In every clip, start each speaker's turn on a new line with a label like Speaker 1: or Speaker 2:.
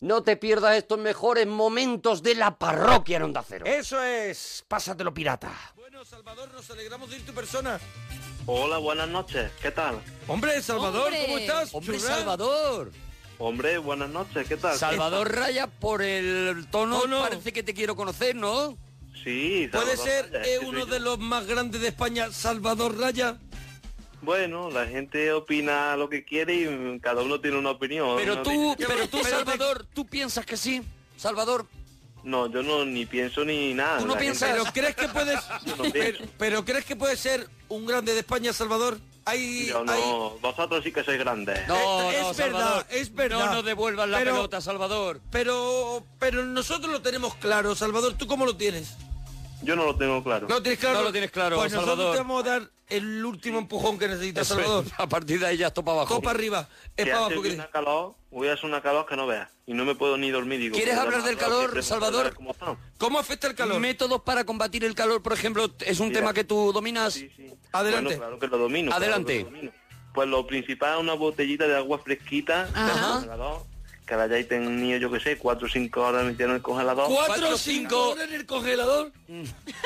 Speaker 1: No te pierdas estos mejores momentos de la parroquia en Onda Cero.
Speaker 2: Eso es, pásatelo pirata.
Speaker 3: Bueno, Salvador, nos alegramos de ir tu persona.
Speaker 4: Hola, buenas noches. ¿Qué tal?
Speaker 3: Hombre, Salvador,
Speaker 4: Hombre.
Speaker 3: ¿cómo estás?
Speaker 4: Hombre,
Speaker 3: Churra.
Speaker 1: Salvador.
Speaker 4: Hombre, buenas noches. ¿Qué tal?
Speaker 1: Salvador Raya, por el tono, parece que te quiero conocer, ¿no?
Speaker 4: Sí,
Speaker 3: ¿Puede
Speaker 4: Salvador
Speaker 3: ser
Speaker 4: Raya,
Speaker 3: eh,
Speaker 4: sí,
Speaker 3: uno
Speaker 4: soy
Speaker 3: de los más grandes de España, Salvador Raya?
Speaker 4: Bueno, la gente opina lo que quiere y cada uno tiene una opinión.
Speaker 1: Pero
Speaker 4: No
Speaker 1: tú,
Speaker 4: tiene-
Speaker 1: pero tú, Salvador, ¿tú piensas que sí? Salvador,
Speaker 4: No, yo no ni pienso ni nada. La
Speaker 3: ¿Pero
Speaker 4: gente-
Speaker 3: crees que puedes, pero, pero crees que puedes ser un grande de España, Salvador? Hay,
Speaker 4: Yo no,
Speaker 3: hay- eh,
Speaker 4: vosotros sí que sois grandes.
Speaker 1: No,
Speaker 3: es
Speaker 1: no,
Speaker 3: verdad,
Speaker 1: Salvador.
Speaker 3: es verdad.
Speaker 1: No nos devuelvas la pelota, Salvador.
Speaker 3: Pero, pero nosotros lo tenemos claro, Salvador. ¿Tú cómo lo tienes?
Speaker 4: Yo no lo tengo claro.
Speaker 3: ¿No lo tienes claro?
Speaker 1: No lo tienes claro,
Speaker 3: Pues nosotros
Speaker 1: Salvador.
Speaker 3: te vamos a dar el último empujón que necesitas,
Speaker 1: Eso es.
Speaker 3: Salvador.
Speaker 1: a partir de ahí ya esto para abajo.
Speaker 3: Todo para arriba. Es
Speaker 4: Que
Speaker 3: para
Speaker 4: hace
Speaker 3: abajo. que-
Speaker 4: una calor, hoy hace una calor que no veas. Y no me puedo ni dormir, digo.
Speaker 1: ¿Quieres
Speaker 4: pero
Speaker 1: hablar
Speaker 4: llama
Speaker 1: del
Speaker 4: a Roque,
Speaker 1: calor,
Speaker 4: preguntarle
Speaker 1: Salvador?
Speaker 4: a ver cómo están.
Speaker 3: ¿Cómo
Speaker 2: Este
Speaker 3: afecta el calor?
Speaker 1: Métodos para combatir el calor, por ejemplo, es un
Speaker 4: Mira.
Speaker 1: tema que tú dominas.
Speaker 4: Bueno, claro que lo domino. claro
Speaker 1: Adelante.
Speaker 4: que lo domino. Pues lo principal es una botellita de agua fresquita, del
Speaker 1: Ajá.
Speaker 4: congelador, que la hayáis tenido, yo que sé, cuatro o cinco horas metido en el congelador.
Speaker 3: Cuatro o cinco horas en el congelador.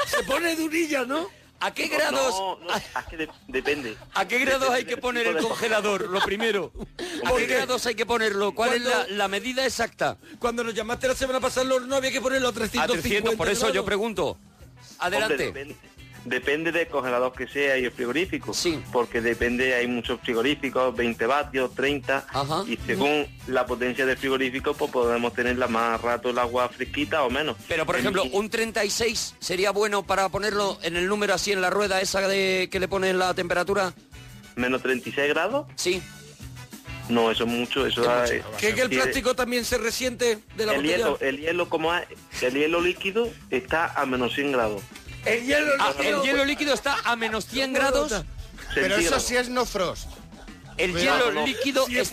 Speaker 3: Se pone durilla, ¿no?
Speaker 1: Mm. ¿A qué
Speaker 4: No,
Speaker 1: grados?
Speaker 4: No, no, es que de- depende.
Speaker 1: ¿A qué grados
Speaker 4: Este
Speaker 1: hay que poner el congelador? Lo primero. ¿A qué grados hay que ponerlo? ¿Cuál es la,
Speaker 3: ¿Cuándo?
Speaker 1: la medida exacta?
Speaker 3: Cuando nos llamaste la semana pasada, no había que ponerlo a
Speaker 1: A
Speaker 3: 350
Speaker 1: 300, Ah, por eso yo
Speaker 3: grados.
Speaker 1: pregunto.
Speaker 4: Hombre,
Speaker 1: Adelante.
Speaker 4: depende, depende del congelador que sea y el frigorífico. Sí. Porque depende, hay muchos frigoríficos, 20 vatios, 30. Y según la potencia del frigorífico, pues podemos tenerla más rato el agua fresquita o menos.
Speaker 1: Pero, por
Speaker 4: En
Speaker 1: ejemplo,
Speaker 4: mi-
Speaker 1: un 36 sería bueno para ponerlo en el número así en la rueda esa de que le pones la temperatura.
Speaker 4: ¿Menos 36 grados?
Speaker 1: Sí.
Speaker 4: No, eso es mucho. Eso da- eh,
Speaker 3: ¿Que, que el
Speaker 4: tiene-
Speaker 3: plástico también se resiente de la
Speaker 4: el
Speaker 3: botella?
Speaker 4: hielo, el hielo como es, el hielo líquido está a menos 100 grados.
Speaker 3: El hielo
Speaker 1: Ah,
Speaker 3: líquido.
Speaker 1: el hielo líquido está a menos 100 grados.
Speaker 5: Pero eso
Speaker 4: Centígrados.
Speaker 5: sí es no frost.
Speaker 1: El
Speaker 5: Cuidado,
Speaker 1: hielo
Speaker 4: no.
Speaker 1: líquido es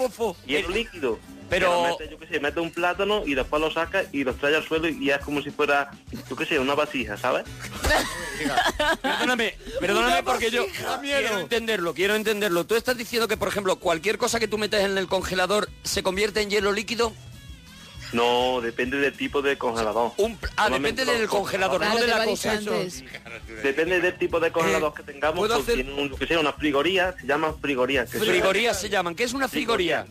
Speaker 4: Hielo líquido.
Speaker 1: Pero-
Speaker 4: Que lo mete, yo qué sé, mete un plátano y después lo saca y lo trae al suelo y es como si fuera, yo qué sé, una vasija, ¿sabes?
Speaker 1: Perdóname, perdóname porque yo quiero entenderlo, quiero entenderlo. Tú estás diciendo que, por ejemplo, cualquier cosa que tú metes en el congelador se convierte en hielo líquido.
Speaker 4: No, depende del tipo de congelador.
Speaker 1: Ah,
Speaker 4: Normalmente
Speaker 1: depende del
Speaker 4: los
Speaker 1: congelador, no de la cosa. eso.
Speaker 4: Depende del tipo de congelador que tengamos.
Speaker 1: ¿puedo
Speaker 4: pues,
Speaker 1: hacer-
Speaker 4: tiene un- yo qué sé, una frigoría, se llaman frigorías. que son-
Speaker 1: Frigorías se llaman. ¿Qué es una frigoría?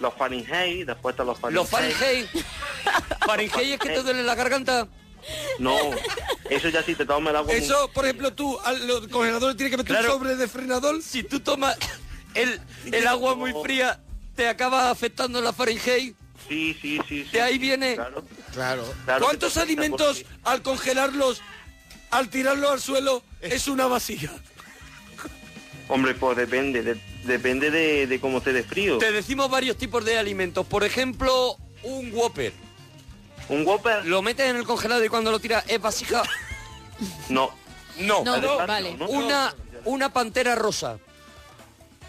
Speaker 4: Los Fahrenheit, después están los Fahrenheit.
Speaker 1: Los Fahrenheit. Fahrenheit es que te duele la garganta.
Speaker 4: No, eso ya sí te toma el agua. muy-
Speaker 3: Eso, por ejemplo, tú al los congeladores tienes que meter
Speaker 1: Claro.
Speaker 3: un sobre de frenador.
Speaker 1: Si tú tomas el, el agua muy fría, te acaba afectando la Fahrenheit.
Speaker 4: Sí, sí, sí. sí.
Speaker 1: De ahí viene.
Speaker 4: Claro.
Speaker 5: Claro.
Speaker 4: claro que
Speaker 3: ¿Cuántos
Speaker 4: te afecta
Speaker 3: alimentos
Speaker 4: porque-
Speaker 3: al congelarlos, al tirarlos al suelo, es una vasija?
Speaker 4: Hombre, pues depende, de- depende de, de cómo esté de frío.
Speaker 1: Te decimos varios tipos de alimentos. Por ejemplo, un Whopper.
Speaker 4: ¿Un Whopper?
Speaker 1: Lo metes en el congelador y cuando lo tiras es vasija.
Speaker 4: No.
Speaker 1: No.
Speaker 6: No,
Speaker 4: Al espacio,
Speaker 6: vale.
Speaker 4: ¿no?
Speaker 1: Una, una pantera rosa.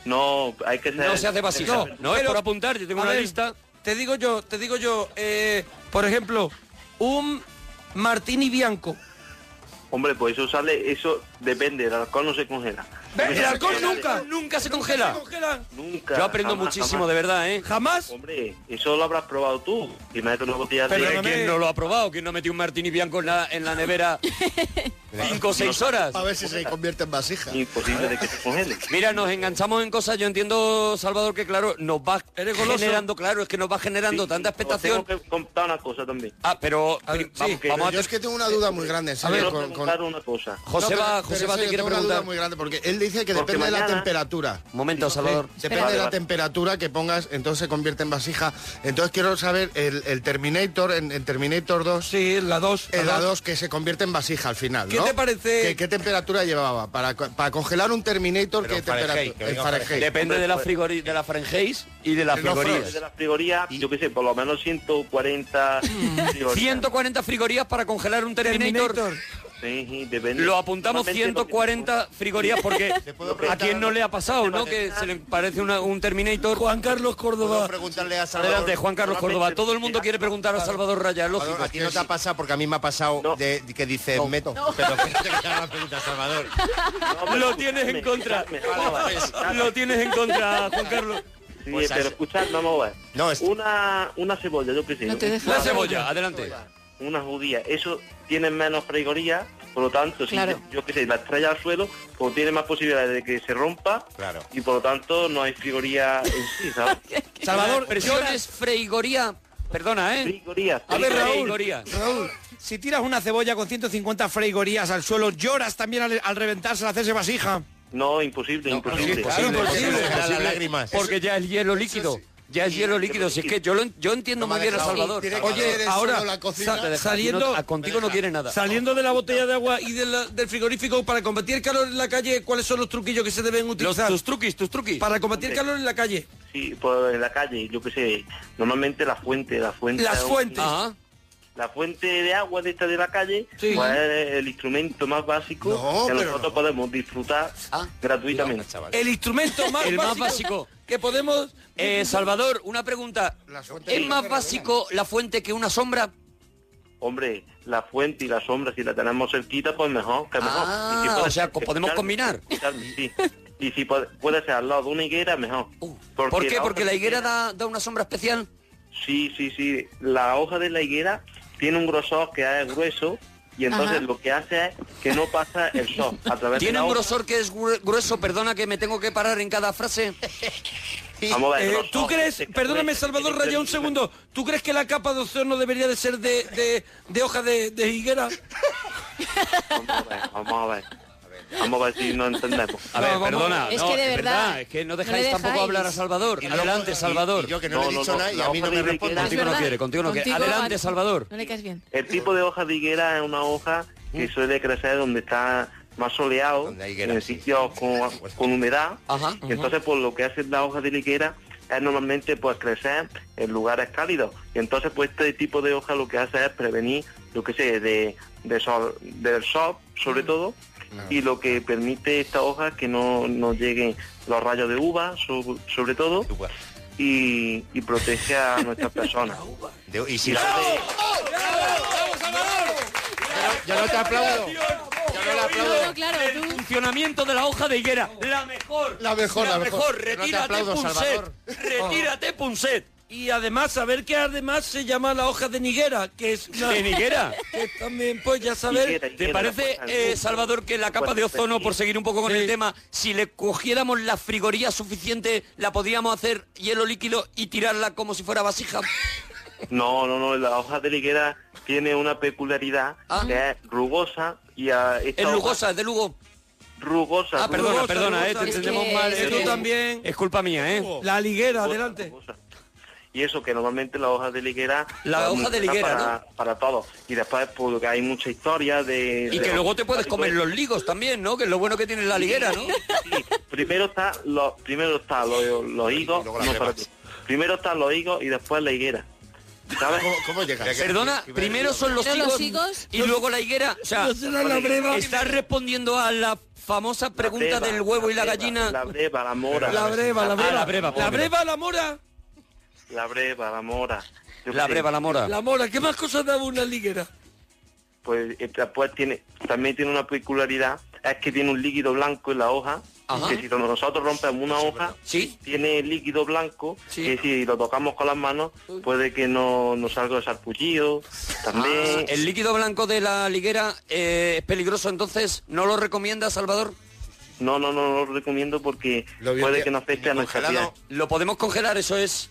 Speaker 4: No, hay que ser-
Speaker 1: No se hace vasija. Eh, No, es
Speaker 3: pero-
Speaker 1: por apuntar. Yo tengo
Speaker 3: A
Speaker 1: una
Speaker 3: ver,
Speaker 1: lista.
Speaker 3: Te digo yo, te digo yo, eh, por ejemplo, un martini bianco.
Speaker 4: Hombre, pues eso sale, eso depende, el alcohol no se congela.
Speaker 3: El alcohol nunca.
Speaker 1: Nunca se
Speaker 3: Se
Speaker 1: congela.
Speaker 3: congela.
Speaker 4: Nunca.
Speaker 1: Yo aprendo
Speaker 4: jamás,
Speaker 1: muchísimo,
Speaker 4: jamás.
Speaker 1: de verdad, ¿eh?
Speaker 3: Jamás.
Speaker 4: Hombre, eso lo habrás probado tú. Y me una botella de...
Speaker 1: Pero
Speaker 3: Perdóname.
Speaker 1: ¿quién no lo ha probado? ¿Quién no ha metido un martini bianco en la, en la nevera cinco o seis horas?
Speaker 5: A ver si se convierte en vasija.
Speaker 4: Imposible de que se congele.
Speaker 1: Mira, nos enganchamos en cosas. Yo entiendo, Salvador, que claro, nos va
Speaker 3: Eres goloso.
Speaker 1: generando, claro, es que nos va generando
Speaker 4: Sí,
Speaker 1: tanta
Speaker 4: os Tengo
Speaker 1: expectación.
Speaker 4: que contar una cosa también.
Speaker 1: Ah, pero
Speaker 3: ver,
Speaker 1: prim- vamos,
Speaker 3: sí.
Speaker 1: vamos
Speaker 5: Yo
Speaker 1: a...
Speaker 5: es que tengo una duda muy grande. en serio,
Speaker 4: Quiero
Speaker 5: con- con-
Speaker 4: preguntar una cosa.
Speaker 1: Joseba,
Speaker 5: pero- pero
Speaker 1: Joseba
Speaker 5: en
Speaker 1: te
Speaker 5: serio,
Speaker 1: quiere
Speaker 5: tengo una duda
Speaker 1: preguntar.
Speaker 5: muy grande porque él dice que
Speaker 4: Porque
Speaker 5: depende de la
Speaker 4: mañana-
Speaker 5: temperatura.
Speaker 1: Momento, Salvador.
Speaker 5: Depende
Speaker 4: Vale,
Speaker 5: de la
Speaker 4: vale.
Speaker 5: temperatura que pongas, entonces se convierte en vasija. Entonces quiero saber, el, el Terminator, en, en Terminator 2,
Speaker 3: Sí, la dos.
Speaker 5: el A2 que se convierte en vasija al final,
Speaker 3: ¿Qué
Speaker 5: ¿no?
Speaker 3: te parece?
Speaker 5: ¿Qué, qué temperatura llevaba? Para, co- para congelar un Terminator,
Speaker 7: Pero
Speaker 5: ¿qué
Speaker 7: Fahrenheit, que
Speaker 5: temperatura? En
Speaker 7: venga
Speaker 5: Fahrenheit.
Speaker 1: Depende de la frigori- de la Fahrenheit y de las
Speaker 5: Que no
Speaker 1: frigorías.
Speaker 4: pues, De la frigoría, yo qué sé, por lo menos 140... frigorías.
Speaker 1: 140 frigorías para congelar un Terminator.
Speaker 3: Terminator.
Speaker 4: Sí, sí, depende.
Speaker 1: Lo apuntamos
Speaker 4: Normalmente lo que-
Speaker 1: 140 frigorías porque
Speaker 7: puedo
Speaker 1: a
Speaker 7: preguntar
Speaker 1: quien no
Speaker 7: algo?
Speaker 1: le ha pasado, ¿no? Que se le parece una- un Terminator.
Speaker 3: Juan Carlos
Speaker 7: Puedo
Speaker 3: Córdoba.
Speaker 7: preguntarle a Salvador.
Speaker 1: Adelante, Juan Carlos Córdoba. Todo el mundo quiere preguntar a Salvador Raya, lógico.
Speaker 7: Salvador, a ti no te ha pasado porque a mí me ha pasado
Speaker 4: No.
Speaker 7: de, que dice
Speaker 5: No.
Speaker 7: meto. Pero espérate que te haga la pregunta, Salvador.
Speaker 4: No, pero
Speaker 1: Lo tienes en
Speaker 4: escúchame,
Speaker 1: contra. Oh,
Speaker 4: escúchame, escúchame.
Speaker 1: Lo tienes en contra, Juan Carlos.
Speaker 4: Sí,
Speaker 5: Pues
Speaker 4: pero
Speaker 5: así-
Speaker 4: escuchad, vamos a ver.
Speaker 5: No, es-
Speaker 4: Una, una cebolla, yo qué sé.
Speaker 8: No te deja.
Speaker 1: La cebolla, adelante.
Speaker 4: Una judía. Eso tiene menos fregoría, por lo tanto,
Speaker 8: Claro.
Speaker 4: si yo qué sé, la estrella al suelo, pues tiene más posibilidades de que se rompa
Speaker 5: Claro.
Speaker 4: y por lo tanto no hay frigoría en sí, ¿sabes?
Speaker 3: Salvador,
Speaker 1: Presión
Speaker 3: lloras.
Speaker 1: es freigoría. Perdona, ¿eh?
Speaker 4: frigoría.
Speaker 3: A ver,
Speaker 4: frigoría.
Speaker 3: Raúl,
Speaker 1: Freigoría.
Speaker 3: Raúl, si tiras una cebolla con 150 freigorías al suelo, ¿lloras también al, al reventarse, al hacerse vasija?
Speaker 4: No, imposible, imposible.
Speaker 5: Claro,
Speaker 3: imposible.
Speaker 5: porque se me caerán las
Speaker 9: Imposible.
Speaker 5: lágrimas.
Speaker 1: Porque ya es hielo líquido. Ya es hielo líquido. Si es que yo, lo, yo entiendo
Speaker 9: No me
Speaker 1: muy
Speaker 9: ha
Speaker 1: bien a
Speaker 9: dejado.
Speaker 1: Salvador.
Speaker 9: Tiene que hacer
Speaker 1: Oye,
Speaker 9: el
Speaker 1: ahora
Speaker 9: suelo, la cocina.
Speaker 1: sa- te deja-
Speaker 3: Saliendo-
Speaker 1: no- a- contigo no quiere nada.
Speaker 3: Saliendo de la botella de agua y de la- del frigorífico para combatir el calor en la calle, ¿cuáles son los truquillos que se deben
Speaker 1: Los,
Speaker 3: utilizar
Speaker 1: tus truquis, tus truquis.
Speaker 3: para combatir
Speaker 4: Ok.
Speaker 3: el calor en la calle?
Speaker 4: Sí, por en la calle, yo qué sé. Normalmente la fuente, la fuente.
Speaker 3: Las
Speaker 4: es un-
Speaker 3: fuentes.
Speaker 1: Ajá.
Speaker 4: La fuente de agua de esta de la calle
Speaker 3: Sí.
Speaker 4: pues, es el instrumento más básico
Speaker 9: No,
Speaker 4: que
Speaker 9: pero
Speaker 4: nosotros podemos disfrutar
Speaker 1: Ah,
Speaker 4: gratuitamente.
Speaker 3: El instrumento más,
Speaker 1: El más
Speaker 3: básico,
Speaker 1: básico.
Speaker 3: que podemos...
Speaker 1: Eh, Salvador, una pregunta.
Speaker 9: Las fuentes
Speaker 1: ¿Es
Speaker 9: no
Speaker 1: más
Speaker 9: se
Speaker 1: básico la fuente que una sombra?
Speaker 4: Hombre, la fuente y la sombra, si la tenemos cerquita, pues mejor, que mejor.
Speaker 1: Ah,
Speaker 4: Y si
Speaker 1: o sea, co- podemos
Speaker 4: escuchar-
Speaker 1: combinar.
Speaker 4: escuchar- sí. Y si puede, puede ser al lado de una higuera, mejor.
Speaker 1: Uh, ¿Por qué?
Speaker 4: hoja
Speaker 1: Porque la
Speaker 4: de
Speaker 1: higuera da, da una sombra especial.
Speaker 4: Sí, sí, sí. La hoja de la higuera tiene un grosor que es grueso y entonces
Speaker 8: Ajá.
Speaker 4: lo que hace es que no pasa el sol a través de
Speaker 1: Tiene
Speaker 4: la
Speaker 1: un
Speaker 4: hoja.
Speaker 1: grosor que es gru- grueso. Perdona que me tengo que parar en cada frase.
Speaker 4: Vamos a ver,
Speaker 3: Eh,
Speaker 4: grosor,
Speaker 3: ¿Tú crees,
Speaker 4: este,
Speaker 3: perdóname
Speaker 4: este,
Speaker 3: Salvador
Speaker 4: este,
Speaker 3: Raya, un
Speaker 4: este,
Speaker 3: segundo, ¿tú crees que la capa de ozono debería de ser de, de- de hoja de, de higuera?
Speaker 4: Vamos a ver, vamos a ver. Vamos a ver si no entendemos.
Speaker 1: A ver,
Speaker 3: No, vamos-
Speaker 1: perdona.
Speaker 8: Es
Speaker 1: no,
Speaker 8: que de
Speaker 1: es
Speaker 8: verdad,
Speaker 1: Es que no
Speaker 8: no
Speaker 1: dejáis,
Speaker 8: le
Speaker 1: tampoco
Speaker 8: dejáis.
Speaker 1: hablar a Salvador.
Speaker 5: Y no-
Speaker 1: Adelante,
Speaker 5: y-
Speaker 1: Salvador.
Speaker 5: Y yo que no, le he
Speaker 4: No,
Speaker 5: dicho
Speaker 4: no,
Speaker 5: nada y
Speaker 4: no,
Speaker 5: a mí no me
Speaker 4: Felipe,
Speaker 5: responde.
Speaker 1: Contigo
Speaker 8: Es
Speaker 1: no
Speaker 8: verdad.
Speaker 1: quiere, contigo no quiere.
Speaker 8: Contigo,
Speaker 1: Adelante,
Speaker 8: vale.
Speaker 1: Salvador.
Speaker 8: No le caes bien.
Speaker 4: El tipo de hoja de higuera es una hoja que suele crecer donde está más soleado,
Speaker 5: Mm. Donde hay higuera,
Speaker 4: en
Speaker 5: sí.
Speaker 4: sitios con, con humedad.
Speaker 1: Ajá.
Speaker 4: Y entonces, pues lo que hace la hoja de la higuera es normalmente pues crecer en lugares cálidos. Y entonces, pues este tipo de hoja lo que hace es prevenir, lo que sé, de, de sol, del sol, sobre todo. Y lo que permite esta hoja es que no, no lleguen los rayos de uva, so- sobre todo,
Speaker 5: Uva.
Speaker 4: y, y protege a nuestras personas.
Speaker 5: De- y si
Speaker 4: ¡No!
Speaker 5: la- Ya no te aplaudo. Ya no le aplaudo.
Speaker 8: No, claro, tú.
Speaker 1: Funcionamiento de la hoja de higuera. La mejor.
Speaker 9: La mejor, la mejor.
Speaker 5: No te
Speaker 1: Retírate,
Speaker 5: aplaudo,
Speaker 1: Punset.
Speaker 5: Salvador.
Speaker 1: Retírate, Punset.
Speaker 3: Y además, saber que además se llama la hoja de higuera, que es una-
Speaker 1: ¿De higuera?
Speaker 3: que también pues ya
Speaker 4: Higuera,
Speaker 3: saber...
Speaker 1: ¿Te
Speaker 4: higuera,
Speaker 1: parece,
Speaker 4: pues,
Speaker 1: eh,
Speaker 4: algún-
Speaker 1: Salvador, que la capa
Speaker 4: Bueno,
Speaker 1: de ozono,
Speaker 4: pues,
Speaker 1: por seguir un poco con
Speaker 3: Sí.
Speaker 1: el tema, si le cogiéramos la frigoría suficiente, la podríamos hacer hielo líquido y tirarla como si fuera vasija?
Speaker 4: No, no, no, la hoja de la higuera tiene una peculiaridad
Speaker 1: Ah.
Speaker 4: que es rugosa y a esta
Speaker 1: Es
Speaker 4: hoja-
Speaker 1: lugosa, es de Lugo.
Speaker 4: rugosa.
Speaker 1: Ah, perdona,
Speaker 3: Lugosa,
Speaker 1: perdona, eh,
Speaker 3: lugosa.
Speaker 1: te
Speaker 8: Es
Speaker 1: entendemos
Speaker 8: que-
Speaker 1: mal.
Speaker 8: es
Speaker 1: eh,
Speaker 4: que
Speaker 1: eh,
Speaker 4: tú
Speaker 3: también. Oh.
Speaker 1: Es culpa mía, ¿eh?
Speaker 3: La higuera,
Speaker 4: rugosa,
Speaker 3: adelante.
Speaker 4: rugosa. Y eso, que normalmente la hoja de la higuera...
Speaker 1: La
Speaker 4: es
Speaker 1: hoja
Speaker 4: muy
Speaker 1: de
Speaker 4: buena
Speaker 1: higuera,
Speaker 4: para, para todo. Y después, porque hay mucha historia de...
Speaker 1: Y
Speaker 4: de
Speaker 1: que
Speaker 4: los-
Speaker 1: luego te puedes comer los ligos también, ¿no? Que es lo bueno que tiene la liguera, ¿no?
Speaker 4: Sí, primero está los primero está los, los higos,
Speaker 5: luego las
Speaker 4: no,
Speaker 5: pepas.
Speaker 4: espérate. primero están los higos y después la higuera. ¿Sabes?
Speaker 9: ¿Cómo, cómo llegas?
Speaker 1: Perdona, primero son los
Speaker 8: Primero
Speaker 1: higos
Speaker 8: los higos.
Speaker 1: y luego la higuera. O sea, estás respondiendo a la famosa
Speaker 4: La
Speaker 1: pregunta
Speaker 4: breva,
Speaker 1: del huevo y la
Speaker 4: breva,
Speaker 1: gallina.
Speaker 4: La breva, la mora.
Speaker 3: La breva, la
Speaker 1: Ah,
Speaker 3: breva.
Speaker 1: la breva,
Speaker 3: la,
Speaker 1: pobre.
Speaker 3: breva, la mora.
Speaker 4: La breva, la mora. Yo
Speaker 1: La
Speaker 4: qué sé,
Speaker 1: breva, la mora.
Speaker 3: La mora, ¿qué más cosas daba una higuera?
Speaker 4: Pues eh, después tiene, también tiene una peculiaridad, es que tiene un líquido blanco en la hoja,
Speaker 1: Ajá.
Speaker 4: que si nosotros rompemos una hoja,
Speaker 1: Sí.
Speaker 4: tiene líquido blanco,
Speaker 1: Sí.
Speaker 4: que si lo tocamos con las manos, puede que no nos salga sarpullido,
Speaker 1: Ah,
Speaker 4: también...
Speaker 1: el líquido blanco de la liguera eh, es peligroso, entonces, ¿no lo recomienda Salvador?
Speaker 4: No, no, no, no lo recomiendo porque
Speaker 9: Lo bien
Speaker 4: puede
Speaker 9: que-
Speaker 4: que nos afecte a nuestra piel.
Speaker 5: Congelado.
Speaker 1: Lo podemos congelar, eso es.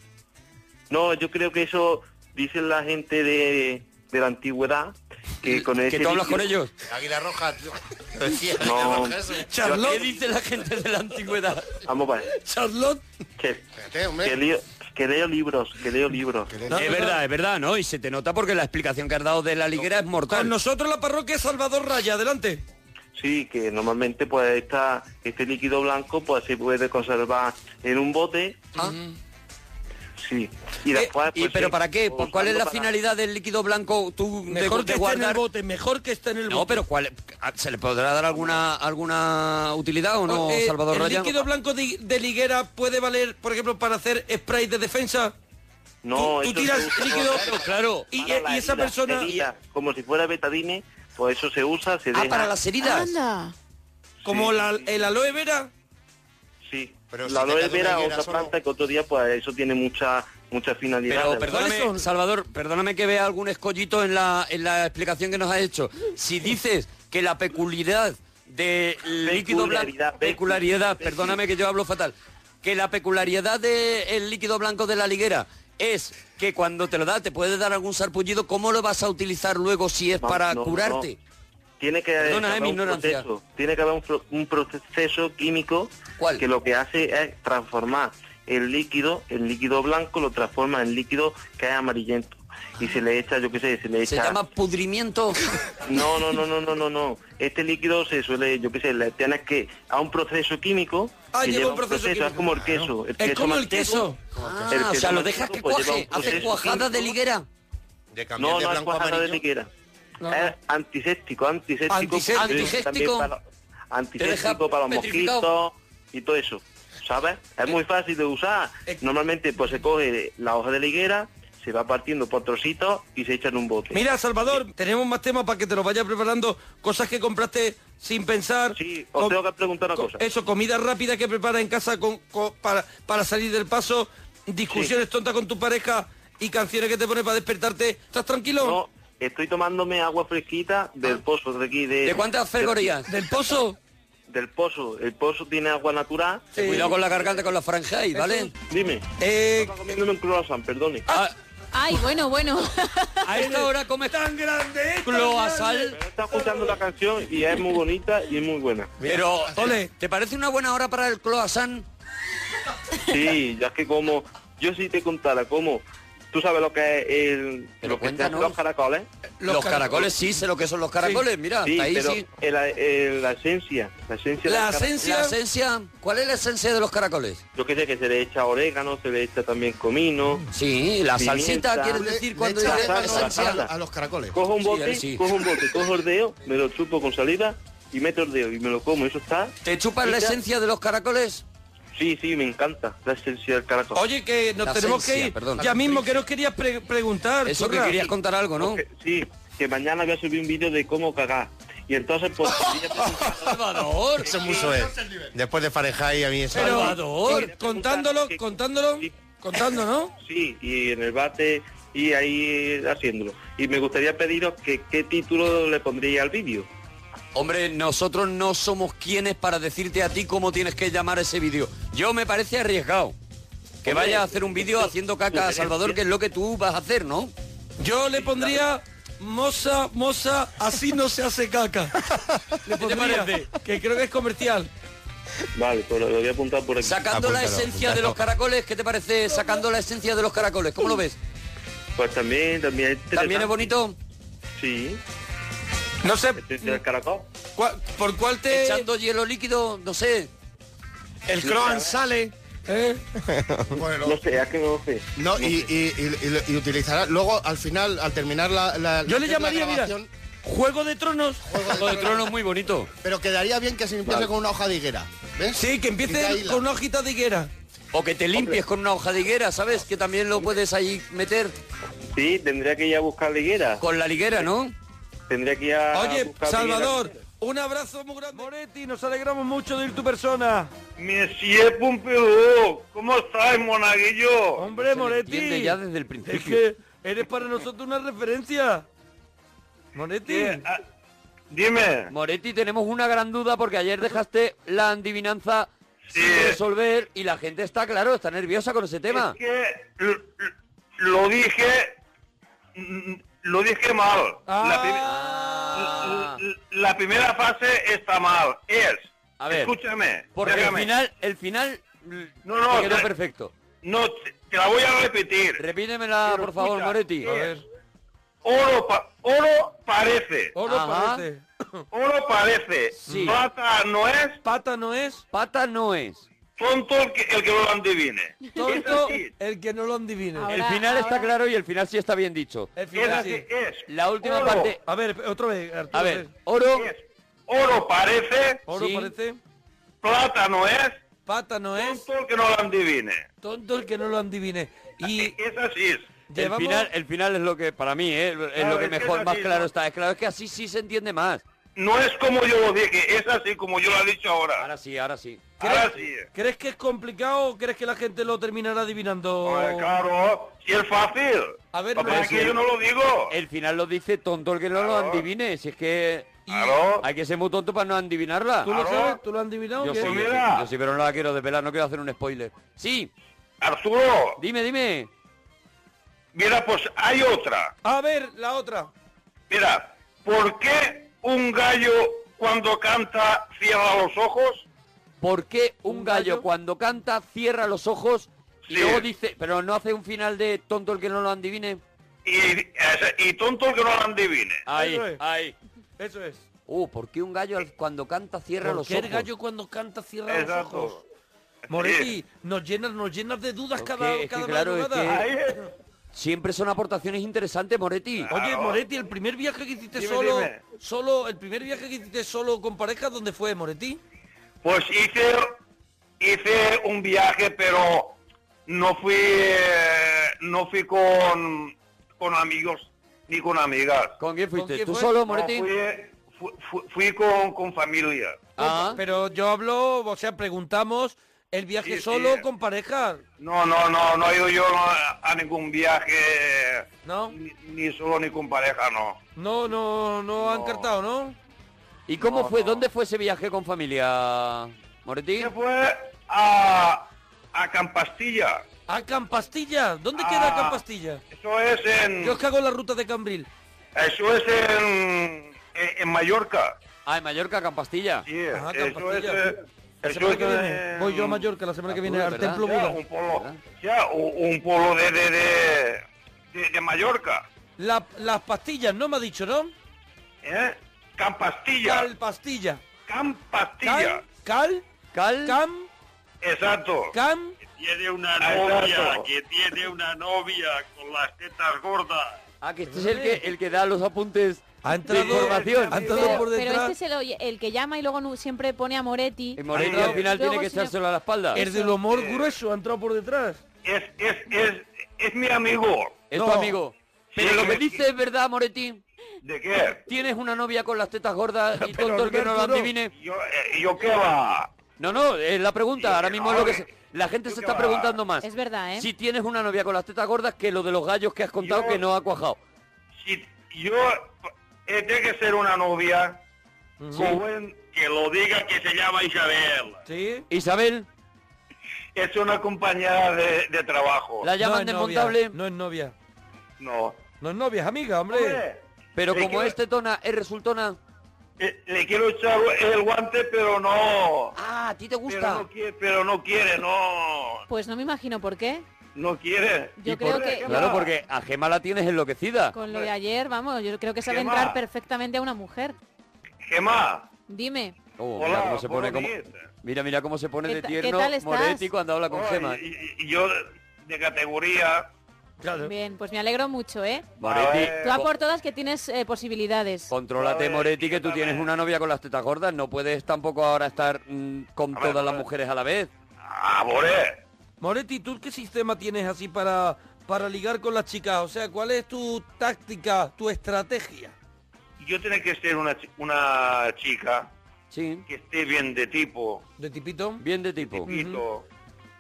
Speaker 4: No, yo creo que eso dice la gente de, de la antigüedad, que con
Speaker 1: Que
Speaker 4: ese
Speaker 1: tú hablas con
Speaker 4: líquido-
Speaker 1: ellos.
Speaker 5: Águila roja. tío. Lo decía,
Speaker 4: No.
Speaker 5: Águila roja es un-
Speaker 1: ¿Qué dice la gente de la antigüedad?
Speaker 4: Vamos a ver,
Speaker 3: Charlotte.
Speaker 4: que,
Speaker 9: Espérate,
Speaker 4: que,
Speaker 9: hombre.
Speaker 4: leo, que leo libros, que leo libros.
Speaker 3: No,
Speaker 1: es
Speaker 3: no,
Speaker 1: verdad, es verdad, ¿no? Y se te nota porque la explicación que has dado de la liguera es
Speaker 3: Con
Speaker 1: mortal.
Speaker 3: nosotros la parroquia Salvador Raya, adelante.
Speaker 4: Sí, que normalmente pues esta, este líquido blanco pues se puede conservar en un bote,
Speaker 1: Ah,
Speaker 4: sí. Y
Speaker 1: eh,
Speaker 4: después...
Speaker 1: y-
Speaker 4: pues,
Speaker 1: ¿Pero
Speaker 4: sí,
Speaker 1: para qué?
Speaker 4: o
Speaker 1: ¿Por ¿Cuál es la
Speaker 4: usarlo para-
Speaker 1: finalidad del líquido blanco tú de-
Speaker 3: Mejor
Speaker 1: de
Speaker 3: que esté en el
Speaker 1: guardar?
Speaker 3: bote, mejor que esté en el bote.
Speaker 1: No, pero ¿cuál, a- Ah, ¿se le podrá dar alguna alguna utilidad o no,
Speaker 3: Eh,
Speaker 1: Salvador
Speaker 3: ¿El
Speaker 1: Raya?
Speaker 3: líquido blanco de, de liguera puede valer, por ejemplo, para hacer spray de defensa?
Speaker 4: No,
Speaker 3: tú,
Speaker 4: eso
Speaker 3: tú tiras
Speaker 4: se usa
Speaker 3: líquido
Speaker 1: Claro, pues, claro.
Speaker 3: y, e-,
Speaker 4: para la
Speaker 3: y esa
Speaker 4: herida,
Speaker 3: persona...
Speaker 4: herida, como si fuera betadine, pues eso se usa, se
Speaker 1: Ah,
Speaker 4: deja...
Speaker 1: para las heridas.
Speaker 8: Anda.
Speaker 3: Como
Speaker 4: Sí.
Speaker 3: la- el aloe vera.
Speaker 4: Sí, sí.
Speaker 1: Pero
Speaker 4: la
Speaker 1: si te
Speaker 4: aloe
Speaker 1: queda
Speaker 4: vera,
Speaker 1: una higuera
Speaker 4: otra
Speaker 1: solo-
Speaker 4: planta que otro día, pues eso tiene mucha mucha finalidad.
Speaker 1: Pero
Speaker 4: la verdad.
Speaker 1: perdóname, Salvador, perdóname que vea algún escollito en la, en la explicación que nos has hecho. Si dices que la peculiaridad del líquido blanco...
Speaker 4: Peculiaridad,
Speaker 1: Peculiaridad, perdóname que yo hablo fatal. Que la peculiaridad del líquido blanco de la liguera es que cuando te lo da te puede dar algún sarpullido, ¿cómo lo vas a utilizar luego si es
Speaker 4: No,
Speaker 1: para
Speaker 4: no, no.
Speaker 1: curarte?
Speaker 4: Tiene que
Speaker 1: Perdona, eh,
Speaker 4: haber
Speaker 1: mi
Speaker 4: un
Speaker 1: ignorancia.
Speaker 4: proceso, tiene que haber un, pro- un proceso químico
Speaker 1: ¿Cuál?
Speaker 4: que lo que hace es transformar el líquido, el líquido blanco lo transforma en líquido que es amarillento y se le echa, yo qué sé, se le
Speaker 1: Se
Speaker 4: echa
Speaker 1: llama pudrimiento.
Speaker 4: No, no, no, no, no, no, no. Este líquido se suele, yo qué sé, le tienes que a un proceso químico.
Speaker 1: Ah,
Speaker 4: que
Speaker 1: lleva un proceso químico.
Speaker 4: Es como el queso. El
Speaker 1: Es como el
Speaker 4: manchego,
Speaker 1: queso.
Speaker 4: el
Speaker 1: Ah,
Speaker 4: queso
Speaker 1: o sea,
Speaker 4: manchego,
Speaker 1: lo dejas que
Speaker 4: pues, lleva
Speaker 1: cuaje,
Speaker 4: un
Speaker 1: hace
Speaker 4: proceso
Speaker 1: cuajada de
Speaker 4: químico.
Speaker 1: liguera.
Speaker 5: De
Speaker 4: No, no, es cuajada de liguera. Es antiséptico, antiséptico.
Speaker 1: Antiséptico.
Speaker 4: también
Speaker 1: Antiséptico.
Speaker 4: para-
Speaker 1: deja
Speaker 4: antiséptico para los
Speaker 1: petrificado.
Speaker 4: mosquitos y todo eso. ¿Sabes? Es muy fácil de usar.
Speaker 1: Eh.
Speaker 4: Normalmente pues se coge la hoja de liguera, se va partiendo por trocitos y se echa en un bote.
Speaker 3: Mira, Salvador, tenemos más temas para que te los vayas preparando. Cosas que compraste sin pensar. Sí,
Speaker 4: os tengo que preguntar una cosa.
Speaker 3: Eso, comida rápida que preparas en casa con, con- para, para salir del paso. Discusiones tontas con tu pareja y canciones que te pones para despertarte. ¿Estás tranquilo?
Speaker 4: No, estoy tomándome agua fresquita del pozo de aquí. Eh, ¿De,
Speaker 1: Ah. ¿De cuántas fregorías?
Speaker 4: Del
Speaker 3: pozo.
Speaker 4: Del pozo. El pozo tiene agua natural.
Speaker 1: Ten Cuidado con la garganta, con la franja y, ¿vale? Eh, Ah,
Speaker 4: Dime.
Speaker 3: Estaba
Speaker 4: comiéndome un croissant, perdone.
Speaker 8: Ay, bueno, bueno.
Speaker 1: A esta hora comes
Speaker 3: tan grande.
Speaker 1: Cloasal.
Speaker 4: Está escuchando la canción y es muy bonita y es muy buena.
Speaker 1: Pero, ¿te parece una buena hora para el cloasan?
Speaker 4: Sí, ya que como... Yo si te contara cómo... ¿Tú sabes lo que es el, lo que se hacen los caracoles?
Speaker 1: Los, caracoles, sí, sé lo que son los caracoles, mira,
Speaker 4: Sí,
Speaker 1: hasta ahí
Speaker 4: pero
Speaker 1: sí.
Speaker 4: el- el- la esencia, la esencia...
Speaker 1: La
Speaker 4: del caracol-
Speaker 1: esencia, la esencia, ¿cuál es la esencia de los caracoles?
Speaker 4: Yo que sé, que se le echa orégano, se le echa también comino.
Speaker 1: Sí, la salsita, quieres decir, cuando
Speaker 5: echa
Speaker 1: dices
Speaker 5: salsa,
Speaker 1: esencia.
Speaker 5: a, a los caracoles.
Speaker 4: Cojo un
Speaker 1: Sí,
Speaker 4: bote,
Speaker 1: ahí sí.
Speaker 4: cojo un bote, cojo el dedo, me lo chupo con salida y meto el dedo y me lo como. Eso está...
Speaker 1: ¿Te chupas la
Speaker 4: Mira.
Speaker 1: esencia de los caracoles?
Speaker 4: Sí, sí, me encanta la esencia del caracol.
Speaker 3: Oye, que nos
Speaker 1: La
Speaker 3: tenemos
Speaker 1: esencia,
Speaker 3: que ir.
Speaker 1: perdón.
Speaker 3: Ya mismo, que nos querías pre- preguntar?
Speaker 1: Eso que
Speaker 3: churra?
Speaker 1: querías contar algo, ¿no?
Speaker 4: Que- sí, que mañana voy a subir un vídeo de cómo cagar. Y entonces, pues... quería preguntar-
Speaker 1: Salvador.
Speaker 5: Eso es muy soez. Después de Fahrenheit a mí eso.
Speaker 3: Pero,
Speaker 4: Salvador.
Speaker 3: contándolo, contándolo, contando, ¿no?
Speaker 4: Sí, y en el bate y ahí eh, haciéndolo. Y me gustaría pediros que qué título le pondría al vídeo.
Speaker 1: Hombre, nosotros no somos quienes para decirte a ti cómo tienes que llamar ese vídeo. Yo me parece arriesgado. Que
Speaker 4: Hombre,
Speaker 1: vaya a hacer un vídeo haciendo caca a Salvador, que es lo que tú vas a hacer, ¿no?
Speaker 3: Yo le pondría moza, moza, así no se hace caca. Le
Speaker 1: te
Speaker 3: pondría,
Speaker 1: parece?
Speaker 3: que creo que es comercial.
Speaker 4: Vale, pues lo voy a apuntar por aquí.
Speaker 3: Ah,
Speaker 1: Sacando
Speaker 3: pues
Speaker 1: la esencia de los caracoles, ¿qué te parece? Sacando la esencia de los caracoles, ¿cómo lo ves?
Speaker 4: Pues también, también... es
Speaker 1: ¿También es bonito?
Speaker 4: Sí,
Speaker 3: No sé,
Speaker 4: esencia del caracol.
Speaker 3: ¿cuál- ¿por cuál te...?
Speaker 1: Echando hielo líquido, no sé.
Speaker 3: El croissant sale. ¿eh?
Speaker 5: Bueno,
Speaker 4: No sé, es que no sé.
Speaker 5: No, y, y, y- y- y utilizará. Luego, al final, al terminar la. la-
Speaker 3: Yo le
Speaker 5: la
Speaker 3: llamaría, mira,
Speaker 5: grabación,
Speaker 3: Juego de Tronos.
Speaker 1: Juego de tronos muy bonito.
Speaker 5: Pero quedaría bien que se empiece con una hoja de higuera. ¿Ves?
Speaker 3: Sí, que
Speaker 5: Y
Speaker 3: empiece
Speaker 5: ahí la-
Speaker 3: con una hojita de higuera.
Speaker 1: O que te limpies con una hoja de higuera, ¿sabes? Que también lo puedes ahí meter
Speaker 4: Sí, tendría que ir a buscar liguera.
Speaker 1: con la liguera, ¿no?
Speaker 4: Tendría que ir a
Speaker 10: Ah,
Speaker 3: Oye,
Speaker 4: buscar
Speaker 3: Salvador, un abrazo muy grande. Moretti, nos alegramos mucho de ir tu persona.
Speaker 10: Monsieur Pompeo, ¿cómo estás, monaguillo?
Speaker 3: Hombre,
Speaker 1: Entiende
Speaker 3: Moretti.
Speaker 1: ya desde el
Speaker 3: Es
Speaker 1: principio.
Speaker 3: que eres para nosotros una referencia. Moretti.
Speaker 10: ¿Qué? Ah, Dime,
Speaker 1: Moretti, tenemos una gran duda porque ayer dejaste la adivinanza sin resolver y la gente está, claro, está nerviosa con ese tema.
Speaker 10: es que lo, lo dije, mm, lo dije mal. La prim-
Speaker 1: Ah.
Speaker 10: l- l- La, primera fase está mal. Es,
Speaker 1: A ver.
Speaker 10: escúchame,
Speaker 1: Porque el
Speaker 10: déjame.
Speaker 1: final, el final l-
Speaker 10: No, no, eh.
Speaker 1: te quedó
Speaker 10: te-
Speaker 1: perfecto.
Speaker 10: no, te, te la voy a repetir.
Speaker 1: Repítemela,
Speaker 10: Pero
Speaker 1: por favor,
Speaker 10: escucha,
Speaker 1: Moretti.
Speaker 10: es- Oro, pa- oro parece,
Speaker 3: Oro
Speaker 1: Ajá.
Speaker 3: parece.
Speaker 10: oro parece,
Speaker 1: Sí.
Speaker 10: plata no es,
Speaker 3: Pata no es.
Speaker 1: Pata no es.
Speaker 10: tonto el que, el que lo adivine.
Speaker 3: Tonto
Speaker 10: Es así.
Speaker 3: el que no lo adivine.
Speaker 8: Ahora,
Speaker 1: El final está claro y el final sí está bien dicho.
Speaker 3: El final
Speaker 10: Es
Speaker 3: sí.
Speaker 10: así, es.
Speaker 1: La última
Speaker 10: oro
Speaker 1: parte.
Speaker 3: A ver, otra vez, Arturo.
Speaker 1: A ver, oro,
Speaker 10: es. Oro parece,
Speaker 3: Oro
Speaker 1: sí.
Speaker 3: parece.
Speaker 10: plata no es,
Speaker 3: Pata no es.
Speaker 10: tonto el que no lo adivine.
Speaker 3: Tonto el que no lo adivine. Y
Speaker 10: Es así. es.
Speaker 1: el
Speaker 3: llevamos...
Speaker 1: final, el final es lo que para mí, ¿eh? es
Speaker 10: Claro,
Speaker 1: lo que
Speaker 10: es que
Speaker 1: mejor,
Speaker 10: es
Speaker 1: más
Speaker 10: así,
Speaker 1: claro
Speaker 10: ¿no?
Speaker 1: está. Es claro, es que así sí se entiende más.
Speaker 10: No es como yo lo dije, es así como yo lo he dicho ahora.
Speaker 1: Ahora sí, ahora sí.
Speaker 10: Ahora sí.
Speaker 3: ¿Crees que es complicado o crees que la gente lo terminará adivinando?
Speaker 10: Hombre, eh, claro, si es fácil.
Speaker 3: A ver,
Speaker 10: Papá, es que yo no lo digo.
Speaker 1: El final lo dice tonto el que no lo adivine. Si es que hay que ser muy tonto para no adivinarla.
Speaker 3: ¿Tú lo sabes? ¿Tú lo has adivinado?
Speaker 1: Yo
Speaker 3: ¿Qué
Speaker 1: sí,
Speaker 3: es?
Speaker 1: yo sí, yo sí, pero no la quiero desvelar, no quiero hacer un spoiler. Sí.
Speaker 10: Arturo.
Speaker 1: Dime, dime.
Speaker 10: Mira, pues hay otra.
Speaker 3: A ver, la otra.
Speaker 10: Mira, ¿por qué un gallo cuando canta cierra los ojos?
Speaker 1: ¿Por qué un gallo cuando canta cierra los ojos y luego dice, pero no hace un final de tonto el que no lo adivine?
Speaker 10: Y, tonto el que no lo adivine.
Speaker 1: Ahí,
Speaker 3: Eso es.
Speaker 1: ahí.
Speaker 3: Eso es.
Speaker 1: Uh, ¿por qué un gallo al- cuando canta cierra
Speaker 3: ¿Por
Speaker 1: los
Speaker 3: qué
Speaker 1: ojos?
Speaker 3: el gallo cuando canta cierra
Speaker 1: Exacto.
Speaker 3: los ojos?
Speaker 10: Eh,
Speaker 3: Moretti, nos llenas, nos llenas de dudas
Speaker 1: Es
Speaker 3: cada,
Speaker 1: que- es que
Speaker 3: cada
Speaker 1: claro, es
Speaker 3: madrugada.
Speaker 1: que Siempre son aportaciones interesantes, Moretti.
Speaker 3: Oye, Moretti, el primer viaje que hiciste
Speaker 1: Dime,
Speaker 3: solo,
Speaker 1: dime.
Speaker 3: solo, el primer viaje que hiciste solo con pareja, ¿dónde fue, Moretti?
Speaker 10: Pues hice, hice un viaje, pero no fui, eh, no fui con, con amigos ni con amigas.
Speaker 1: ¿Con quién
Speaker 3: fuiste? quién ¿Tú fue? solo, Moretti?
Speaker 10: No, fui, eh, fu- fu- fui, con, con familia.
Speaker 1: Ah.
Speaker 3: Pero yo hablo, o sea, preguntamos, ¿el viaje
Speaker 10: Sí,
Speaker 3: solo
Speaker 10: sí.
Speaker 3: con pareja?
Speaker 10: No, no, no, no he ido yo a, a ningún viaje.
Speaker 3: ¿No?
Speaker 10: Ni, ni solo ni con pareja, no.
Speaker 3: No, no, no, han cartado, ¿no?
Speaker 1: ¿Y cómo
Speaker 10: No,
Speaker 1: fue?
Speaker 10: no.
Speaker 1: ¿Dónde fue ese viaje con familia, Moretti?
Speaker 10: Se fue a, a Campastilla.
Speaker 3: ¿A Campastilla? ¿Dónde
Speaker 10: Ah,
Speaker 3: queda Campastilla?
Speaker 10: Eso es en,
Speaker 3: Yo es que hago la ruta de Cambril.
Speaker 10: eso es en, en, en Mallorca.
Speaker 1: Ah, en Mallorca, Campastilla.
Speaker 10: Sí,
Speaker 3: Ah,
Speaker 10: eso es.
Speaker 3: Campastilla.
Speaker 10: eh,
Speaker 3: La
Speaker 10: eso
Speaker 3: semana
Speaker 10: es,
Speaker 3: que viene.
Speaker 10: eh,
Speaker 3: Voy yo a Mallorca la semana que viene
Speaker 1: Apura,
Speaker 3: al
Speaker 1: ¿verdad?
Speaker 3: Templo
Speaker 10: Ya,
Speaker 3: Mira.
Speaker 10: un pueblo, ya, u- un pueblo de, de, de, de- de Mallorca,
Speaker 3: La- las pastillas, ¿no me ha dicho, no?
Speaker 10: ¿eh? Campastilla,
Speaker 3: Cal pastilla.
Speaker 10: Campastilla,
Speaker 3: Cal, cal,
Speaker 1: Cal.
Speaker 3: cam,
Speaker 10: exacto.
Speaker 3: cam.
Speaker 11: Tiene una
Speaker 10: Ah,
Speaker 11: novia,
Speaker 10: exacto.
Speaker 11: que tiene una novia con las tetas gordas.
Speaker 1: Ah, que este es el que, el que da los apuntes
Speaker 3: Ha
Speaker 1: de
Speaker 3: entrado,
Speaker 1: información.
Speaker 3: ha entrado
Speaker 12: Pero,
Speaker 3: por
Speaker 12: pero
Speaker 3: detrás.
Speaker 12: este es el, oye- el que llama y luego nu- siempre pone a Moretti.
Speaker 1: Y Moretti
Speaker 10: Ah,
Speaker 1: al final
Speaker 12: luego
Speaker 1: tiene que
Speaker 12: si no-
Speaker 1: echárselo a la espalda.
Speaker 3: El
Speaker 1: Es
Speaker 3: del humor grueso ha entrado por detrás.
Speaker 10: Eh. Es, es, es, es mi amigo.
Speaker 1: tu amigo. Pero
Speaker 10: Sí,
Speaker 1: lo que
Speaker 10: que-
Speaker 1: dice es verdad, Moretti.
Speaker 10: ¿De qué?
Speaker 1: Tienes una novia con las tetas gordas y
Speaker 3: Pero,
Speaker 1: tonto el que no lo
Speaker 3: Arturo.
Speaker 1: adivine.
Speaker 10: Yo, eh, yo qué va.
Speaker 1: No, no, es la pregunta.
Speaker 10: Sí,
Speaker 1: Ahora mismo es lo que
Speaker 10: hombre.
Speaker 1: se- la gente
Speaker 10: Yo
Speaker 1: se
Speaker 10: qué
Speaker 1: está
Speaker 10: va.
Speaker 1: preguntando más.
Speaker 12: Es verdad, ¿eh?
Speaker 1: Si tienes una novia con las tetas gordas que lo de los gallos que has contado
Speaker 10: Yo-
Speaker 1: que no ha cuajado.
Speaker 10: Si yo eh, tiene que ser una novia con buen-
Speaker 11: Que lo diga que se llama Isabel.
Speaker 3: Sí.
Speaker 1: Isabel,
Speaker 10: es una compañera de, de trabajo.
Speaker 1: la llaman
Speaker 3: no es novia,
Speaker 1: desmontable,
Speaker 3: No es novia.
Speaker 10: No.
Speaker 3: No es novia, es amiga, hombre. este
Speaker 10: Hombre,
Speaker 1: pero
Speaker 10: Sí,
Speaker 1: como
Speaker 10: que-
Speaker 1: es tetona, es resultona.
Speaker 10: eh, le quiero echar el guante, pero no.
Speaker 1: Ah, a ti te
Speaker 10: Pero
Speaker 1: gusta.
Speaker 10: no quiere, pero no quiere, no.
Speaker 12: Pues no me imagino por qué.
Speaker 10: No quiere.
Speaker 12: Yo creo
Speaker 10: por-
Speaker 12: que-
Speaker 1: Claro, porque a Gema la tienes enloquecida.
Speaker 12: Con lo de ayer, vamos, yo creo que sabe
Speaker 10: Gemma.
Speaker 12: entrar perfectamente a una mujer.
Speaker 10: Gemma,
Speaker 12: Dime,
Speaker 1: Oh, mira
Speaker 10: hola,
Speaker 1: cómo se pone
Speaker 10: buenos
Speaker 1: como-
Speaker 10: días.
Speaker 1: Mira, mira cómo se pone
Speaker 12: ¿Qué
Speaker 1: de
Speaker 12: ta- qué
Speaker 1: tierno
Speaker 12: tal estás?
Speaker 1: Moretti cuando habla con
Speaker 10: Hola,
Speaker 1: Gema.
Speaker 10: y- y- y yo de- de categoría.
Speaker 1: ¿Eh?
Speaker 3: Claro.
Speaker 12: bien, pues me alegro mucho, ¿eh?
Speaker 1: Moretti,
Speaker 10: A ver.
Speaker 12: Tú a por todas que tienes eh, posibilidades.
Speaker 1: contrólate
Speaker 10: A ver,
Speaker 1: Moretti que tú
Speaker 10: escúchame.
Speaker 1: tienes una novia con las tetas gordas. No puedes tampoco ahora estar mm, con
Speaker 10: A ver,
Speaker 1: todas las
Speaker 10: a ver.
Speaker 1: mujeres a la vez.
Speaker 10: Ah, Boré.
Speaker 3: Moretti, ¿tú qué sistema tienes así para, para ligar con las chicas? O sea, ¿cuál es tu táctica, tu estrategia?
Speaker 10: Yo tengo que ser una, chi- una chica
Speaker 1: Sí,
Speaker 10: que esté bien de tipo.
Speaker 3: ¿De tipito?
Speaker 1: bien de tipo.
Speaker 10: Pito.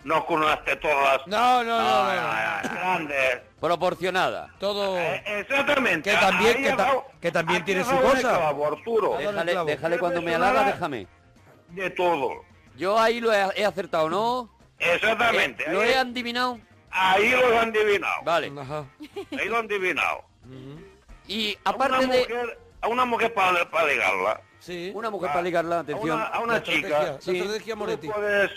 Speaker 10: No con unas tetodas
Speaker 3: No, no, no, no, no.
Speaker 10: grandes.
Speaker 1: Proporcionada.
Speaker 3: Todo...
Speaker 10: Eh, Exactamente.
Speaker 3: Que también-
Speaker 10: Ahí
Speaker 3: que ta-
Speaker 10: abajo-
Speaker 3: que también
Speaker 10: aquí
Speaker 3: tiene su
Speaker 10: abajo
Speaker 3: cosa.
Speaker 10: se acaba, Arturo.
Speaker 3: Deja-
Speaker 1: Déjale,
Speaker 3: clavo.
Speaker 1: déjale cuando me
Speaker 10: Proporcionada.
Speaker 1: halaga, déjame.
Speaker 10: De todo.
Speaker 1: Yo ahí lo he, he acertado, ¿no?
Speaker 10: Exactamente.
Speaker 1: Eh, lo
Speaker 10: ahí,
Speaker 1: he adivinado.
Speaker 10: ahí lo han adivinado.
Speaker 1: Vale.
Speaker 3: Ajá.
Speaker 10: Ahí lo han adivinado.
Speaker 1: Y
Speaker 10: A una,
Speaker 1: aparte de
Speaker 10: mujer, a una mujer para, para ligarla.
Speaker 3: Sí.
Speaker 1: una mujer para ligarla,
Speaker 10: A
Speaker 1: atención.
Speaker 10: una, a
Speaker 3: La
Speaker 10: una
Speaker 3: estrategia,
Speaker 10: chica.
Speaker 1: Sí.
Speaker 3: La estrategia Moretti.
Speaker 10: Tú no puedes...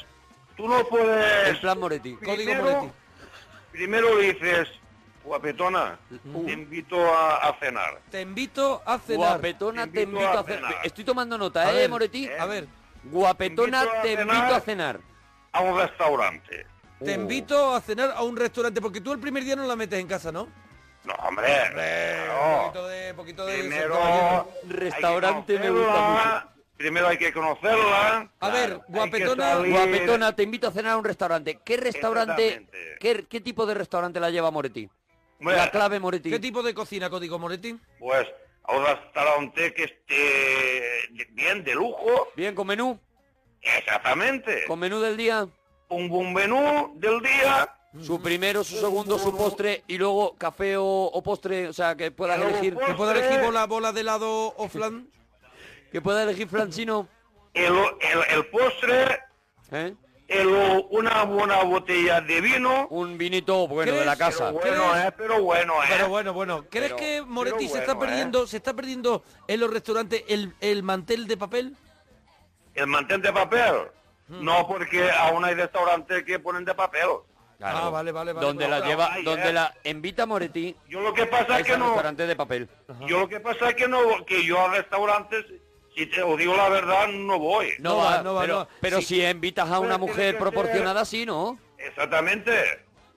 Speaker 10: Tú no
Speaker 1: El
Speaker 10: puedes...
Speaker 1: plan Moretti.
Speaker 3: Código
Speaker 10: primero-
Speaker 3: Moretti.
Speaker 10: Primero le dices, guapetona, te invito a, a cenar.
Speaker 3: Te invito a cenar.
Speaker 1: Guapetona, te
Speaker 10: Te invito
Speaker 1: invito
Speaker 10: a
Speaker 1: a cenar.
Speaker 10: cenar.
Speaker 1: Estoy tomando
Speaker 3: A
Speaker 1: nota, ¿eh,
Speaker 3: ver,
Speaker 1: Moretti?
Speaker 3: A ver,
Speaker 1: Guapetona, te
Speaker 10: Te invito a
Speaker 1: invito a cenar.
Speaker 10: A un restaurante.
Speaker 3: te
Speaker 1: Uh.
Speaker 3: invito a cenar a un restaurante porque tú el primer día no la metes en casa, ¿no?
Speaker 10: No, hombre.
Speaker 3: Un
Speaker 10: no.
Speaker 3: poquito de, poquito de
Speaker 10: Primero...
Speaker 1: Restaurante
Speaker 10: hay que
Speaker 1: me gusta
Speaker 10: conocerla, Primero hay que conocerla.
Speaker 3: A ver,
Speaker 10: hay que
Speaker 3: guapetona,
Speaker 10: salir.
Speaker 1: Guapetona, te invito a cenar a un restaurante. ¿Qué restaurante?
Speaker 10: Exactamente.
Speaker 1: ¿Qué, qué tipo de restaurante la lleva Moretti?
Speaker 10: Hombre,
Speaker 1: La clave Moretti.
Speaker 3: ¿Qué tipo de cocina, Código Moretti?
Speaker 10: Pues a un restaurante que esté de- bien de lujo.
Speaker 1: Bien, con menú.
Speaker 10: Exactamente.
Speaker 1: ¿Con menú del día?
Speaker 10: Un buen menú del día.
Speaker 1: Su primero, su segundo, su postre y luego café o, o postre, o sea, que puedas
Speaker 3: Luego
Speaker 1: elegir.
Speaker 3: postre. ¿Que pueda elegir bola-
Speaker 1: de helado o flan? que pueda elegir flan chino.
Speaker 10: El, el- el postre,
Speaker 1: ¿Eh?
Speaker 10: el- una buena botella de vino.
Speaker 1: Un vinito bueno
Speaker 3: de la casa.
Speaker 10: Pero bueno,
Speaker 3: ¿Crees?
Speaker 10: eh, pero bueno, eh.
Speaker 3: Pero bueno, bueno. ¿Crees
Speaker 10: Pero-
Speaker 3: que Moretti
Speaker 10: pero
Speaker 3: se está
Speaker 10: bueno, ¿eh?
Speaker 3: perdiendo, se está perdiendo en los restaurantes el, el mantel de papel?
Speaker 10: El mantel de papel.
Speaker 1: Hmm.
Speaker 10: No, porque aún hay restaurantes que ponen de papel.
Speaker 1: Claro.
Speaker 3: Ah, vale, vale, vale.
Speaker 1: donde
Speaker 10: bueno.
Speaker 1: la lleva,
Speaker 10: Ay,
Speaker 1: donde
Speaker 10: eh.
Speaker 1: la invita Moretti.
Speaker 10: Yo lo que pasa es que no-
Speaker 1: restaurante de papel.
Speaker 10: Yo lo que pasa es que no, que yo a restaurantes, si te os digo la verdad, no voy.
Speaker 1: No, va, pero, pero si invitas a
Speaker 10: Pero
Speaker 1: una
Speaker 10: tiene
Speaker 1: mujer
Speaker 10: que
Speaker 1: proporcionada, sí, ¿no?
Speaker 10: Exactamente.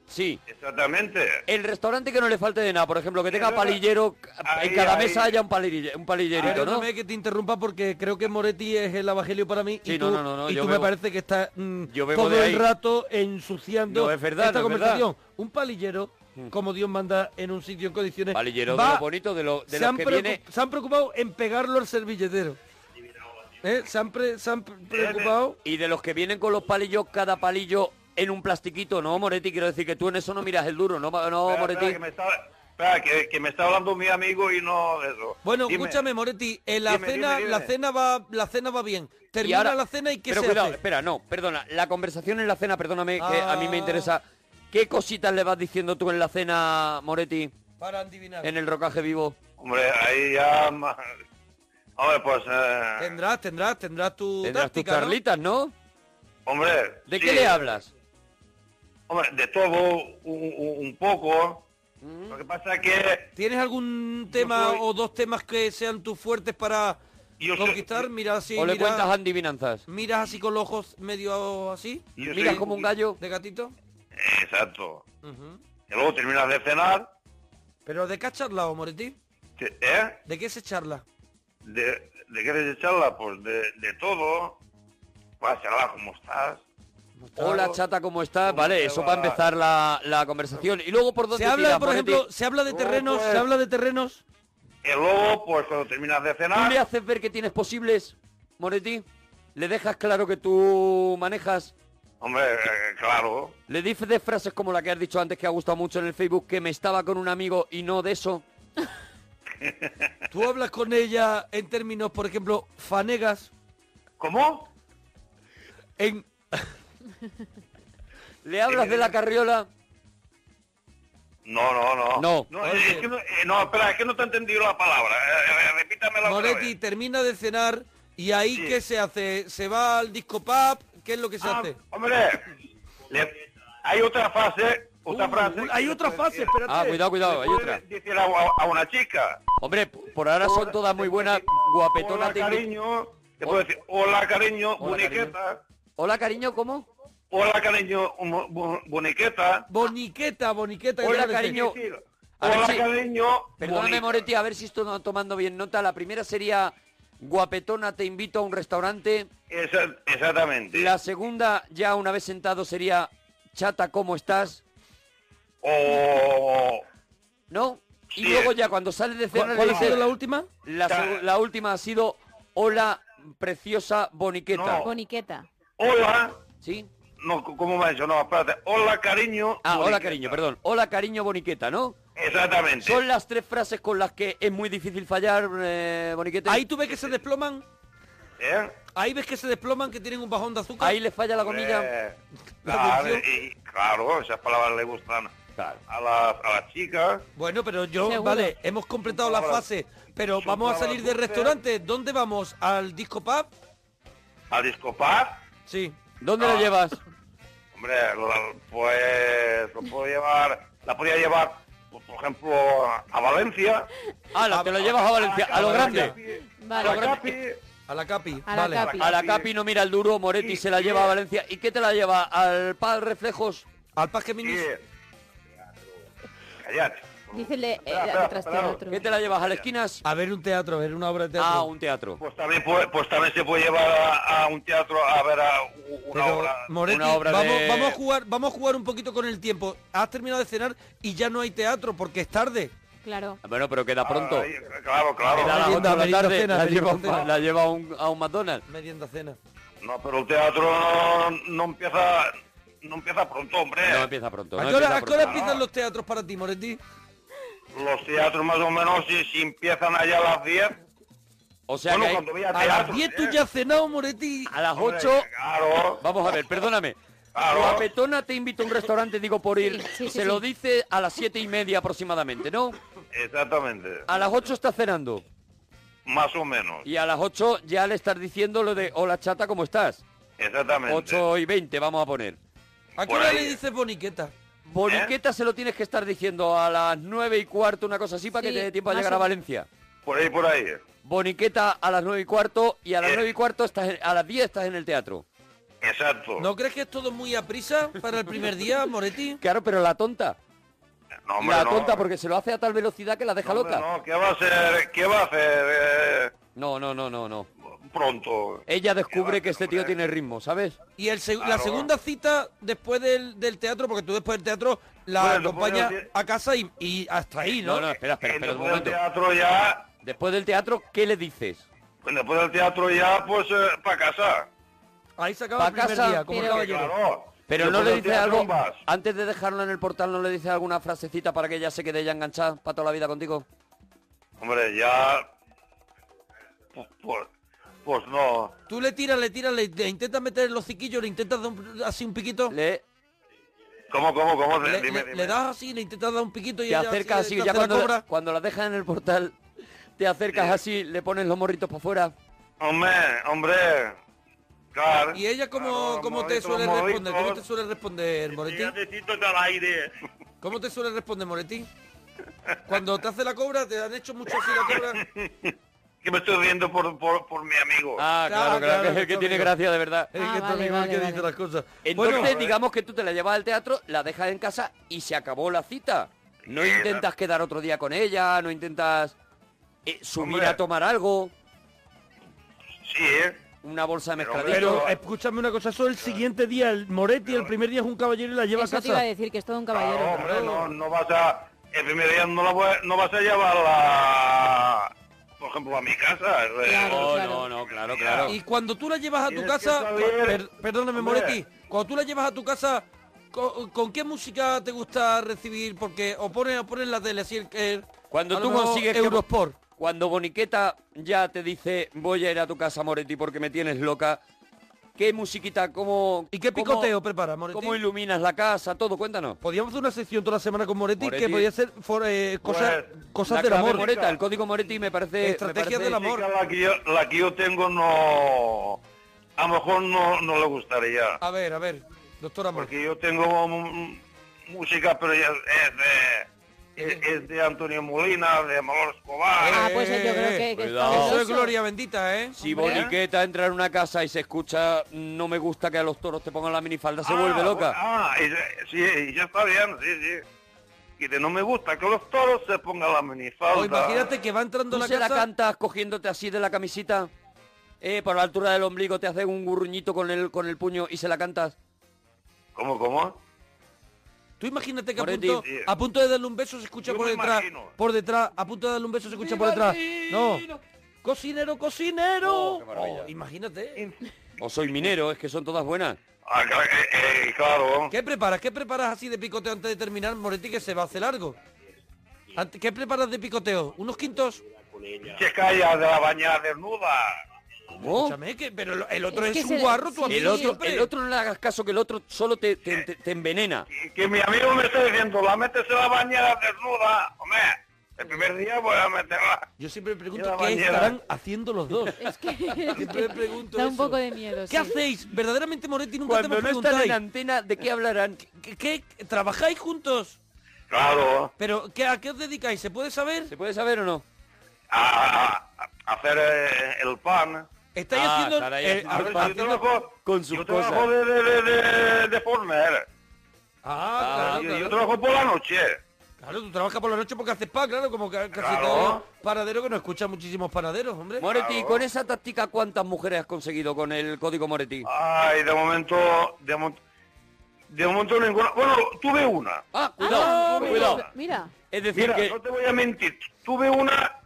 Speaker 1: Sí.
Speaker 10: Exactamente.
Speaker 1: El restaurante que no le falte de nada, por ejemplo, que tenga
Speaker 3: Pero-
Speaker 1: palillero,
Speaker 3: Ahí,
Speaker 1: en cada
Speaker 3: ahí.
Speaker 1: mesa haya un, palille- un palillerito, ¿no?
Speaker 3: Perdóname que te interrumpa porque creo que Moretti es el evangelio para mí
Speaker 1: Sí,
Speaker 3: y tú,
Speaker 1: no, no, no, no,
Speaker 3: y
Speaker 1: yo
Speaker 3: tú me
Speaker 1: bebo-
Speaker 3: parece que estás mm,
Speaker 1: yo bebo
Speaker 3: todo
Speaker 1: de ahí.
Speaker 3: el rato ensuciando
Speaker 1: No, es verdad,
Speaker 3: esta
Speaker 1: no es verdad. Mm.
Speaker 3: conversación. Un palillero, como Dios manda en un sitio en condiciones,
Speaker 1: Palillero
Speaker 3: va-
Speaker 1: de lo bonito, de lo, de
Speaker 3: se,
Speaker 1: los
Speaker 3: han
Speaker 1: que
Speaker 3: preocu-
Speaker 1: viene...
Speaker 3: se han preocupado en pegarlo al servilletero. ¿Eh? Se han, pre- se han pre- preocupado.
Speaker 1: Y de los que vienen con los palillos, cada palillo en un plastiquito, ¿no, Moretti? Quiero decir que tú en eso no miras el duro, ¿no, Ma- no
Speaker 10: Espera,
Speaker 1: Moretti?
Speaker 10: espera, que me está, espera, que- que me está hablando mi amigo y no eso.
Speaker 3: Bueno,
Speaker 10: Dime.
Speaker 3: escúchame, Moretti, eh, la
Speaker 10: Dime, dime,
Speaker 3: cena,
Speaker 10: dime.
Speaker 3: la cena va, la cena va bien. Termina
Speaker 1: ahora-
Speaker 3: la cena y qué
Speaker 1: Pero
Speaker 3: se
Speaker 1: cuidado, eh.
Speaker 3: hace?
Speaker 1: espera, no, perdona. La conversación en la cena, perdóname, que a mí me
Speaker 3: Ah.
Speaker 1: interesa. ¿Qué cositas le vas diciendo tú en la cena, Moretti,
Speaker 3: Para adivinar.
Speaker 1: en el rocaje vivo?
Speaker 10: Hombre, ahí ya... ma- Hombre, pues... eh,
Speaker 3: Tendrás, tendrás, tendrás tu
Speaker 1: Tendrás tus
Speaker 3: táctica, ¿no?
Speaker 1: charlitas, ¿no?
Speaker 10: Hombre...
Speaker 1: ¿De
Speaker 10: sí.
Speaker 1: qué le hablas?
Speaker 10: Hombre, de todo un, un- un poco. Mm. Lo que pasa es que...
Speaker 3: ¿Tienes algún tema
Speaker 10: soy-
Speaker 3: o dos temas que sean tus fuertes para
Speaker 10: Yo soy-
Speaker 3: conquistar? Mira así,
Speaker 1: ¿O le
Speaker 3: mira-
Speaker 1: cuentas adivinanzas?
Speaker 3: miras así con los ojos medio así.
Speaker 10: Yo
Speaker 1: ¿Miras
Speaker 10: soy-
Speaker 1: como un gallo?
Speaker 3: De gatito.
Speaker 10: Exacto. Y luego terminas de cenar,
Speaker 3: Pero ¿de qué has charlado, Moretti?
Speaker 10: te- ¿eh?
Speaker 3: ¿De qué se charla?
Speaker 10: ¿De, de qué eres de charla? Pues de, de todo. Vas a charlar cómo estás.
Speaker 1: Hola, chata, ¿cómo estás? Vale,
Speaker 10: te
Speaker 1: eso
Speaker 10: va?
Speaker 1: para empezar la, la conversación. ¿Y luego por dónde
Speaker 3: Se habla,
Speaker 1: tiras,
Speaker 3: por
Speaker 1: Moretti?
Speaker 3: ejemplo, se habla de terrenos,
Speaker 10: pues.
Speaker 3: se habla de terrenos.
Speaker 10: Y luego, pues cuando terminas de
Speaker 1: ¿Tú le
Speaker 10: cenar,
Speaker 1: haces ver que tienes posibles, Moretti? ¿Le dejas claro que tú manejas?
Speaker 10: hombre, eh, claro.
Speaker 1: ¿Le dices de frases como la que has dicho antes que ha gustado mucho en el Facebook, que me estaba con un amigo y no de eso?
Speaker 3: Tú hablas con ella en términos, por ejemplo, fanegas.
Speaker 10: ¿Cómo?
Speaker 3: En,
Speaker 1: ¿Le hablas de
Speaker 10: Eh,
Speaker 1: la carriola?
Speaker 10: No, no, no.
Speaker 1: No.
Speaker 10: es, es que no, eh, no, espera, es que no te he entendido la palabra. Eh, eh, repítame la
Speaker 3: Moretti termina de cenar y ahí
Speaker 10: Sí. Ah,
Speaker 3: qué se hace, se va al disco pub, ¿qué es lo que se hace?
Speaker 10: Hombre, le- hay otra fase, otra
Speaker 3: Uh,
Speaker 10: frase.
Speaker 3: hay
Speaker 10: que
Speaker 3: otra
Speaker 10: le
Speaker 3: fase,
Speaker 10: puedes-
Speaker 3: espérate.
Speaker 1: Ah, cuidado, cuidado, hay
Speaker 10: puedes
Speaker 1: otra.
Speaker 10: Decir a, a- a una chica.
Speaker 1: Hombre, p- por ahora son todas muy buenas. Guapetona
Speaker 10: Hola,
Speaker 1: te invito-
Speaker 10: cariño. Te puedo decir, hola, cariño, boniqueta.
Speaker 1: Hola, cariño, ¿cómo?
Speaker 10: Hola, cariño, bu- bu- boniqueta.
Speaker 3: Boniqueta, boniqueta. ¿qué
Speaker 1: Hola,
Speaker 3: te parece?
Speaker 1: cariño.
Speaker 10: Sí.
Speaker 1: A ver
Speaker 10: Hola,
Speaker 1: si-
Speaker 10: cariño.
Speaker 1: Perdóname,
Speaker 10: bonita.
Speaker 1: Moretti, a ver si estoy no- tomando bien nota. La primera sería guapetona te invito a un restaurante.
Speaker 10: Esa- exactamente.
Speaker 1: La segunda, ya una vez sentado, sería chata, ¿cómo estás?
Speaker 10: O
Speaker 1: ¿No? Y
Speaker 10: Sí. eh.
Speaker 1: luego ya cuando sales de
Speaker 3: ¿Cuál,
Speaker 1: cenar
Speaker 3: cuál
Speaker 1: le
Speaker 3: ha
Speaker 1: dices-
Speaker 3: sido la última?
Speaker 1: la, seg- la última ha sido hola, preciosa boniqueta.
Speaker 10: No.
Speaker 12: Boniqueta.
Speaker 10: hola.
Speaker 1: ¿Sí?
Speaker 10: No, ¿cómo me ha dicho? No, espérate. Hola, cariño.
Speaker 1: Ah, hola
Speaker 10: boniqueta.
Speaker 1: cariño, perdón. Hola cariño boniqueta, ¿no?
Speaker 10: Exactamente.
Speaker 1: Son las tres frases con las que es muy difícil fallar, eh, boniqueta.
Speaker 3: Ahí tú ves que se desploman,
Speaker 10: ¿Eh?
Speaker 3: ahí ves que se desploman, que tienen un bajón de azúcar.
Speaker 1: Ahí le falla la comilla.
Speaker 10: Eh, claro,
Speaker 3: atención.
Speaker 10: y- claro, esas palabras le gustan
Speaker 1: Claro.
Speaker 10: a las a las chicas.
Speaker 3: Bueno, pero yo,
Speaker 12: Seguro.
Speaker 3: vale, hemos completado la
Speaker 10: palabras-
Speaker 3: fase, pero
Speaker 10: son
Speaker 3: vamos a
Speaker 10: palabras
Speaker 3: salir del
Speaker 10: dulces.
Speaker 3: restaurante. ¿Dónde vamos? ¿Al disco pub?
Speaker 10: Al discopar,
Speaker 3: Sí.
Speaker 1: ¿Dónde la
Speaker 10: No.
Speaker 1: llevas?
Speaker 10: hombre, la- pues lo puedo llevar, la podía llevar, pues, por ejemplo, a Valencia.
Speaker 1: Ala, te lo llevas a Valencia, a lo grande.
Speaker 12: Vale.
Speaker 10: A la Capi,
Speaker 3: A la Capi.
Speaker 12: A la
Speaker 3: vale.
Speaker 12: Capi.
Speaker 1: A la Capi no mira el duro, Moretti
Speaker 10: Sí,
Speaker 1: se la
Speaker 10: sí.
Speaker 1: lleva a Valencia. ¿Y qué te la lleva? ¿Al par reflejos?
Speaker 3: Al Parque
Speaker 10: sí.
Speaker 3: Minis.
Speaker 10: Cállate.
Speaker 12: Dícele eh,
Speaker 10: Espera, espera,
Speaker 12: detrás
Speaker 10: espera.
Speaker 12: del otro.
Speaker 1: ¿Qué te la llevas? ¿A la esquinas?
Speaker 3: A ver un teatro, a ver una obra de teatro.
Speaker 1: Ah, un teatro.
Speaker 10: Pues también, puede- pues también se puede llevar a, a un teatro a ver a u- una
Speaker 3: Pero,
Speaker 10: obra.
Speaker 3: Moretti,
Speaker 1: Una obra
Speaker 3: vamos,
Speaker 1: de-
Speaker 3: vamos a jugar, vamos a jugar un poquito con el tiempo. Has terminado de cenar y ya no hay teatro porque es tarde.
Speaker 12: Claro.
Speaker 1: Bueno, pero queda pronto.
Speaker 10: Ay, Ah, claro, claro.
Speaker 1: Queda a
Speaker 10: Merienda,
Speaker 1: las ocho de la
Speaker 10: merienda,
Speaker 1: tarde,
Speaker 10: cena,
Speaker 1: la
Speaker 10: merienda,
Speaker 1: lleva, a un-
Speaker 10: cena.
Speaker 1: la lleva a un, a un McDonald's.
Speaker 3: Merienda cena.
Speaker 10: No, pero el teatro no, no empieza no empieza pronto, hombre.
Speaker 1: No empieza pronto.
Speaker 3: ¿A
Speaker 1: no
Speaker 3: qué hora,
Speaker 1: empieza
Speaker 3: a qué
Speaker 1: pronto.
Speaker 3: hora empiezan los teatros para ti, Moretti?
Speaker 10: Los teatros más o menos si, si empiezan allá a las 10.
Speaker 1: O sea
Speaker 10: bueno,
Speaker 1: que hay-
Speaker 10: cuando voy a,
Speaker 3: A
Speaker 10: teatro,
Speaker 3: las 10 tú
Speaker 10: ¿eh?
Speaker 3: ya has cenado, Moretti.
Speaker 1: A las
Speaker 10: Hombre,
Speaker 1: 8.
Speaker 10: Claro.
Speaker 1: Vamos a ver, perdóname. La petona te invita a un restaurante, digo por ir.
Speaker 12: Sí, sí, sí,
Speaker 1: se lo
Speaker 12: sí.
Speaker 1: dice a las siete y media aproximadamente, ¿no?
Speaker 10: Exactamente.
Speaker 1: A las 8 está cenando.
Speaker 10: Más o menos.
Speaker 1: Y a las 8 ya le estás diciendo lo de hola chata, ¿cómo estás?
Speaker 10: Exactamente.
Speaker 1: 8 y 20 vamos a poner.
Speaker 3: ¿A qué
Speaker 10: Por
Speaker 3: hora
Speaker 10: ahí.
Speaker 3: le dices boniqueta?
Speaker 1: Boniqueta se lo tienes que estar diciendo a las 9 y cuarto, una cosa así, para
Speaker 12: Sí,
Speaker 1: que te dé tiempo a
Speaker 12: más
Speaker 1: llegar
Speaker 12: o
Speaker 1: a
Speaker 12: menos.
Speaker 1: Valencia.
Speaker 10: Por ahí, por ahí.
Speaker 1: Boniqueta a las 9 y cuarto y a las
Speaker 10: Eh.
Speaker 1: 9 y cuarto estás en- a las 10 estás en el teatro.
Speaker 10: Exacto.
Speaker 3: ¿No crees que es todo muy a prisa para el primer día, Moretti?
Speaker 1: Claro, pero la tonta.
Speaker 10: No, hombre,
Speaker 1: la
Speaker 10: no.
Speaker 1: tonta porque se lo hace a tal velocidad que la deja
Speaker 10: No, hombre,
Speaker 1: loca.
Speaker 10: no, ¿qué va a hacer? ¿Qué va a hacer
Speaker 1: No, no, no, no, no.
Speaker 10: eh, pronto?
Speaker 1: Ella
Speaker 10: Qué
Speaker 1: descubre
Speaker 10: va,
Speaker 1: que este tío
Speaker 10: hombre.
Speaker 1: tiene ritmo, ¿sabes?
Speaker 3: Y el seg- la
Speaker 10: Claro.
Speaker 3: segunda cita después del, del teatro, porque tú después del teatro la
Speaker 10: Bueno,
Speaker 3: acompañas
Speaker 10: después del te-
Speaker 3: a casa y, y hasta ahí, ¿no?
Speaker 1: No, este no, espera, espera,
Speaker 10: Eh,
Speaker 1: espera un
Speaker 10: después del
Speaker 1: momento.
Speaker 10: teatro ya,
Speaker 1: Después del teatro, ¿qué le dices?
Speaker 10: después del teatro ya, pues para casa.
Speaker 3: Ahí se acaba
Speaker 1: Pa'
Speaker 3: el primer
Speaker 1: casa,
Speaker 3: día, como
Speaker 12: pero-
Speaker 3: caballero.
Speaker 10: Claro.
Speaker 1: Pero
Speaker 10: Después
Speaker 1: no le
Speaker 10: del
Speaker 1: dices
Speaker 10: teatro
Speaker 1: algo,
Speaker 10: vas.
Speaker 1: antes de dejarlo en el portal, ¿no le dices alguna frasecita para que ella se quede ya enganchada para toda la vida contigo?
Speaker 10: Hombre, ya. Pues, pues- pues no.
Speaker 3: Tú le tiras, le tiras, le, le intentas meter el hociquillo, le intentas dar un- así un piquito. Le,
Speaker 1: Le,
Speaker 10: ¿Cómo, cómo, cómo?
Speaker 3: le-
Speaker 10: dime,
Speaker 3: le
Speaker 10: dime.
Speaker 3: das así, le intentas dar un piquito y
Speaker 1: te
Speaker 3: ella
Speaker 1: acercas
Speaker 3: así,
Speaker 1: así,
Speaker 3: te
Speaker 1: ya
Speaker 3: hace la
Speaker 1: cuando,
Speaker 3: cobra.
Speaker 1: cuando la dejas en el portal, te acercas así, le pones los morritos para afuera.
Speaker 10: Hombre, hombre. Claro.
Speaker 3: ¿Y ella cómo,
Speaker 10: Claro,
Speaker 3: cómo te
Speaker 10: morritos,
Speaker 3: suele
Speaker 10: morritos.
Speaker 3: responder? ¿Cómo te suele responder, Moretti?
Speaker 11: Fíjate al aire.
Speaker 3: ¿Cómo te suele responder, Moretti? Cuando te hace la cobra, te han hecho mucho así la cobra.
Speaker 10: Que me estoy riendo por, por, por mi amigo.
Speaker 1: Ah,
Speaker 3: Claro,
Speaker 1: claro, claro, que es
Speaker 3: claro,
Speaker 1: el que
Speaker 3: mucho
Speaker 1: tiene
Speaker 3: amigo.
Speaker 1: gracia, de verdad.
Speaker 3: Es
Speaker 12: Ah,
Speaker 3: que
Speaker 12: vale,
Speaker 3: también
Speaker 12: vale,
Speaker 3: que
Speaker 12: vale.
Speaker 3: dice las cosas.
Speaker 1: Entonces,
Speaker 3: Bueno,
Speaker 1: digamos que tú te la llevas al teatro, la dejas en casa y se acabó la cita. No
Speaker 10: Sí,
Speaker 1: intentas quedar otro día con ella, no intentas eh, subir
Speaker 10: Hombre.
Speaker 1: a tomar algo,
Speaker 10: Sí, ¿eh?
Speaker 1: una bolsa de
Speaker 10: Pero, hombre,
Speaker 1: mezcladito.
Speaker 10: Pero-
Speaker 13: Pero escúchame una cosa, eso el siguiente día, el Moretti, el primer día es un caballero y la lleva a
Speaker 12: Eso te iba a
Speaker 13: casa.
Speaker 12: decir, que es todo un
Speaker 10: Claro,
Speaker 12: caballero.
Speaker 10: hombre, no, no vas a... El primer día no, la voy- no vas a llevarla, por ejemplo, a mi casa. eh,
Speaker 1: No,
Speaker 12: Claro, claro.
Speaker 1: no, no, claro, claro.
Speaker 3: Y cuando tú la llevas a tu
Speaker 10: Tienes
Speaker 3: casa,
Speaker 10: que saber-
Speaker 3: per- perdóname
Speaker 10: Hombre.
Speaker 3: Moretti, cuando tú la llevas a tu casa, ¿con, con qué música te gusta recibir? Porque o pones o pones la tele así el,
Speaker 10: eh,
Speaker 3: el-
Speaker 1: Cuando
Speaker 3: a lo
Speaker 1: tú
Speaker 3: mejor
Speaker 1: consigues que-
Speaker 3: Eurosport.
Speaker 1: Cuando Boniqueta ya te dice voy a ir a tu casa, Moretti, porque me tienes loca, ¿qué musiquita, cómo...
Speaker 3: ¿Y qué
Speaker 1: cómo-
Speaker 3: picoteo prepara, Moretti?
Speaker 1: ¿Cómo iluminas la casa? Todo, cuéntanos.
Speaker 13: Podíamos hacer una sección toda la semana con Moretti,
Speaker 1: Moretti.
Speaker 13: que podía ser for- eh, cosas,
Speaker 10: Pues,
Speaker 1: La
Speaker 13: cosas del
Speaker 1: clave
Speaker 13: amor.
Speaker 1: Moreta, el código Moretti me parece... me
Speaker 3: Estrategias
Speaker 1: parece-
Speaker 3: del amor.
Speaker 10: chica, La que, yo, la que yo tengo no... A lo mejor no, no le gustaría.
Speaker 1: Ah.
Speaker 3: A ver, a ver, doctora Moretti.
Speaker 10: Porque yo tengo mm, música, pero ya es de, es, es de Antonio Molina, de Manolo Escobar.
Speaker 12: Ah, pues yo creo que, que es
Speaker 1: Cuidado.
Speaker 12: fabuloso.
Speaker 3: Eso es gloria bendita, ¿eh?
Speaker 1: Si
Speaker 12: Hombre.
Speaker 1: Boniqueta entra en una casa y se escucha no me gusta que a los toros te pongan la minifalda, se
Speaker 10: Ah,
Speaker 1: vuelve loca.
Speaker 10: Ah, y ya- sí, y ya está bien, sí, sí. Y de no me gusta que los toros se pongan la minifalda.
Speaker 3: O Oh, imagínate que va entrando
Speaker 1: ¿Tú
Speaker 3: a la
Speaker 1: se la
Speaker 3: casa.
Speaker 1: cantas cogiéndote así de la camisita? Eh, por la altura del ombligo te hace un gurruñito con el, con el puño y se la cantas.
Speaker 10: ¿Cómo, cómo?
Speaker 3: Tú imagínate que a
Speaker 1: Moretti.
Speaker 3: punto,
Speaker 10: Sí.
Speaker 3: a punto de darle un beso se escucha
Speaker 10: Yo
Speaker 3: por
Speaker 10: me
Speaker 3: detrás.
Speaker 10: imagino.
Speaker 3: Por detrás, a punto de darle un beso se escucha por detrás. No. Cocinero, cocinero.
Speaker 1: Oh, qué maravilla.
Speaker 3: Oh, imagínate.
Speaker 1: O soy minero, es que son todas buenas.
Speaker 10: Ah, claro, eh, eh, claro.
Speaker 3: ¿Qué preparas? ¿Qué preparas así de picoteo antes de terminar, Moretti, que se va a hacer largo? Ante- ¿Qué preparas de picoteo? ¿Unos quintos?
Speaker 10: Se calla de la bañada desnuda.
Speaker 1: ¿Cómo?
Speaker 3: Escúchame, que, pero lo- el otro
Speaker 12: Es
Speaker 3: es,
Speaker 12: que
Speaker 3: un
Speaker 12: se-
Speaker 3: guarro, tu
Speaker 12: sí.
Speaker 1: El
Speaker 3: amigo
Speaker 1: otro,
Speaker 3: siempre.
Speaker 1: el otro no le hagas caso, que el otro solo te,
Speaker 10: Eh.
Speaker 1: te- te- te envenena.
Speaker 10: Que, que mi amigo me está diciendo, la metes en la bañera desnuda. Hombre, el primer día voy a meterla.
Speaker 3: Yo siempre me
Speaker 10: Y
Speaker 3: pregunto
Speaker 10: la
Speaker 3: qué
Speaker 10: bañera.
Speaker 3: estarán haciendo los dos.
Speaker 12: Es que, es
Speaker 3: Siempre
Speaker 12: que
Speaker 3: pregunto
Speaker 12: da un
Speaker 3: eso.
Speaker 12: poco de miedo. sí.
Speaker 3: ¿Qué hacéis? Verdaderamente, Moretti, nunca te
Speaker 1: Cuando
Speaker 3: hemos
Speaker 1: no están en
Speaker 3: preguntado.
Speaker 1: antena, ¿de qué hablarán?
Speaker 3: ¿Qué, qué- trabajáis juntos?
Speaker 10: Claro.
Speaker 3: ¿Pero qué, a qué os dedicáis? ¿Se puede saber?
Speaker 1: ¿Se puede saber o no?
Speaker 10: A, a- a hacer eh, el pan.
Speaker 3: ¿Estáis
Speaker 1: Ah,
Speaker 3: haciendo...?
Speaker 1: caray,
Speaker 3: eh,
Speaker 10: A ver,
Speaker 1: pan.
Speaker 10: yo trabajo,
Speaker 1: con sus
Speaker 10: yo trabajo
Speaker 1: cosas.
Speaker 10: de, de, de, de- de former.
Speaker 3: ah, claro,
Speaker 10: yo,
Speaker 3: claro.
Speaker 10: yo trabajo por la noche.
Speaker 3: Claro, tú trabajas por la noche porque haces pan, claro, como ca- casi
Speaker 10: Claro.
Speaker 3: todo panadero que nos escuchan muchísimos panaderos, hombre.
Speaker 1: Moretti,
Speaker 10: Claro.
Speaker 1: con esa táctica, ¿cuántas mujeres has conseguido con el código Moretti?
Speaker 10: Ay, de Ah, momento, de momento, de momento ninguna. Bueno, tuve una.
Speaker 1: Ah, cuidado,
Speaker 12: mira,
Speaker 1: cuidado.
Speaker 12: Mira,
Speaker 1: Es decir
Speaker 10: Mira,
Speaker 1: que-
Speaker 10: no te voy a mentir. Tuve una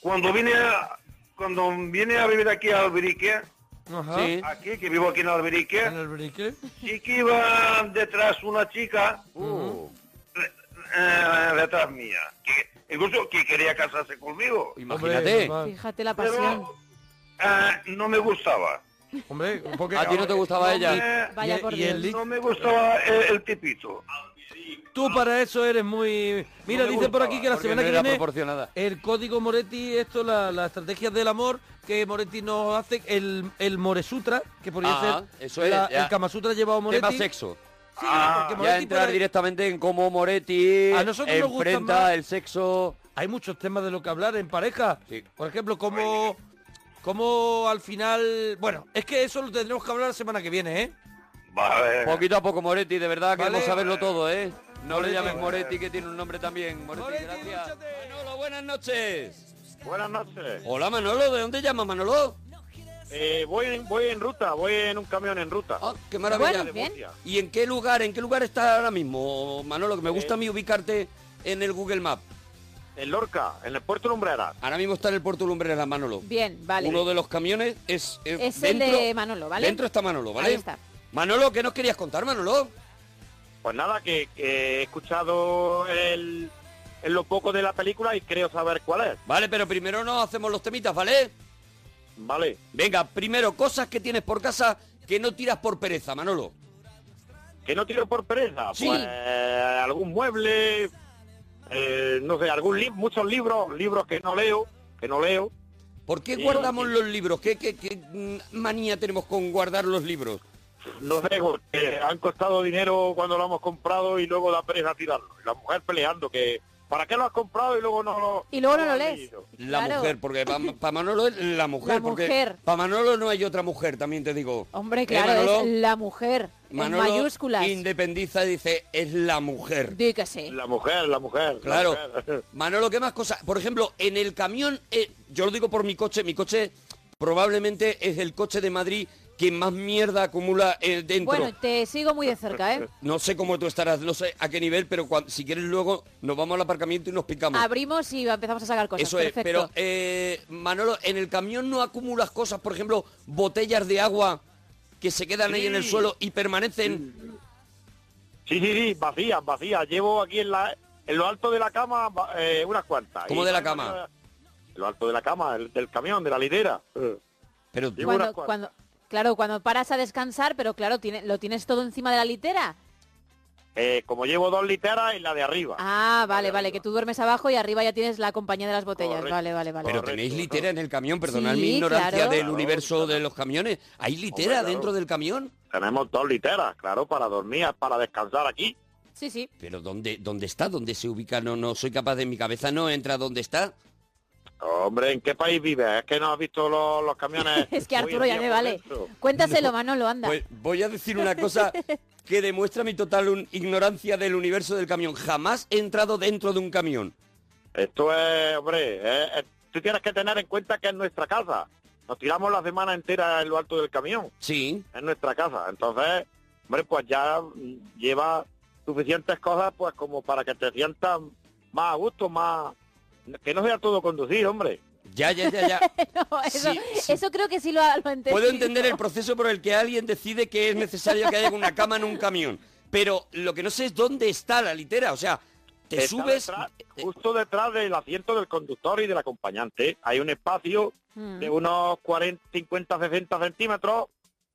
Speaker 10: cuando vine a, cuando vine a vivir aquí a Alberique.
Speaker 3: Ajá. Sí.
Speaker 10: Aquí que vivo aquí en Alberique.
Speaker 3: ¿En Alberique?
Speaker 10: Sí que iba detrás una chica. eh, detrás mía. Que, incluso que quería casarse conmigo.
Speaker 1: Imagínate.
Speaker 8: Fíjate la pasión.
Speaker 10: Ah, no me gustaba.
Speaker 3: Hombre, porque
Speaker 1: A ti no te gustaba ella.
Speaker 8: Vaya por Dios.
Speaker 10: No me gustaba el, el tipito.
Speaker 3: Tú para eso eres muy... Mira,
Speaker 10: No me
Speaker 3: dice por
Speaker 10: gustaba,
Speaker 3: aquí que la
Speaker 10: porque
Speaker 3: semana
Speaker 10: no
Speaker 3: que
Speaker 10: era
Speaker 3: viene el código Moretti, esto, la, la estrategia del amor que Moretti nos hace, el, el Moresutra, que podría
Speaker 1: Ah,
Speaker 3: ser
Speaker 1: eso es,
Speaker 3: la-
Speaker 1: ya.
Speaker 3: el Kama Sutra llevado a Moretti.
Speaker 1: Tema sexo. Ah,
Speaker 3: Sí, porque
Speaker 1: ya
Speaker 3: Moretti
Speaker 1: entrar
Speaker 3: para-
Speaker 1: directamente en cómo Moretti
Speaker 3: A nosotros nos gusta
Speaker 1: enfrenta
Speaker 3: más-
Speaker 1: el sexo.
Speaker 3: Hay muchos temas de lo que hablar en pareja. Por ejemplo, cómo, cómo al final... Bueno, es que eso lo tendremos que hablar la semana que viene, ¿eh?
Speaker 10: Vale.
Speaker 1: Poquito a poco, Moretti, de verdad
Speaker 3: Vale.
Speaker 1: queremos saberlo todo, ¿eh? No
Speaker 3: Moretti.
Speaker 1: le llames Moretti, que tiene un nombre también. Moretti, gracias. Manolo, buenas noches.
Speaker 6: Buenas noches.
Speaker 1: Hola, Manolo, ¿de dónde llamas, Manolo?
Speaker 6: Eh, voy, en- voy en ruta, voy en un camión en ruta.
Speaker 1: Ah, Qué maravilla.
Speaker 6: De Murcia.
Speaker 1: ¿Y en qué lugar, en qué lugar estás ahora mismo, Manolo? Que me gusta a mí ubicarte en el Google Map.
Speaker 6: En Lorca, en el puerto Lumbrera.
Speaker 1: Ahora mismo está en el puerto Lumbrera, Manolo.
Speaker 8: Bien, vale.
Speaker 1: Uno de los camiones es... eh,
Speaker 8: Es
Speaker 1: dentro,
Speaker 8: el de Manolo, ¿vale?
Speaker 1: Dentro está Manolo, ¿vale?
Speaker 8: Ahí está.
Speaker 1: Manolo, ¿qué nos querías contar, Manolo?
Speaker 6: Pues nada, que, que he escuchado el, en lo poco de la película y creo saber cuál es.
Speaker 1: Vale, pero primero nos hacemos los temitas, ¿vale?
Speaker 6: Vale.
Speaker 1: Venga, primero, cosas que tienes por casa que no tiras por pereza, Manolo.
Speaker 6: Que no tiro por pereza.
Speaker 1: Sí.
Speaker 6: Pues eh, algún mueble, eh, no sé, algún li- muchos libros, libros que no leo, que no leo.
Speaker 1: ¿Por qué guardamos los libros? ¿Qué, qué, qué, mm, manía tenemos con guardar los libros?
Speaker 6: No sé, porque han costado dinero cuando lo hemos comprado y luego da pereza tirarlo. Y La mujer peleando que ¿para qué lo has comprado y luego no lo
Speaker 8: Y luego no lo
Speaker 6: has
Speaker 8: lees.
Speaker 6: leído?
Speaker 1: La
Speaker 8: Claro.
Speaker 1: mujer, porque para Manolo es la mujer,
Speaker 8: La
Speaker 1: porque
Speaker 8: mujer.
Speaker 1: para Manolo no hay otra mujer, también te digo.
Speaker 8: Hombre,
Speaker 1: ¿Eh,
Speaker 8: claro,
Speaker 1: Manolo?
Speaker 8: es la mujer.
Speaker 1: Manolo
Speaker 8: en mayúsculas.
Speaker 1: independiza y dice, es la mujer.
Speaker 8: Di que sí.
Speaker 6: La mujer, la mujer. la
Speaker 1: Claro.
Speaker 6: mujer.
Speaker 1: Manolo, ¿qué más cosas? Por ejemplo, en el camión, eh, yo lo digo por mi coche, mi coche probablemente es el coche de Madrid que más mierda acumula eh, dentro.
Speaker 8: Bueno, te sigo muy de cerca, ¿eh?
Speaker 1: No sé cómo tú estarás, no sé a qué nivel, pero cuan- si quieres luego nos vamos al aparcamiento y nos picamos.
Speaker 8: Abrimos y empezamos a sacar cosas.
Speaker 1: Eso es,
Speaker 8: Perfecto.
Speaker 1: pero eh, Manolo, en el camión no acumulas cosas, por ejemplo, botellas de agua que se quedan ahí en el
Speaker 6: Sí.
Speaker 1: suelo y permanecen.
Speaker 6: Sí, sí, sí, vacías, vacías. Llevo aquí en la en lo alto de la cama va- eh, unas cuantas.
Speaker 1: ¿Cómo
Speaker 6: Y
Speaker 1: de la
Speaker 6: no hay
Speaker 1: cama?
Speaker 6: manera- En lo alto de la cama, el- del camión, de la litera.
Speaker 1: Pero
Speaker 8: cuando, cuando, claro, cuando paras a descansar, pero claro, tiene, lo tienes todo encima de la litera.
Speaker 6: eh, como llevo dos literas y la de arriba.
Speaker 8: Ah, vale, vale, que tú duermes abajo y arriba ya tienes la compañía de las botellas. Vale, vale, vale.
Speaker 1: Pero tenéis litera en el camión, perdonad
Speaker 8: Sí,
Speaker 1: mi ignorancia
Speaker 8: claro.
Speaker 1: del universo de los camiones. ¿Hay litera
Speaker 6: claro.
Speaker 1: dentro del camión?
Speaker 6: Tenemos dos literas, claro, para dormir, para descansar aquí.
Speaker 8: Sí, sí.
Speaker 1: Pero ¿dónde, dónde está? ¿Dónde se ubica? No, no soy capaz de mi cabeza, no entra dónde está.
Speaker 6: Hombre, ¿en qué país vives? Es que no has visto los, los camiones.
Speaker 8: Es que
Speaker 6: Voy
Speaker 8: Arturo ya
Speaker 6: aquí a
Speaker 8: me
Speaker 6: por
Speaker 8: vale.
Speaker 6: dentro.
Speaker 8: Cuéntaselo, Manolo, anda.
Speaker 1: Pues voy a decir una cosa que demuestra mi total un- ignorancia del universo del camión. Jamás he entrado dentro de un camión.
Speaker 6: Esto es, hombre, eh, eh, tú tienes que tener en cuenta que es nuestra casa. Nos tiramos la semana entera en lo alto del camión.
Speaker 1: Sí.
Speaker 6: Es nuestra casa. Entonces, hombre, pues ya mm, lleva suficientes cosas pues como para que te sientas más a gusto, más... Que no sea todo conducir, hombre.
Speaker 1: Ya, ya, ya, ya.
Speaker 8: No, eso,
Speaker 1: Sí, sí.
Speaker 8: eso creo que sí lo, ha- lo entendí.
Speaker 1: Puedo entender el proceso por el que alguien decide que es necesario que haya una cama en un camión. Pero lo que no sé es dónde está la litera. O sea, te
Speaker 6: Está
Speaker 1: subes...
Speaker 6: detrás- justo detrás del asiento del conductor y del acompañante. Hay un espacio
Speaker 8: Mm.
Speaker 6: de unos 40, 50, 60 centímetros,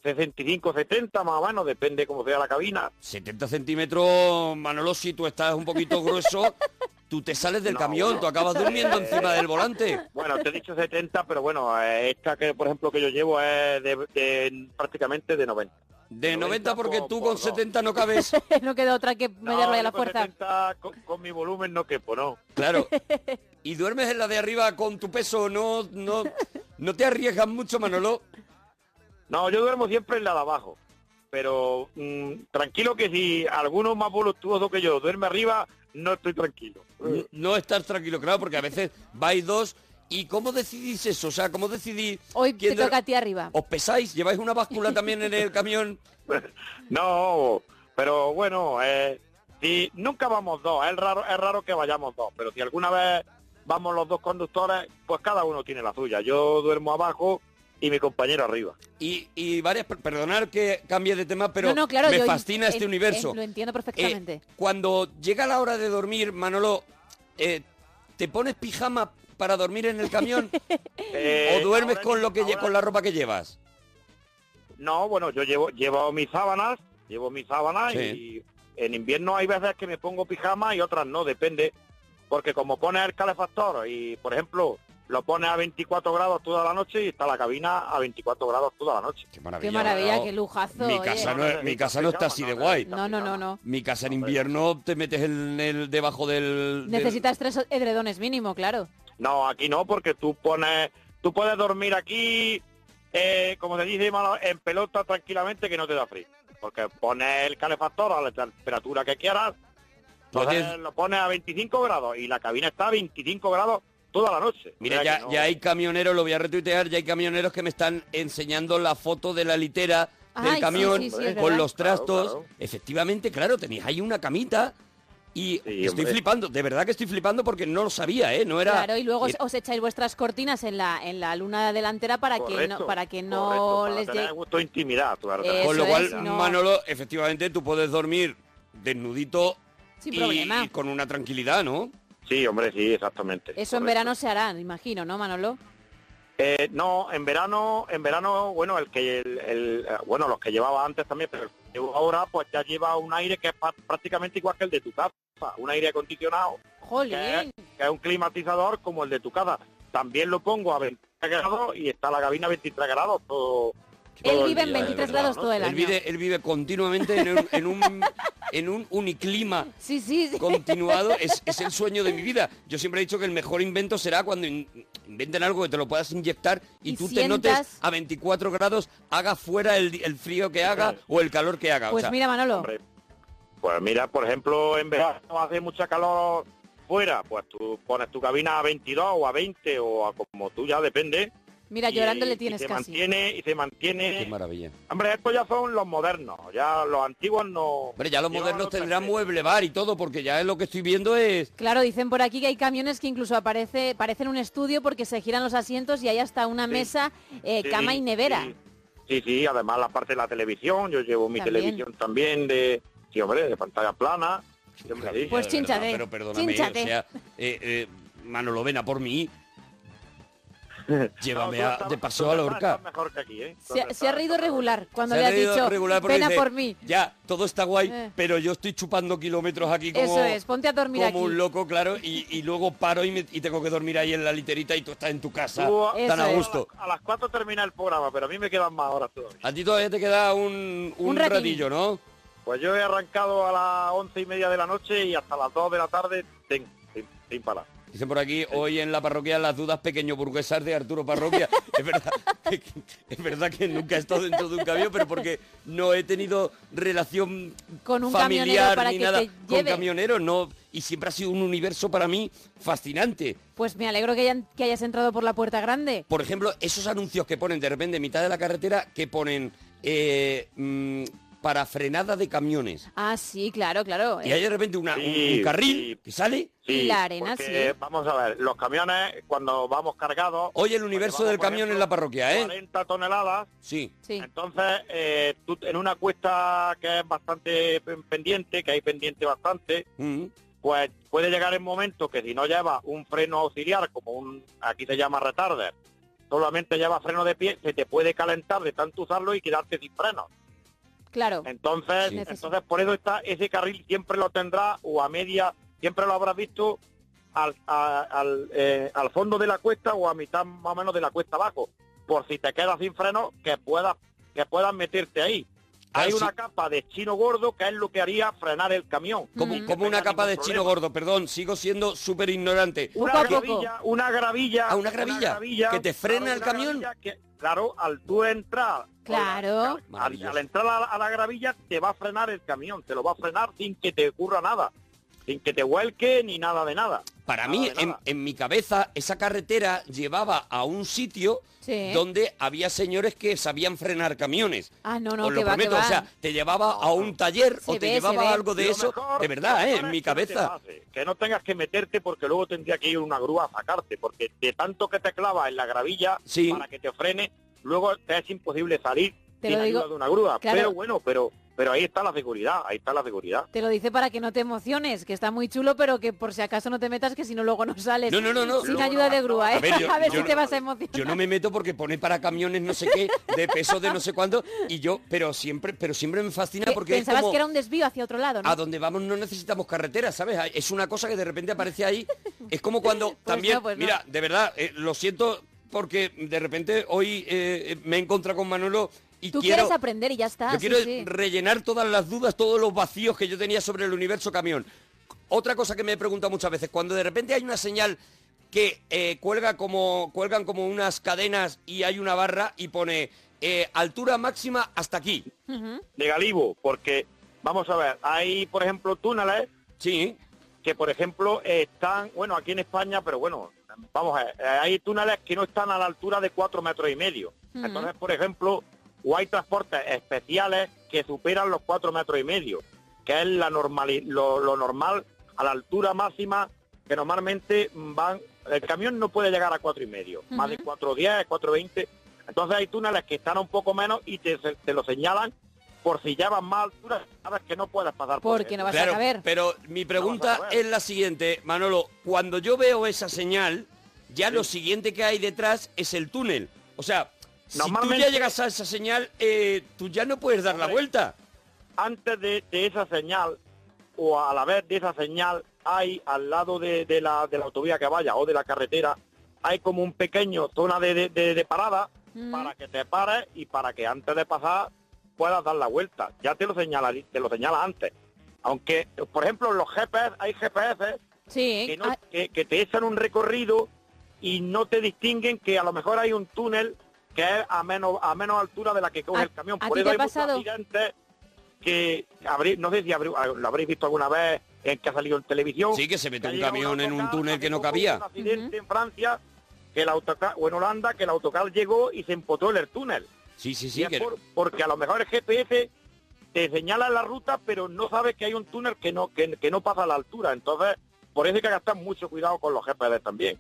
Speaker 6: 65, 70 más o menos, depende cómo sea la cabina.
Speaker 1: 70 centímetros, Manolo, si tú estás un poquito grueso, tú te sales del
Speaker 6: No,
Speaker 1: camión,
Speaker 6: no.
Speaker 1: tú acabas durmiendo
Speaker 6: Eh,
Speaker 1: encima del volante.
Speaker 6: Bueno, te he dicho 70, pero bueno, eh, esta que por ejemplo que yo llevo es de, de- prácticamente de 90.
Speaker 1: De 90 porque
Speaker 6: por
Speaker 1: tú con
Speaker 6: dos.
Speaker 1: 70 no cabes.
Speaker 8: no queda otra que meterlo ahí a la
Speaker 6: yo con
Speaker 8: fuerza.
Speaker 6: 70 con, con mi volumen no quepo, no.
Speaker 1: Claro. Y duermes en la de arriba con tu peso, no, no, no te arriesgas mucho, Manolo.
Speaker 6: No, yo duermo siempre en la de abajo. Pero mm, tranquilo que si alguno más voluptuoso que yo duerme arriba, no estoy tranquilo.
Speaker 1: N- No estás tranquilo, claro, porque a veces vais dos. ¿Y cómo decidís eso? O sea, ¿cómo decidís?
Speaker 8: Hoy te
Speaker 1: quién duer-
Speaker 8: toca a ti arriba.
Speaker 1: ¿Os pesáis? ¿Lleváis una báscula también en el camión?
Speaker 6: No, pero bueno, eh, Si nunca vamos dos, es raro, es raro que vayamos dos, pero si alguna vez vamos los dos conductores, pues cada uno tiene la suya. Yo duermo abajo y mi compañero arriba.
Speaker 1: Y, y varias, per- perdonar que cambie de tema, pero
Speaker 8: no, no, claro,
Speaker 1: me
Speaker 8: yo
Speaker 1: fascina
Speaker 8: en-
Speaker 1: este
Speaker 8: en-
Speaker 1: universo.
Speaker 8: en- lo entiendo perfectamente.
Speaker 1: Eh, cuando llega la hora de dormir, Manolo, eh, ¿te pones pijama para dormir en el camión? ¿O duermes con, lo que, lle- con la ropa que llevas?
Speaker 6: No, bueno, yo llevo llevo mis sábanas, llevo mis sábanas
Speaker 1: Sí.
Speaker 6: y en invierno hay veces que me pongo pijama y otras no, depende, porque como pones el calefactor y, por ejemplo, lo pones a 24 grados toda la noche y está la cabina a 24 grados toda la noche.
Speaker 1: Qué maravilla,
Speaker 8: Qué maravilla,
Speaker 1: Manolo.
Speaker 8: qué lujazo.
Speaker 1: Mi
Speaker 8: oye.
Speaker 1: casa, no, es- mi casa no está así de guay.
Speaker 8: No, no, no, no.
Speaker 1: Mi casa en invierno te metes en el debajo del... del-
Speaker 8: Necesitas tres edredones mínimo, claro.
Speaker 6: No, aquí no, porque tú pones, tú puedes dormir aquí, eh, como se dice, Manolo, en pelota tranquilamente que no te da frío. Porque pones el calefactor a la temperatura que quieras,
Speaker 1: Lo
Speaker 6: entonces
Speaker 1: tienes-
Speaker 6: lo pones a 25 grados y la cabina está a 25 grados toda la noche.
Speaker 1: Mira,
Speaker 6: O sea
Speaker 1: ya,
Speaker 6: que no-
Speaker 1: ya hay camioneros, lo voy a retuitear, ya hay camioneros que me están enseñando la foto de la litera
Speaker 8: Ay,
Speaker 1: del
Speaker 8: sí,
Speaker 1: camión
Speaker 8: sí, sí, es
Speaker 1: con
Speaker 8: verdad.
Speaker 1: los
Speaker 8: Claro,
Speaker 1: trastos. Efectivamente, claro, tenéis ahí una camita y estoy
Speaker 6: hombre.
Speaker 1: flipando, de verdad que estoy flipando porque no lo sabía, ¿eh? No era...
Speaker 8: Claro, y luego os,
Speaker 1: Eh,
Speaker 8: os echáis vuestras cortinas en la, en la luna delantera para que
Speaker 1: Correcto,
Speaker 8: no, para que no
Speaker 6: correcto, para
Speaker 8: les
Speaker 6: tener
Speaker 8: llegue.
Speaker 6: gusto intimidad, claro.
Speaker 8: Eso
Speaker 1: Con lo cual,
Speaker 8: es, no.
Speaker 1: Manolo, efectivamente tú puedes dormir desnudito
Speaker 8: Sin
Speaker 1: y-
Speaker 8: problema.
Speaker 1: y con una tranquilidad, ¿no?
Speaker 6: Sí, hombre, sí, exactamente.
Speaker 8: Eso en verano se hará, imagino, ¿no, Manolo?
Speaker 6: Eh, no, en verano, en verano, bueno, el que el, el- eh, bueno, los que llevaba antes también, pero el que llevo ahora pues ya lleva un aire que es pa- prácticamente igual que el de tu casa, un aire acondicionado, que
Speaker 8: Jolín.
Speaker 6: es, que es un climatizador como el de tu casa. También lo pongo a 23 grados y está la cabina a 23 grados todo. todo
Speaker 8: Él
Speaker 6: el
Speaker 8: vive en
Speaker 6: día, ¿eh? de
Speaker 8: 23
Speaker 6: verdad,
Speaker 8: grados
Speaker 6: ¿no?
Speaker 8: todo el
Speaker 1: Él
Speaker 8: año.
Speaker 1: vive, él vive continuamente en un, en un, en un uniclima
Speaker 8: Sí, sí, sí.
Speaker 1: continuado. Es, es el sueño de mi vida. Yo siempre he dicho que el mejor invento será cuando in- inventen algo que te lo puedas inyectar y,
Speaker 8: Y
Speaker 1: tú te notes
Speaker 8: sientas-
Speaker 1: a 24 grados, haga fuera el, el frío que haga o el calor que haga. o
Speaker 8: Pues
Speaker 1: sea,
Speaker 8: mira, Manolo.
Speaker 6: Pues mira, por ejemplo, en verano hace mucha calor fuera, pues tú pones tu cabina a 22 o a 20 o a como tú ya depende.
Speaker 8: Mira,
Speaker 6: y-
Speaker 8: llorando le
Speaker 6: y
Speaker 8: tienes
Speaker 6: se
Speaker 8: casi.
Speaker 6: mantiene y se mantiene.
Speaker 1: Qué maravilla.
Speaker 6: Hombre, estos ya son los modernos, ya los antiguos no.
Speaker 1: Hombre, ya los modernos tendrán mueble bar y todo, porque ya es lo que estoy viendo es...
Speaker 8: Claro, dicen por aquí que hay camiones que incluso aparece, parecen un estudio porque se giran los asientos y hay hasta una mesa, eh,
Speaker 6: Sí,
Speaker 8: cama y nevera.
Speaker 6: Sí, sí, además la parte de la televisión, yo llevo mi
Speaker 8: También.
Speaker 6: televisión también de, sí, hombre, de pantalla plana. Sí, hombre, sí.
Speaker 8: Pues chínchate,
Speaker 1: Pero, perdóname,
Speaker 8: chínchate.
Speaker 1: o sea, eh, eh, Manolo, ven a por mí. Llévame a- de paseo a la horca.
Speaker 6: Mejor que aquí, ¿eh?
Speaker 8: Se, ha- se ha reído regular cuando
Speaker 1: Se
Speaker 8: le
Speaker 1: ha
Speaker 8: has
Speaker 1: leído
Speaker 8: dicho,
Speaker 1: regular porque
Speaker 8: ven a
Speaker 1: dice,
Speaker 8: por mí.
Speaker 1: Ya, todo está guay,
Speaker 8: Eh.
Speaker 1: pero yo estoy chupando kilómetros aquí como,
Speaker 8: Eso es, ponte a dormir
Speaker 1: como
Speaker 8: aquí.
Speaker 1: un loco, claro, y, y luego paro y, me- y tengo que dormir ahí en la literita y tú estás en tu casa tan a gusto.
Speaker 6: A las 4 termina el programa, pero a mí me quedan más horas todavía.
Speaker 1: A ti todavía te queda un, un
Speaker 6: Un ratín.
Speaker 1: ratillo, ¿no?
Speaker 6: Pues yo he arrancado a las once y media de la noche y hasta las 2 de la tarde tengo, sin, sin parar.
Speaker 1: Dicen por aquí, hoy en la parroquia las dudas pequeño burguesas de Arturo Parroquia. es, verdad, es verdad que nunca he estado dentro de un camión, pero porque no he tenido relación
Speaker 8: Con un camionero
Speaker 1: familiar
Speaker 8: para
Speaker 1: ni
Speaker 8: que
Speaker 1: nada
Speaker 8: te
Speaker 1: con
Speaker 8: lleve.
Speaker 1: camioneros, no. Y siempre ha sido un universo para mí fascinante.
Speaker 8: Pues me alegro que, hayan- que hayas entrado por la puerta grande.
Speaker 1: Por ejemplo, esos anuncios que ponen de repente en mitad de la carretera que ponen eh, mm, para frenada de camiones.
Speaker 8: Ah, sí, claro, claro. eh,
Speaker 1: Y hay de repente una-
Speaker 6: Sí,
Speaker 1: un carril que sale.
Speaker 8: Y la arena,
Speaker 6: porque,
Speaker 8: sí.
Speaker 6: Vamos a ver, los camiones cuando vamos cargados...
Speaker 1: Hoy el universo del camión en la parroquia, ¿eh?
Speaker 6: 40 toneladas.
Speaker 1: Sí.
Speaker 6: Entonces, eh, tú en una cuesta que es bastante pen- pendiente, que hay pendiente bastante,
Speaker 1: Mm.
Speaker 6: pues puede llegar el momento que si no lleva un freno auxiliar, como un aquí se llama retarder, solamente lleva freno de pie, se te puede calentar de tanto usarlo y quedarte sin freno.
Speaker 8: Claro.
Speaker 6: Entonces,
Speaker 8: Sí.
Speaker 6: entonces por eso está ese carril siempre lo tendrá o a media, siempre lo habrás visto al, a- al, eh, al fondo de la cuesta o a mitad más o menos de la cuesta abajo, por si te quedas sin freno que puedas que puedas meterte ahí.
Speaker 1: Ah,
Speaker 6: Hay una capa de chino gordo que es lo que haría frenar el camión.
Speaker 1: Como, como una capa de chino gordo, perdón, sigo siendo súper ignorante.
Speaker 6: Una gravilla, una gravilla,
Speaker 1: Ah, una gravilla, que te frena
Speaker 6: claro,
Speaker 1: el
Speaker 6: una
Speaker 1: camión.
Speaker 6: gravilla que, claro, al tú entrar,
Speaker 8: Claro.
Speaker 6: al, al entrar a la, a la gravilla te va a frenar el camión, te lo va a frenar sin que te ocurra nada. sin que te vuelque ni nada de nada.
Speaker 1: Para mí, en, en mi cabeza, esa carretera llevaba a un sitio
Speaker 8: Sí.
Speaker 1: donde había señores que sabían frenar camiones.
Speaker 8: Ah, no, no,
Speaker 1: Os
Speaker 8: que
Speaker 1: lo
Speaker 8: va, que
Speaker 1: prometo,
Speaker 8: va.
Speaker 1: o sea, te llevaba a un taller
Speaker 8: Se
Speaker 1: o te
Speaker 8: ve, se
Speaker 1: llevaba
Speaker 8: ve.
Speaker 1: algo de
Speaker 6: Lo
Speaker 1: eso,
Speaker 6: mejor-
Speaker 1: de
Speaker 6: lo
Speaker 1: verdad, ¿eh?
Speaker 6: mejor
Speaker 1: en
Speaker 6: es
Speaker 1: mi
Speaker 6: que no te
Speaker 1: cabeza.
Speaker 6: pases, Que no tengas que meterte porque luego tendría que ir una grúa a sacarte, porque de tanto que te clavas en la gravilla
Speaker 1: Sí.
Speaker 6: para que te frene, luego te es imposible salir
Speaker 8: Te
Speaker 6: sin
Speaker 8: lo digo-
Speaker 6: ayuda de una grúa.
Speaker 8: claro.
Speaker 6: Pero bueno, pero pero ahí está la seguridad, ahí está la seguridad.
Speaker 8: Te lo dice para que no te emociones, que está muy chulo, pero que por si acaso no te metas, que si no luego no sales.
Speaker 1: No, no, no, no.
Speaker 8: Sin
Speaker 1: Luego
Speaker 8: ayuda
Speaker 1: no,
Speaker 8: de grúa, ¿eh?
Speaker 1: A ver, yo- yo
Speaker 8: si
Speaker 1: no-
Speaker 8: te vas a emocionar.
Speaker 1: Yo no me meto porque pone para camiones no sé qué, de peso de no sé cuánto, y yo, pero siempre, pero siempre me fascina porque es
Speaker 8: Pensabas
Speaker 1: como-
Speaker 8: que era un desvío hacia otro lado, ¿no?
Speaker 1: a donde vamos no necesitamos carreteras, ¿sabes? Es una cosa que de repente aparece ahí. Es como cuando también,
Speaker 8: no, pues no.
Speaker 1: mira, de verdad, eh, lo siento porque de repente hoy eh, me he encontrado con Manolo y
Speaker 8: Tú
Speaker 1: quiero...
Speaker 8: quieres aprender y ya está.
Speaker 1: Yo
Speaker 8: sí,
Speaker 1: quiero
Speaker 8: sí.
Speaker 1: rellenar todas las dudas, todos los vacíos que yo tenía sobre el universo camión. Otra cosa que me he preguntado muchas veces, cuando de repente hay una señal que eh, cuelga como, cuelgan como unas cadenas y hay una barra y pone eh, altura máxima hasta aquí.
Speaker 6: de Galibo, porque vamos a ver, hay por ejemplo túneles que por ejemplo eh, están, bueno, aquí en España, pero bueno, vamos a ver, eh, hay túneles que no están a la altura de cuatro metros y medio.
Speaker 14: Ujú.
Speaker 6: Entonces, por ejemplo, o hay transportes especiales que superan los cuatro metros y medio, que es la normali- lo, lo normal a la altura máxima que normalmente van, el camión no puede llegar a cuatro y medio, más de
Speaker 14: Ujú.
Speaker 6: 410, 420. Entonces hay túneles que están a un poco menos y te, se- te lo señalan por si ya vas más altura, sabes que no puedes pasar por él.
Speaker 1: Claro, Pero mi pregunta es la siguiente, Manolo. Cuando yo veo esa señal, ya lo siguiente que hay detrás es el túnel. O sea, si tú ya
Speaker 6: Normalmente-
Speaker 1: llegas a esa señal, eh, tú ya no puedes dar la vuelta.
Speaker 6: antes de, de esa señal o a la vez de esa señal hay al lado de, de la, de la autovía que vaya o de la carretera hay como un pequeño zona de, de- de- de parada para que te pares y para que antes de pasar puedas dar la vuelta ya te lo señala te lo señala antes aunque por ejemplo los GPS hay GPS que,
Speaker 8: Ah.
Speaker 6: no- que- que te echan un recorrido y no te distinguen que a lo mejor hay un túnel que es a menos a menos altura de la que coge el camión
Speaker 8: Ah, a
Speaker 6: por
Speaker 8: ti
Speaker 6: eso
Speaker 8: te
Speaker 6: hay
Speaker 8: ha
Speaker 6: muchos
Speaker 8: pasado?
Speaker 6: accidentes que habrí- no sé si habrí- ah, lo habréis visto alguna vez en que ha salido en televisión.
Speaker 1: Sí, que se mete
Speaker 6: ha
Speaker 1: un
Speaker 6: llegado
Speaker 1: camión en un túnel que no
Speaker 6: Un
Speaker 1: cabía.
Speaker 6: accidente en Francia que el autocar, o en Holanda que el autocar llegó y se empotó en el túnel.
Speaker 1: Sí, sí,
Speaker 6: Y
Speaker 1: sí.
Speaker 6: es
Speaker 1: que-
Speaker 6: por- porque a lo mejor el GPS te señala la ruta, pero no sabes que hay un túnel que no que, que no pasa a la altura. Entonces, por eso hay que gastar mucho cuidado con los GPS también.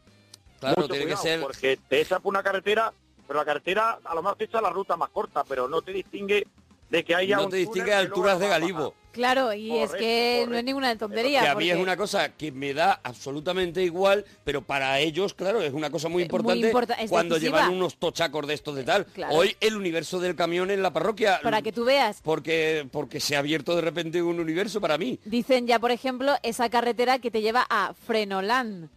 Speaker 1: Claro,
Speaker 6: Mucho
Speaker 1: tiene que
Speaker 6: cuidado,
Speaker 1: ser-
Speaker 6: Porque te echa por una carretera, pero la carretera a lo mejor te echa la ruta más corta, pero no te distingue de que haya
Speaker 1: no
Speaker 6: un
Speaker 1: te
Speaker 6: túnel
Speaker 1: distingue
Speaker 6: que luego
Speaker 1: alturas de
Speaker 6: vas a bajar.
Speaker 1: Galibo.
Speaker 8: Claro, y es que no es ninguna tontería.
Speaker 1: Que a mí es
Speaker 8: porque-
Speaker 1: una cosa que me da absolutamente igual, pero para ellos, claro, es una cosa muy importante
Speaker 8: Eh, importa- es
Speaker 1: cuando
Speaker 8: decisiva.
Speaker 1: llevan unos tochacos de estos de tal.
Speaker 8: Claro.
Speaker 1: Hoy el universo del camión en la parroquia.
Speaker 8: Para que tú veas.
Speaker 1: Porque, porque se ha abierto de repente un universo para mí.
Speaker 8: Dicen ya, por ejemplo, esa carretera que te lleva a Frenoland.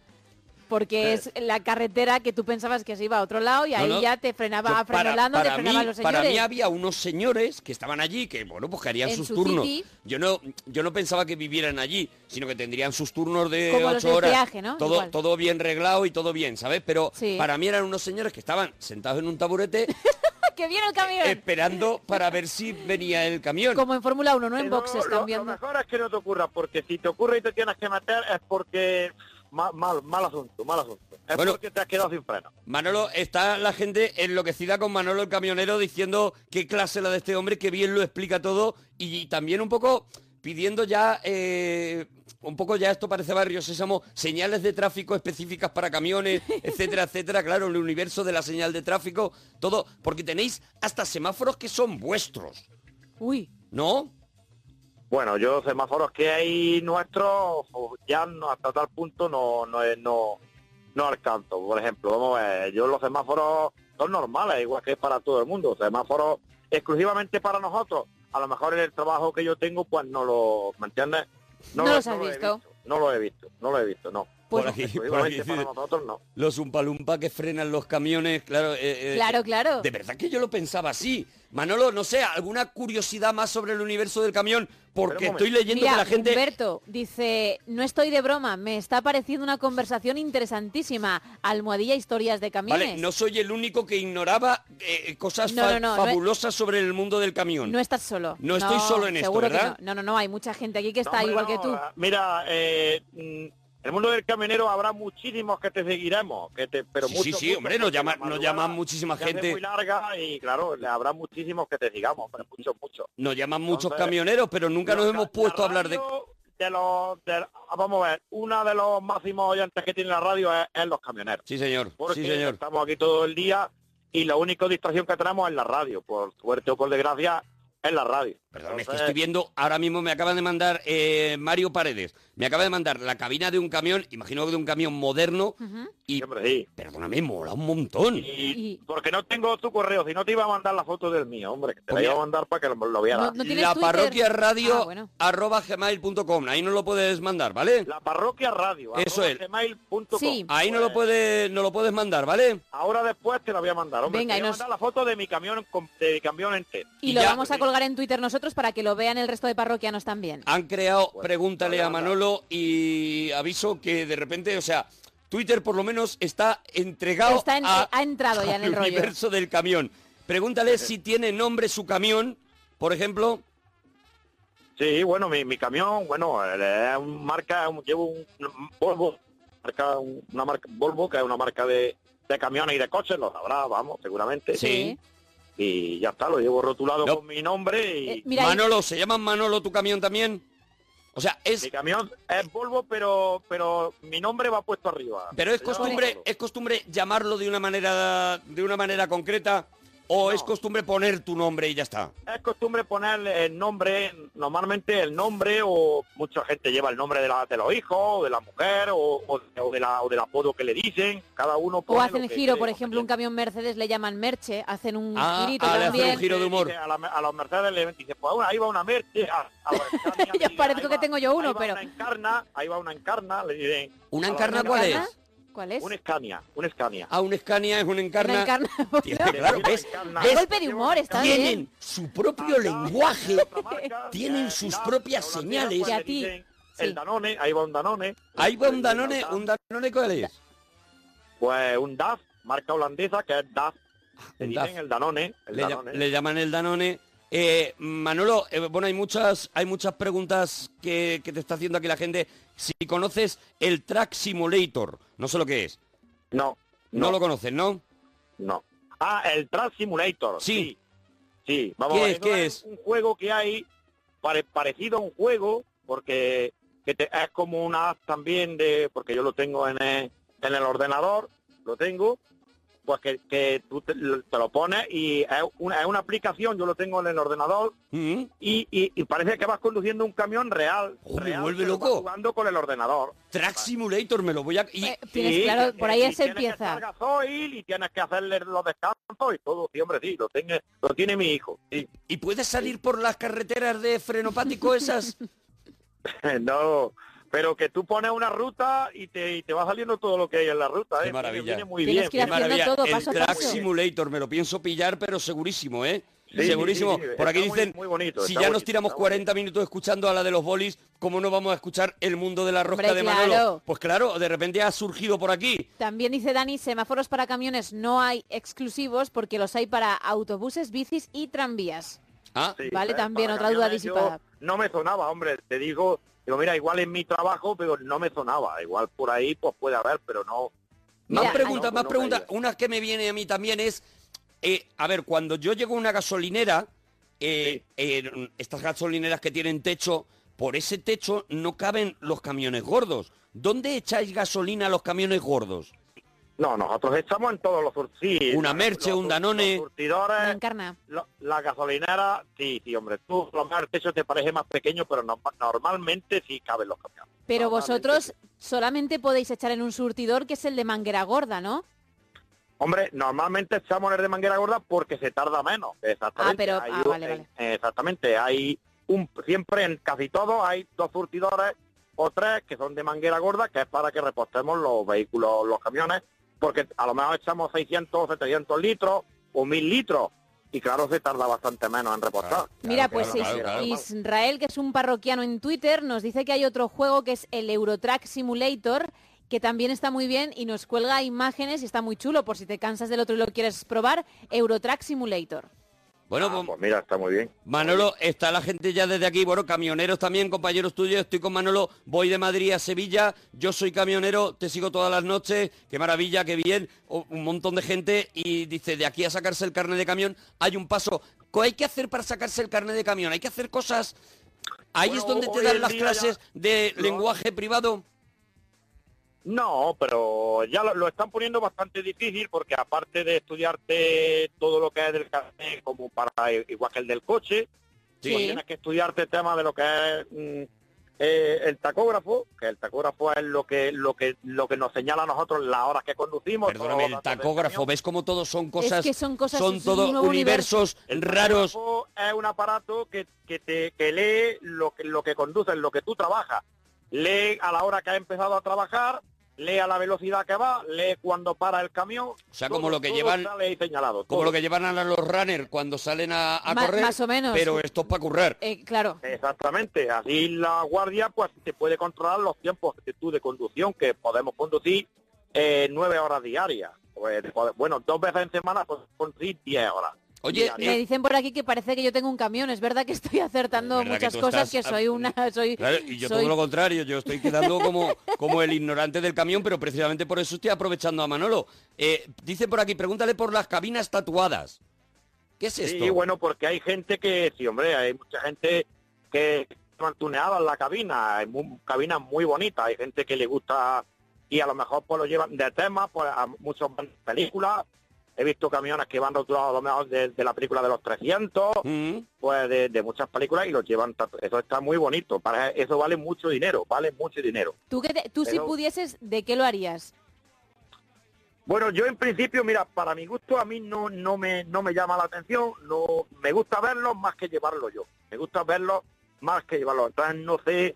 Speaker 8: Porque es la carretera que tú pensabas que se iba a otro lado y ahí
Speaker 1: Eh. No, no.
Speaker 8: ya te frenaba
Speaker 1: Yo,
Speaker 8: a Frenoland, donde
Speaker 1: mí,
Speaker 8: frenaban los señores.
Speaker 1: para mí había unos señores que estaban allí que, bueno, pues que harían
Speaker 8: En
Speaker 1: sus
Speaker 8: su
Speaker 1: turnos.
Speaker 8: city.
Speaker 1: Yo no, yo no pensaba que vivieran allí, sino que tendrían sus turnos de
Speaker 8: Como los
Speaker 1: ocho
Speaker 8: del
Speaker 1: horas.
Speaker 8: peaje, ¿no?
Speaker 1: Todo,
Speaker 8: Igual.
Speaker 1: todo bien reglado y todo bien, ¿sabes? Pero para mí eran unos señores que estaban sentados en un taburete
Speaker 8: ¡Ah, ¡Que viene el camión!
Speaker 1: Eh, esperando para ver si venía el camión.
Speaker 8: Como en Fórmula 1, no en
Speaker 6: Pero
Speaker 8: boxes
Speaker 6: lo-
Speaker 8: cambiando.
Speaker 6: Lo mejor es que no te ocurra, porque si te ocurre y te tienes que meter es porque... Mal, mal, mal asunto, mal asunto. Es
Speaker 1: Bueno.
Speaker 6: porque te has quedado sin freno.
Speaker 1: Manolo, está la gente enloquecida con Manolo el camionero diciendo qué clase la de este hombre, que bien lo explica todo y, y también un poco pidiendo ya, eh, un poco ya esto parece barrio sésamo, señales de tráfico específicas para camiones, etcétera, etcétera, claro, el universo de la señal de tráfico, todo, porque tenéis hasta semáforos que son vuestros,
Speaker 8: Uy.
Speaker 1: ¿no?
Speaker 6: Bueno, yo semáforos que hay nuestros o ya no, hasta tal punto no no es- no no alcanzo. Por ejemplo, vamos a ver, yo los semáforos son normales, igual que para todo el mundo. Semáforos exclusivamente para nosotros. A lo mejor en el trabajo que yo tengo, pues no lo, ¿me entiendes?
Speaker 8: No los has
Speaker 6: he
Speaker 8: visto.
Speaker 6: No lo he visto, no lo he visto, no.
Speaker 1: por aquí, por aquí
Speaker 6: Obviamente, para
Speaker 1: dice,
Speaker 6: nosotros no.
Speaker 1: los umpalumpa que frenan los camiones, claro. eh, eh,
Speaker 8: Claro, claro.
Speaker 1: De verdad que yo lo pensaba así. Manolo, no sé, alguna curiosidad más sobre el universo del camión, porque estoy leyendo
Speaker 8: Mira,
Speaker 1: que la gente...
Speaker 8: Humberto dice, no estoy de broma, me está pareciendo una conversación interesantísima. Almohadilla historias de camiones.
Speaker 1: Vale, no soy el único que ignoraba eh, cosas
Speaker 8: No,
Speaker 1: fa-
Speaker 8: no, no, no es-
Speaker 1: fabulosas sobre el mundo del camión.
Speaker 8: No estás solo.
Speaker 1: No estoy solo en esto,
Speaker 8: seguro que
Speaker 1: ¿verdad?
Speaker 8: no. no, no, no, hay mucha gente aquí que está
Speaker 6: hombre,
Speaker 8: igual
Speaker 6: no,
Speaker 8: que tú.
Speaker 6: ah, Mira, eh, mm, el mundo del camionero habrá muchísimos que te seguiremos, que te, pero
Speaker 1: sí,
Speaker 6: muchos,
Speaker 1: sí, sí,
Speaker 6: muchos,
Speaker 1: hombre, nos
Speaker 6: porque la
Speaker 1: llama, nos
Speaker 6: madrugada
Speaker 1: llaman muchísima
Speaker 6: se hace
Speaker 1: gente,
Speaker 6: muy larga y claro, le habrá muchísimos que te sigamos, pero muchos, muchos.
Speaker 1: nos llaman muchos
Speaker 6: Entonces,
Speaker 1: camioneros, pero nunca nos hemos puesto a hablar de...
Speaker 6: De los, de- ah, vamos a ver, una de los máximos oyentes que tiene la radio es, es los camioneros.
Speaker 1: Sí, señor,
Speaker 6: Porque
Speaker 1: sí, señor.
Speaker 6: estamos aquí todo el día y la única distracción que tenemos es la radio, por suerte o por desgracia, es la radio.
Speaker 1: Perdón, es que
Speaker 6: Entonces,
Speaker 1: estoy viendo, ahora mismo me acaban de mandar eh, Mario Paredes, me acaba de mandar la cabina de un camión, imagino que de un camión moderno, y... Perdóname, mola un montón.
Speaker 6: Y- Porque no tengo tu correo, si no te iba a mandar la foto del mío, hombre, que te la
Speaker 1: Pues
Speaker 6: iba a
Speaker 1: mira.
Speaker 6: mandar para que lo, lo viera.
Speaker 1: la parroquia radio
Speaker 8: Ah,
Speaker 1: arroba gmail.com, ahí no lo puedes mandar, ¿vale?
Speaker 6: La parroquia radio Pues-
Speaker 1: Eso es.
Speaker 6: gmail.com.
Speaker 1: Ahí no lo puedes, no lo puedes mandar, ¿vale?
Speaker 6: Ahora después te la voy a mandar, hombre.
Speaker 8: Venga,
Speaker 6: te
Speaker 8: y
Speaker 6: voy a
Speaker 8: nos-
Speaker 6: mandar la foto de mi camión com- de mi camión entero.
Speaker 8: Y, lo vamos a colgar en Twitter nosotros para que lo vean el resto de parroquianos también.
Speaker 1: Han creado,
Speaker 6: Pues,
Speaker 1: pregúntale a Manolo y aviso que de repente, o sea, Twitter por lo menos está entregado
Speaker 8: Está en- eh,
Speaker 1: a-
Speaker 8: ha entrado ya en el
Speaker 1: al
Speaker 8: rollo.
Speaker 1: universo del camión. Pregúntale si tiene nombre su camión, por ejemplo.
Speaker 6: Sí, bueno, mi, mi camión, bueno, es un marca, un- llevo un, un Volvo, marca, un- una marca Volvo, que es una marca de, de camiones y de coches, lo sabrá, vamos, seguramente.
Speaker 1: Sí.
Speaker 6: Y ya está, lo llevo rotulado con mi nombre
Speaker 8: Eh,
Speaker 6: y...
Speaker 1: Manolo, ¿se llama Manolo tu camión también? O sea, es...
Speaker 6: Mi camión es Volvo, pero pero mi nombre va puesto arriba.
Speaker 1: Pero es
Speaker 6: Se llama
Speaker 1: costumbre, es costumbre llamarlo de una manera de una manera concreta o es costumbre poner tu nombre y ya está.
Speaker 6: Es costumbre ponerle el nombre, normalmente el nombre, o mucha gente lleva el nombre de, la- de los hijos, o de la mujer, o, o de- o de la, o del apodo que le dicen, cada uno
Speaker 8: O
Speaker 6: pone
Speaker 8: hacen
Speaker 6: lo que
Speaker 8: giro,
Speaker 6: cree.
Speaker 8: por ejemplo, un camión Mercedes le llaman Merche, hacen un
Speaker 6: Ah,
Speaker 8: girito
Speaker 6: ah, le hacen un
Speaker 8: también.
Speaker 6: giro de humor. A, la- a los Mercedes le dicen, pues ahí va una Merche, a- a-
Speaker 8: Yo parezco que tengo yo uno, pero...
Speaker 6: encarna, ahí va una encarna, le dicen...
Speaker 1: ¿Una
Speaker 6: a los
Speaker 1: encarna cuál
Speaker 6: Mercedes,
Speaker 1: es?
Speaker 8: ¿Cuál es?
Speaker 6: Un Scania, un Scania.
Speaker 1: Ah, un Scania es un encarna.
Speaker 8: Una encarna.
Speaker 1: Tío, claro, ¿ves?
Speaker 8: Hay
Speaker 1: ¿Ves?
Speaker 8: golpe de humor, está
Speaker 1: Tienen
Speaker 8: bien.
Speaker 1: su propio lenguaje, tienen sus propias señales.
Speaker 6: Y a ti. pues, El Danone, ahí va un Danone.
Speaker 1: Ahí va un Danone, un Danone cuál es?
Speaker 6: Pues un DAF, marca holandesa, que es DAF. Le
Speaker 1: Ah, un
Speaker 6: dicen
Speaker 1: DAF.
Speaker 6: el Danone. El
Speaker 1: Le, llam-
Speaker 6: Danone.
Speaker 1: le llaman el Danone. Eh, Manolo, eh, bueno, hay muchas, hay muchas preguntas que, que te está haciendo aquí la gente. Si conoces el Track Simulator, no sé lo que es.
Speaker 6: No.
Speaker 1: No, lo conoces, ¿no?
Speaker 6: No. Ah, el Trans Simulator. Sí. Sí, vamos
Speaker 1: ¿Qué
Speaker 6: a ver,
Speaker 1: es?
Speaker 6: no
Speaker 1: ¿Qué es?
Speaker 6: Un juego que hay pare- parecido a un juego, porque que te- es como una app también de... Porque yo lo tengo en el, en el ordenador, lo tengo, pues que, que tú te, lo- te lo pones y es una, es una aplicación, yo lo tengo en el ordenador,
Speaker 1: Mm.
Speaker 6: y, y- y parece que vas conduciendo un camión real. real,
Speaker 1: vuelve
Speaker 6: pero vas
Speaker 1: loco.
Speaker 6: jugando con el ordenador.
Speaker 1: Track Simulator, me lo voy a... y-
Speaker 8: Eh, Tienes claro, por ahí
Speaker 6: y
Speaker 8: se
Speaker 6: tienes que
Speaker 8: empieza.
Speaker 6: cargar gasoil y tienes que hacerle los descansos y todo. Sí, hombre, sí, lo tiene, lo tiene mi hijo. sí.
Speaker 1: ¿Y puedes salir por las carreteras de frenopático esas?
Speaker 6: no, pero que tú pones una ruta y te, y te va saliendo todo lo que hay en la ruta.
Speaker 1: Qué
Speaker 6: ¿eh?
Speaker 1: maravilla.
Speaker 6: Viene muy bien.
Speaker 1: Qué maravilla.
Speaker 8: todo,
Speaker 1: el
Speaker 8: paso a
Speaker 1: Track
Speaker 8: paso.
Speaker 1: Simulator, me lo pienso pillar, pero segurísimo, ¿eh?
Speaker 6: Sí,
Speaker 1: segurísimo.
Speaker 6: sí, sí, sí.
Speaker 1: Por aquí
Speaker 6: Está muy-
Speaker 1: dicen,
Speaker 6: muy bonito,
Speaker 1: si
Speaker 6: está
Speaker 1: ya nos
Speaker 6: bonito,
Speaker 1: tiramos
Speaker 6: está
Speaker 1: 40 minutos escuchando a la de los bolis, ¿cómo no vamos a escuchar el mundo de la rosca
Speaker 8: Hombre,
Speaker 1: de
Speaker 8: claro.
Speaker 1: Manolo? Pues claro, de repente ha surgido por aquí.
Speaker 8: También dice Dani, semáforos para camiones no hay exclusivos porque los hay para autobuses, bicis y tranvías.
Speaker 1: ¿Ah?
Speaker 6: Sí,
Speaker 8: Vale,
Speaker 6: ¿eh?
Speaker 8: también
Speaker 6: Para
Speaker 8: otra duda
Speaker 6: camiones yo
Speaker 8: disipada.
Speaker 6: No me sonaba, hombre, te digo, digo, mira, igual en mi trabajo, pero no me sonaba. Igual por ahí pues puede haber, pero no.
Speaker 1: Más
Speaker 6: no,
Speaker 1: preguntas,
Speaker 6: no,
Speaker 1: más
Speaker 6: no
Speaker 1: preguntas. Una que me viene a mí también es, eh, a ver, cuando yo llego a una gasolinera, eh, eh, estas gasolineras que tienen techo, por ese techo no caben los camiones gordos. ¿Dónde echáis gasolina a los camiones gordos?
Speaker 6: No, nosotros estamos en todos los surtidores.
Speaker 1: Una merche, un danone.
Speaker 6: surtidores,
Speaker 8: encarna.
Speaker 6: lo- la gasolinera, sí, sí, hombre, tú, lo mejor el techo te parece más pequeño, pero no- normalmente sí caben los camiones.
Speaker 8: Pero vosotros solamente podéis echar en un surtidor que es el de manguera gorda, ¿no?
Speaker 6: Hombre, normalmente echamos en el de manguera gorda porque se tarda menos. Exactamente.
Speaker 8: Ah, pero-
Speaker 6: Hay
Speaker 8: ah,
Speaker 6: un-
Speaker 8: vale, vale.
Speaker 6: eh, Exactamente, hay un, siempre en casi todo hay dos surtidores o tres que son de manguera gorda, que es para que repostemos los vehículos, los camiones, porque a lo mejor echamos 600, 700 litros o 1000 litros. Y claro, se tarda bastante menos en repostar.
Speaker 8: Mira, pues Is- Israel, que es un parroquiano en Twitter, nos dice que hay otro juego que es el Eurotrack Simulator, que también está muy bien y nos cuelga imágenes y está muy chulo por si te cansas del otro y lo quieres probar, Eurotrack Simulator.
Speaker 1: Bueno, pues,
Speaker 6: Ah, mira, está muy bien.
Speaker 1: Manolo, está la gente ya desde aquí, bueno, camioneros también, compañeros tuyos, estoy con Manolo, voy de Madrid a Sevilla, yo soy camionero, te sigo todas las noches, qué maravilla, qué bien, o- un montón de gente y dice, de aquí a sacarse el carnet de camión hay un paso. ¿Qué hay que hacer para sacarse el carnet de camión? Hay que hacer cosas... Ahí
Speaker 6: Bueno,
Speaker 1: es donde
Speaker 6: hoy
Speaker 1: te
Speaker 6: en
Speaker 1: dan las
Speaker 6: día
Speaker 1: clases
Speaker 6: ya-
Speaker 1: de
Speaker 6: No.
Speaker 1: lenguaje privado.
Speaker 6: No, pero ya lo, lo están poniendo bastante difícil porque aparte de estudiarte todo lo que es del carnet, como para igual que el del coche,
Speaker 14: Sí.
Speaker 6: pues tienes que estudiarte tema de lo que es mm, eh, el tacógrafo, que el tacógrafo es lo que lo que lo que nos señala a nosotros las horas que conducimos.
Speaker 1: Perdóname, el tacógrafo, ¿ves cómo todos son cosas...
Speaker 6: que son cosas- es un
Speaker 1: todo
Speaker 6: nuevo
Speaker 1: universos
Speaker 6: El
Speaker 1: raros.
Speaker 6: tacógrafo es un aparato que, que te que lee lo que lo que conduces, lo que tú trabajas. Lee a la hora que has empezado a trabajar, lee a la velocidad que va, lee cuando para el camión. O
Speaker 1: sea, como lo que llevan-
Speaker 6: sale ahí señalado.
Speaker 1: Como
Speaker 6: todo.
Speaker 1: lo que llevan a los runners cuando salen a, a
Speaker 8: Ma-
Speaker 1: correr.
Speaker 8: más o menos.
Speaker 1: Pero esto es para currar.
Speaker 8: Eh, claro.
Speaker 6: Exactamente, así la guardia pues te puede controlar los tiempos que tú de conducción que podemos conducir eh, nueve horas diarias. Pues, pod- bueno, dos veces en semana pues conducir diez horas.
Speaker 1: eh,
Speaker 8: me dicen por aquí que parece que yo tengo un camión, es verdad que estoy acertando
Speaker 1: Es verdad que
Speaker 8: muchas
Speaker 1: tú
Speaker 8: cosas,
Speaker 1: estás-
Speaker 8: que soy una soy
Speaker 1: Claro, y yo
Speaker 8: soy-
Speaker 1: todo lo contrario, yo estoy quedando como, como el ignorante del camión, pero precisamente por eso estoy aprovechando a Manolo. Eh, dice por aquí, pregúntale por las cabinas tatuadas. ¿Qué es esto?
Speaker 6: Sí, bueno, porque hay gente que, sí, hombre, hay mucha gente que mantuneaba en la cabina, hay mu- cabinas muy bonitas, hay gente que le gusta y a lo mejor pues lo llevan de temas, pues a muchas películas, he visto camiones que van rotulados a lo mejor de, de la película de los 300,
Speaker 1: Mm.
Speaker 6: pues de, de muchas películas y los llevan, tatu- eso está muy bonito, para eso vale mucho dinero, vale mucho dinero.
Speaker 8: Tú, que te- tú si
Speaker 6: Pero-
Speaker 8: pudieses, ¿de qué lo harías?
Speaker 6: Bueno, yo en principio, mira, para mi gusto a mí no no me no me llama la atención, no me gusta verlos más que llevarlo yo. Me gusta verlos más que llevarlo. Entonces no sé,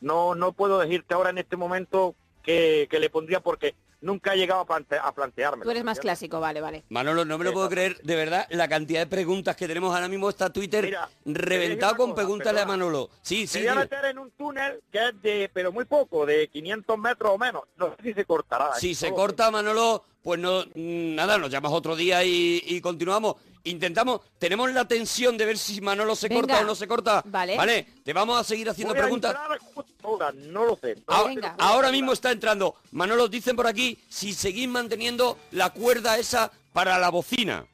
Speaker 6: no no puedo decirte ahora en este momento que, le pondría porque nunca he llegado a, plante- a plantearme.
Speaker 8: Tú eres más clásico, vale, vale.
Speaker 1: Manolo, no me
Speaker 6: Eh,
Speaker 1: lo
Speaker 6: ah.
Speaker 1: puedo creer, de verdad, la cantidad de preguntas que tenemos ahora mismo está Twitter reventado con pregúntale a Manolo. Sí, sí,
Speaker 6: me voy a
Speaker 1: dime.
Speaker 6: meter en un túnel que es de, pero muy poco, de 500 metros o menos. No sé si se cortará. ¿eh?
Speaker 1: Si se
Speaker 6: Todo.
Speaker 1: corta, Manolo, pues no, mm, nada, nos llamas otro día y, y continuamos. Intentamos, tenemos la tensión de ver si Manolo se
Speaker 6: Venga.
Speaker 1: corta o no se corta.
Speaker 6: Vale.
Speaker 1: Vale, te vamos a seguir
Speaker 6: ¿Eh?
Speaker 1: haciendo
Speaker 6: Voy a
Speaker 1: preguntas. Ah,
Speaker 6: entrar justo ahora, no lo sé. no
Speaker 1: Ahora,
Speaker 6: sé lo que-
Speaker 1: ahora mismo está entrando. Manolo, dicen por aquí si seguís manteniendo la cuerda esa para la bocina.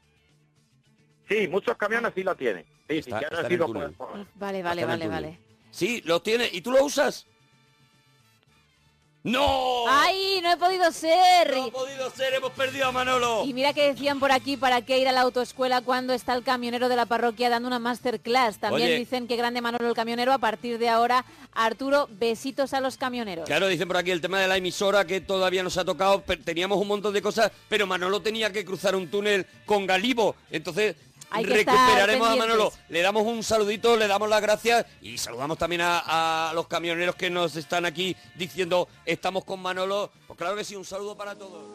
Speaker 6: Sí, muchos camiones sí la tienen. Sí,
Speaker 1: Está-
Speaker 6: sí, que han
Speaker 1: está en el
Speaker 6: sido
Speaker 1: túnel.
Speaker 6: por- por-
Speaker 8: Vale,
Speaker 1: Está
Speaker 8: vale,
Speaker 1: en
Speaker 8: vale,
Speaker 1: el
Speaker 8: vale.
Speaker 1: Sí, lo tiene. ¿Y tú lo usas? ¡No!
Speaker 8: ¡Ay, no he podido ser!
Speaker 1: No ha podido ser, hemos perdido a Manolo.
Speaker 8: Y mira que decían por aquí para qué ir a la autoescuela cuando está el camionero de la parroquia dando una masterclass. También
Speaker 1: Oye.
Speaker 8: dicen que grande Manolo el camionero. A partir de ahora, Arturo, besitos a los camioneros.
Speaker 1: Claro, dicen por aquí el tema de la emisora que todavía nos ha tocado. pe- Teníamos un montón de cosas, pero Manolo tenía que cruzar un túnel con Galibo. Entonces
Speaker 8: Hay que estar
Speaker 1: recuperaremos a Manolo.
Speaker 8: pendientes.
Speaker 1: Le damos un saludito, le damos las gracias y saludamos también a, a los camioneros que nos están aquí diciendo estamos con Manolo. Pues claro que sí, un saludo para todos.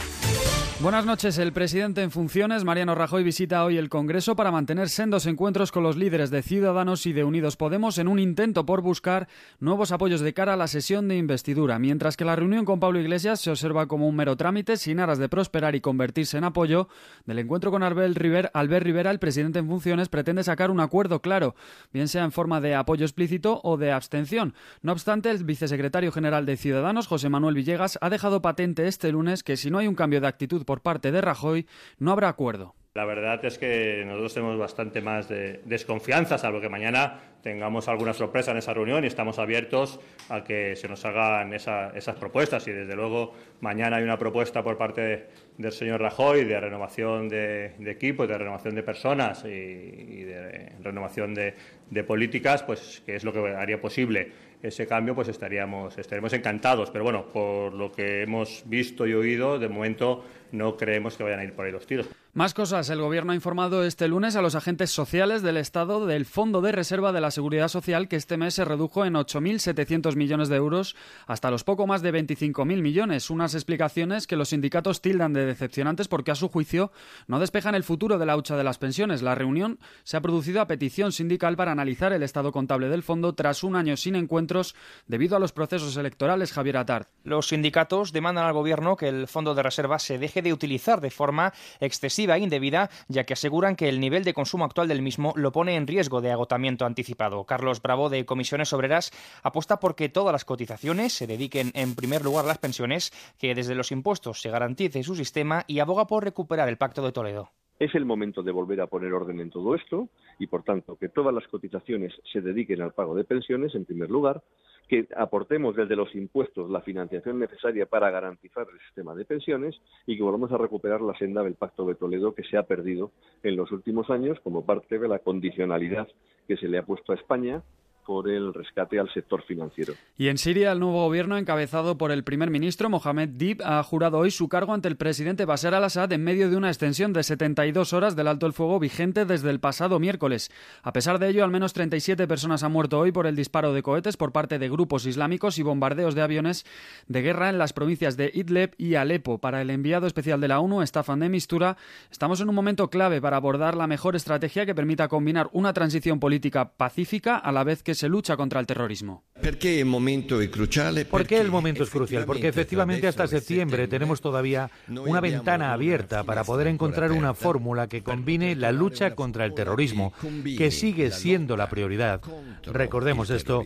Speaker 15: Buenas noches. El presidente en funciones, Mariano Rajoy, visita hoy el Congreso para mantener sendos encuentros con los líderes de Ciudadanos y de Unidos Podemos en un intento por buscar nuevos apoyos de cara a la sesión de investidura, mientras que la reunión con Pablo Iglesias se observa como un mero trámite sin aras de prosperar y convertirse en apoyo. Del encuentro con Albert River- Albert Rivera, el presidente en funciones pretende sacar un acuerdo claro, bien sea en forma de apoyo explícito o de abstención. No obstante, el vicesecretario general de Ciudadanos, José Manuel Villegas, ha dejado patente este lunes que si no hay un cambio de actitud por parte de Rajoy, no habrá acuerdo.
Speaker 14: La verdad es que nosotros tenemos bastante más de desconfianza, salvo que mañana tengamos alguna sorpresa en esa reunión y estamos abiertos a que se nos hagan esa- esas propuestas. Y desde luego mañana hay una propuesta por parte de- del señor Rajoy de renovación de, de equipos, de renovación de personas y, y de renovación de, de políticas, pues que es lo que haría posible ese cambio, pues estaríamos, estaremos encantados. Pero bueno, por lo que hemos visto y oído, de momento no creemos que vayan a ir por ahí los tiros.
Speaker 15: Más cosas. El Gobierno ha informado este lunes a los agentes sociales del Estado del Fondo de Reserva de la Seguridad Social que este mes se redujo en 8.700 millones de euros hasta los poco más de 25.000 millones. Unas explicaciones que los sindicatos tildan de decepcionantes porque, a su juicio, no despejan el futuro de la hucha de las pensiones. La reunión se ha producido a petición sindical para analizar el estado contable del fondo tras un año sin encuentros debido a los procesos electorales. Javier Atard.
Speaker 16: Los sindicatos demandan al Gobierno que el fondo de reserva se deje de utilizar de forma excesiva e indebida, ya que aseguran que el nivel de consumo actual del mismo lo pone en riesgo de agotamiento anticipado. Carlos Bravo, de Comisiones Obreras, apuesta porque todas las cotizaciones se dediquen en primer lugar a las pensiones, que desde los impuestos se garantice su sistema y aboga por recuperar el Pacto de Toledo.
Speaker 17: Es el momento de volver a poner orden en todo esto y, por tanto, que todas las cotizaciones se dediquen al pago de pensiones, en primer lugar, que aportemos desde los impuestos la financiación necesaria para garantizar el sistema de pensiones y que volvamos a recuperar la senda del Pacto de Toledo que se ha perdido en los últimos años como parte de la condicionalidad que se le ha puesto a España por el rescate al sector financiero.
Speaker 15: Y en Siria, el nuevo gobierno, encabezado por el primer ministro Mohamed Dib, ha jurado hoy su cargo ante el presidente Bashar al-Assad en medio de una extensión de 72 horas del alto el fuego vigente desde el pasado miércoles. A pesar de ello, al menos 37 personas han muerto hoy por el disparo de cohetes por parte de grupos islámicos y bombardeos de aviones de guerra en las provincias de Idlib y Alepo. Para el enviado especial de la ONU, Staffan de Mistura, estamos en un momento clave para abordar la mejor estrategia que permita combinar una transición política pacífica a la vez que se lucha contra el terrorismo.
Speaker 18: Perché il momento è cruciale?
Speaker 2: ¿Por qué el momento es crucial? Porque efectivamente hasta septiembre tenemos todavía una ventana abierta para poder encontrar una fórmula que combine la lucha contra el terrorismo, que sigue siendo la prioridad. Recordemos esto,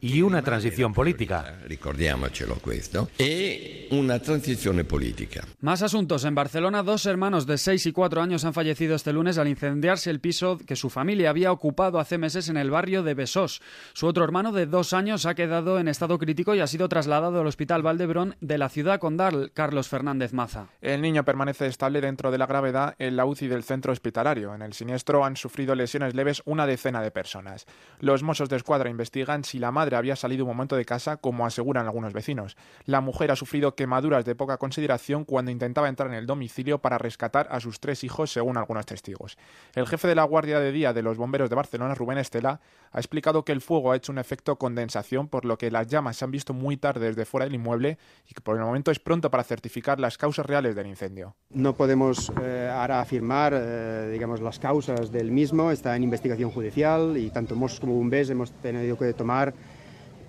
Speaker 2: y una transición política.
Speaker 18: Ricordiamocelo questo. E una transizione politica.
Speaker 15: Más asuntos. En Barcelona, dos hermanos de 6 y 4 años han fallecido este lunes al incendiarse el piso que su familia había ocupado hace meses en el barrio de Besós. Su otro hermano de 2 años ha quedado en estado crítico y ha sido trasladado al Hospital Valdebrón de la ciudad condal Carlos Fernández Maza.
Speaker 19: El niño permanece estable dentro de la gravedad en la UCI del centro hospitalario. En el siniestro han sufrido lesiones leves una decena de personas. Los mozos de escuadra investigan si la madre había salido un momento de casa, como aseguran algunos vecinos. La mujer ha sufrido quemaduras de poca consideración cuando intentaba entrar en el domicilio para rescatar a sus tres hijos, según algunos testigos. El jefe de la Guardia de Día de los Bomberos de Barcelona, Rubén Estela, ha explicado que el fuego ha hecho un efecto condensación, por lo que las llamas se han visto muy tarde desde fuera del inmueble y que por el momento es pronto para certificar las causas reales del incendio.
Speaker 20: No podemos eh, ahora afirmar eh, digamos, las causas del mismo, está en investigación judicial y tanto Mossos como Bombés hemos tenido que tomar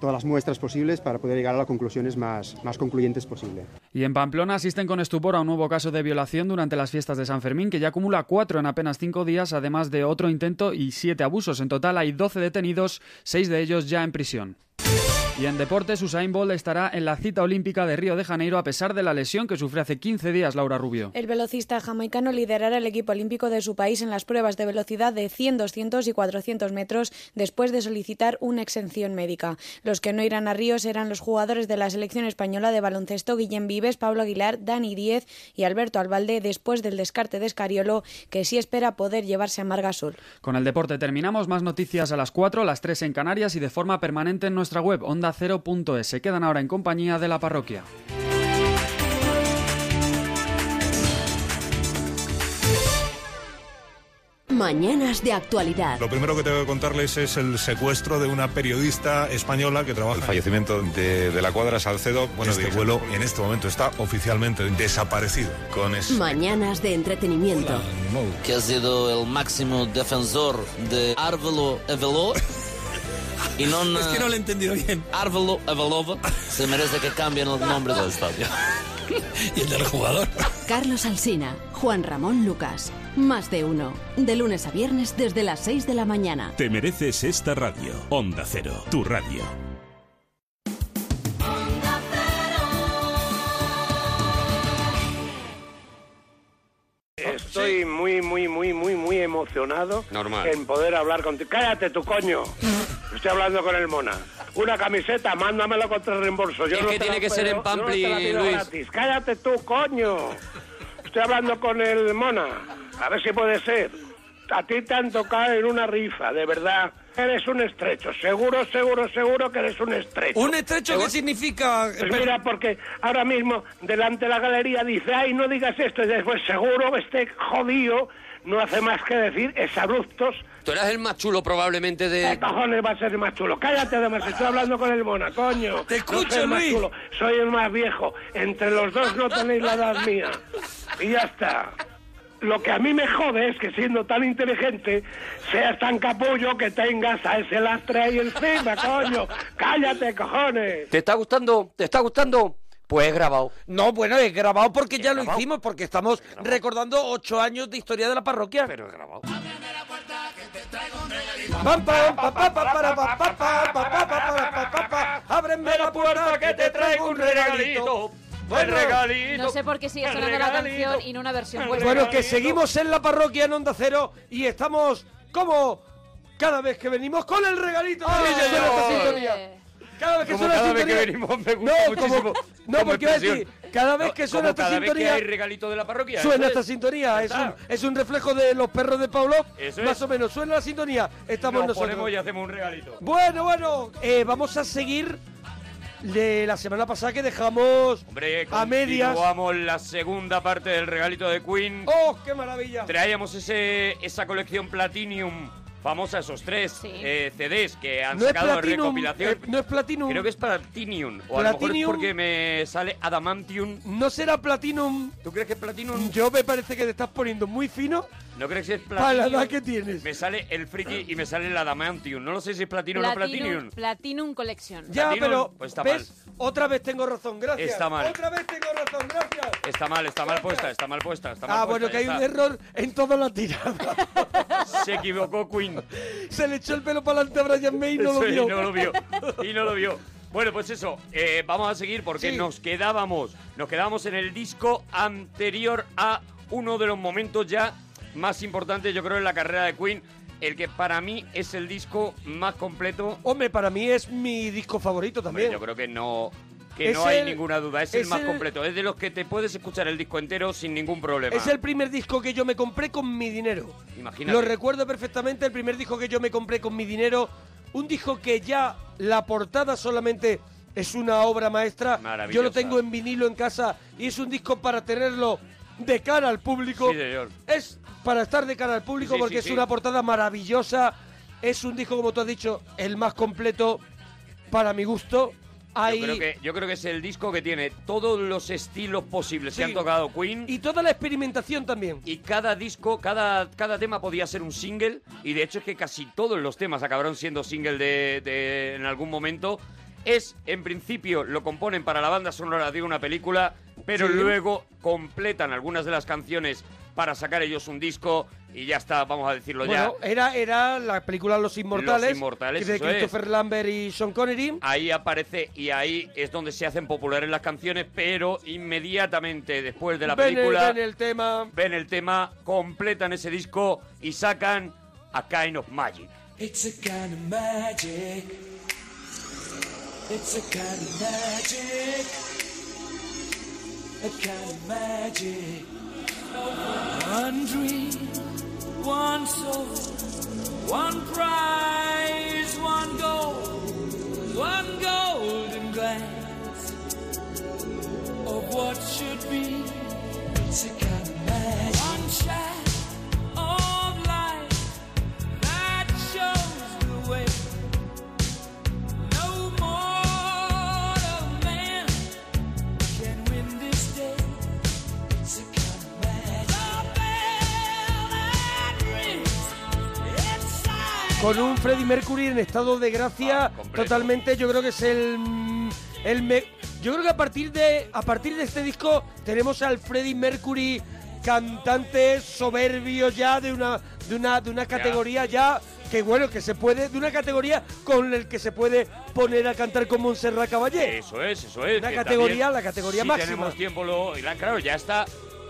Speaker 20: todas las muestras posibles para poder llegar a las conclusiones más, más concluyentes posible.
Speaker 15: Y en Pamplona asisten con estupor a un nuevo caso de violación durante las fiestas de San Fermín, que ya acumula cuatro en apenas cinco días, además de otro intento y siete abusos. En total hay 12 detenidos, seis de ellos ya en prisión. Y en deportes, Usain Bolt estará en la cita olímpica de Río de Janeiro a pesar de la lesión que sufre hace 15 días Laura Rubio.
Speaker 21: El velocista jamaicano liderará el equipo olímpico de su país en las pruebas de velocidad de 100, 200 y 400 metros después de solicitar una exención médica. Los que no irán a Río serán los jugadores de la selección española de baloncesto Guillem Vives, Pablo Aguilar, Dani Díez y Alberto Albalde después del descarte de Escariolo, que sí espera poder llevarse a Margasol.
Speaker 15: Con el deporte terminamos, más noticias a las 4, las 3 en Canarias y de forma permanente en nuestra web ondacero.es. Se quedan ahora en compañía de la parroquia.
Speaker 22: Mañanas de actualidad.
Speaker 23: Lo primero que tengo que contarles es el secuestro de una periodista española que trabaja. El fallecimiento de, la cuadra Salcedo. Bueno, este vuelo en este momento está oficialmente desaparecido. Con
Speaker 22: Mañanas de entretenimiento.
Speaker 24: que ha sido el máximo defensor de Arvelo Eveló. Y no,
Speaker 23: Es que no lo he entendido bien.
Speaker 24: Arvelo Evelov se merece que cambien el nombre del estadio.
Speaker 23: Y el del jugador.
Speaker 22: Carlos Alsina, Juan Ramón Lucas. Más de uno. De lunes a viernes desde las 6 de la mañana.
Speaker 25: Te mereces esta radio. Onda Cero, tu radio.
Speaker 26: Estoy muy, muy,
Speaker 10: emocionado
Speaker 1: Normal.
Speaker 10: en poder hablar contigo. Cállate, tu coño. Estoy hablando con el Mona. Una camiseta, mándamela contra reembolso. Yo
Speaker 1: Es
Speaker 10: no
Speaker 1: que
Speaker 10: te
Speaker 1: tiene
Speaker 10: la
Speaker 1: que ser
Speaker 10: pido-
Speaker 1: en
Speaker 10: yo no te la
Speaker 1: Pampli,
Speaker 10: pido
Speaker 1: Luis.
Speaker 10: gratis. Cállate, tú, coño. Estoy hablando con el Mona. A ver si puede ser. A ti te han tocado en una rifa, de verdad. Eres un estrecho, seguro, seguro, seguro que eres un estrecho.
Speaker 3: ¿Un estrecho qué significa?
Speaker 10: Pues mira, porque ahora mismo delante de la galería dice, ay, no digas esto, y después seguro este jodido no hace más que decir exabruptos.
Speaker 1: Tú eras el más chulo probablemente
Speaker 10: ¿Qué
Speaker 1: de...
Speaker 10: cojones va a ser el más chulo? Cállate, además, estoy hablando con el mona, coño. Te
Speaker 1: escucho,
Speaker 10: Más
Speaker 1: Luis.
Speaker 10: chulo. Soy el más viejo. Entre los dos no tenéis la edad mía. Y ya está. Lo que a mí me jode es que siendo tan inteligente, seas tan capullo que tengas a ese lastre ahí encima, coño. Cállate, cojones.
Speaker 1: ¿Te está gustando? ¿Te está gustando? Pues grabado.
Speaker 3: No, bueno, es grabado porque ya lo hicimos, porque estamos recordando ocho años de historia de la parroquia. Pero
Speaker 1: es grabado.
Speaker 3: Pam, pam, pa, pa, pa, para, pa, pa, pa, pa, pa, pa, para, pa, pa, pa. Ábreme la puerta que te traigo un regalito. Buen regalito.
Speaker 8: No sé por qué sigue sonando la canción y no una versión vuestra.
Speaker 3: Bueno, que seguimos en la parroquia en Onda Cero y estamos como cada vez que venimos con el regalito. Cada vez que suena esta
Speaker 1: señor.
Speaker 3: sintonía. Cada vez que
Speaker 1: Como
Speaker 3: suena esta
Speaker 1: cada vez que
Speaker 3: sintonía.
Speaker 1: venimos me gusta
Speaker 3: no,
Speaker 1: muchísimo
Speaker 3: como, no,
Speaker 1: como
Speaker 3: porque iba a decir,
Speaker 1: expresión.
Speaker 3: cada vez
Speaker 1: No,
Speaker 3: que suena
Speaker 1: como
Speaker 3: esta
Speaker 1: cada vez que
Speaker 3: sintonía.
Speaker 1: hay regalito de la parroquia, ¿eh? eso
Speaker 3: Suena
Speaker 1: es.
Speaker 3: esta sintonía.
Speaker 1: Ya
Speaker 3: Es un,
Speaker 1: está.
Speaker 3: es un reflejo de los perros de Pablo.
Speaker 1: Eso
Speaker 3: Más
Speaker 1: es.
Speaker 3: o menos suena la sintonía. Estamos
Speaker 1: Nos
Speaker 3: nosotros.
Speaker 1: ponemos y hacemos un regalito.
Speaker 3: Bueno, bueno, eh, vamos a seguir de la semana pasada que dejamos
Speaker 1: Hombre,
Speaker 3: a medias.
Speaker 1: continuamos la segunda parte del regalito de Queen.
Speaker 3: ¡Oh, qué maravilla!
Speaker 1: Traíamos ese, esa colección Platinum, famosa esos tres eh, CDs que han
Speaker 3: No es
Speaker 1: sacado en
Speaker 3: Platinum,
Speaker 1: recopilación.
Speaker 3: eh, no es Platinum.
Speaker 1: Creo que es Platinum. O a lo mejor es
Speaker 3: Platinum.
Speaker 1: porque me sale Adamantium.
Speaker 3: ¿No será Platinum?
Speaker 1: ¿Tú crees que es Platinum?
Speaker 3: Yo me parece que te estás poniendo muy fino.
Speaker 1: ¿No crees que es
Speaker 3: Para la
Speaker 1: Platinum?
Speaker 3: edad que tienes.
Speaker 1: Me sale el friki y me sale el Adamantium. No lo sé si es Platinum o no
Speaker 8: Platinum,
Speaker 1: Platinum.
Speaker 8: Platinum Collection.
Speaker 3: Ya,
Speaker 1: Platinum,
Speaker 3: pero
Speaker 1: pues está
Speaker 3: ¿ves? Otra vez tengo razón, gracias.
Speaker 1: Está mal.
Speaker 3: Otra vez tengo razón, gracias.
Speaker 1: Está mal, está mal puesta, está mal puesta. Está mal
Speaker 3: Ah, bueno,
Speaker 1: puesta,
Speaker 3: que
Speaker 1: ya
Speaker 3: hay un
Speaker 1: está.
Speaker 3: error en toda la tirada.
Speaker 1: Se equivocó Queen.
Speaker 3: Se le echó el pelo para adelante a Brian May y no lo
Speaker 1: Eso es,
Speaker 3: vio.
Speaker 1: Y no lo vio. Y no lo vio. Bueno, pues eso, eh, vamos a seguir porque
Speaker 3: Sí.
Speaker 1: nos quedábamos, nos quedábamos en el disco anterior a uno de los momentos ya más importantes, yo creo, en la carrera de Queen, el que para mí es el disco más completo.
Speaker 3: Hombre, para mí es mi disco favorito también.
Speaker 1: Hombre, yo creo que no, que
Speaker 3: Es
Speaker 1: no hay
Speaker 3: el-
Speaker 1: ninguna duda, es, el
Speaker 3: es
Speaker 1: más
Speaker 3: el-
Speaker 1: completo, es de los que te puedes escuchar el disco entero sin ningún problema.
Speaker 3: Es el primer disco que yo me compré con mi dinero.
Speaker 1: Imagínate.
Speaker 3: Lo recuerdo perfectamente, el primer disco que yo me compré con mi dinero. Un disco que ya la portada solamente es una obra maestra. Yo lo
Speaker 1: Maravillosa.
Speaker 3: tengo en vinilo en casa y es un disco para tenerlo de cara al público.
Speaker 1: Sí, señor.
Speaker 3: Es para estar de cara al público
Speaker 1: Sí, sí,
Speaker 3: porque
Speaker 1: sí,
Speaker 3: es
Speaker 1: sí.
Speaker 3: una portada maravillosa. Es un disco, como tú has dicho, el más completo para mi gusto. Hay...
Speaker 1: Yo creo, que, yo creo que es el disco que tiene todos los estilos posibles que
Speaker 3: Sí.
Speaker 1: han tocado Queen.
Speaker 3: Y toda la experimentación también.
Speaker 1: Y cada disco, cada, cada tema podía ser un single. Y de hecho es que casi todos los temas acabaron siendo single de, de- en algún momento. Es, en principio, lo componen para la banda sonora de una película, pero
Speaker 3: Sí.
Speaker 1: luego completan algunas de las canciones para sacar ellos un disco. Y ya está, vamos a decirlo ya.
Speaker 3: Bueno, era, era la película Los Inmortales,
Speaker 1: Los Inmortales,
Speaker 3: de
Speaker 1: eso
Speaker 3: Christopher Lambert y Sean Connery.
Speaker 1: Ahí aparece y ahí es donde se hacen populares las canciones, pero inmediatamente después de la
Speaker 3: Ven el-
Speaker 1: película
Speaker 3: ven el tema.
Speaker 1: ven el tema, completan ese disco y sacan A Kind of Magic.
Speaker 27: It's a kind of magic. It's a kind of magic. A kind of magic. One dream, one soul, one prize, one goal, one golden glance of what should be. It's a kind of magic. One shot of light that shows the way. No mortal man can win this day. It's a kind of magic. The bell that rings inside
Speaker 3: Con un Freddie Mercury en estado de gracia totalmente, yo creo que es el... el me- yo creo que a partir, de, a partir de este disco tenemos al Freddie Mercury cantante soberbio ya de una, de una, de una categoría ya... que bueno, que se puede, de una categoría con el que se puede poner a cantar con Montserrat Caballé.
Speaker 1: Eso es, eso es.
Speaker 3: La
Speaker 1: que
Speaker 3: categoría,
Speaker 1: también,
Speaker 3: la categoría
Speaker 1: si
Speaker 3: máxima.
Speaker 1: tenemos tiempo, lo, y la- claro, ya está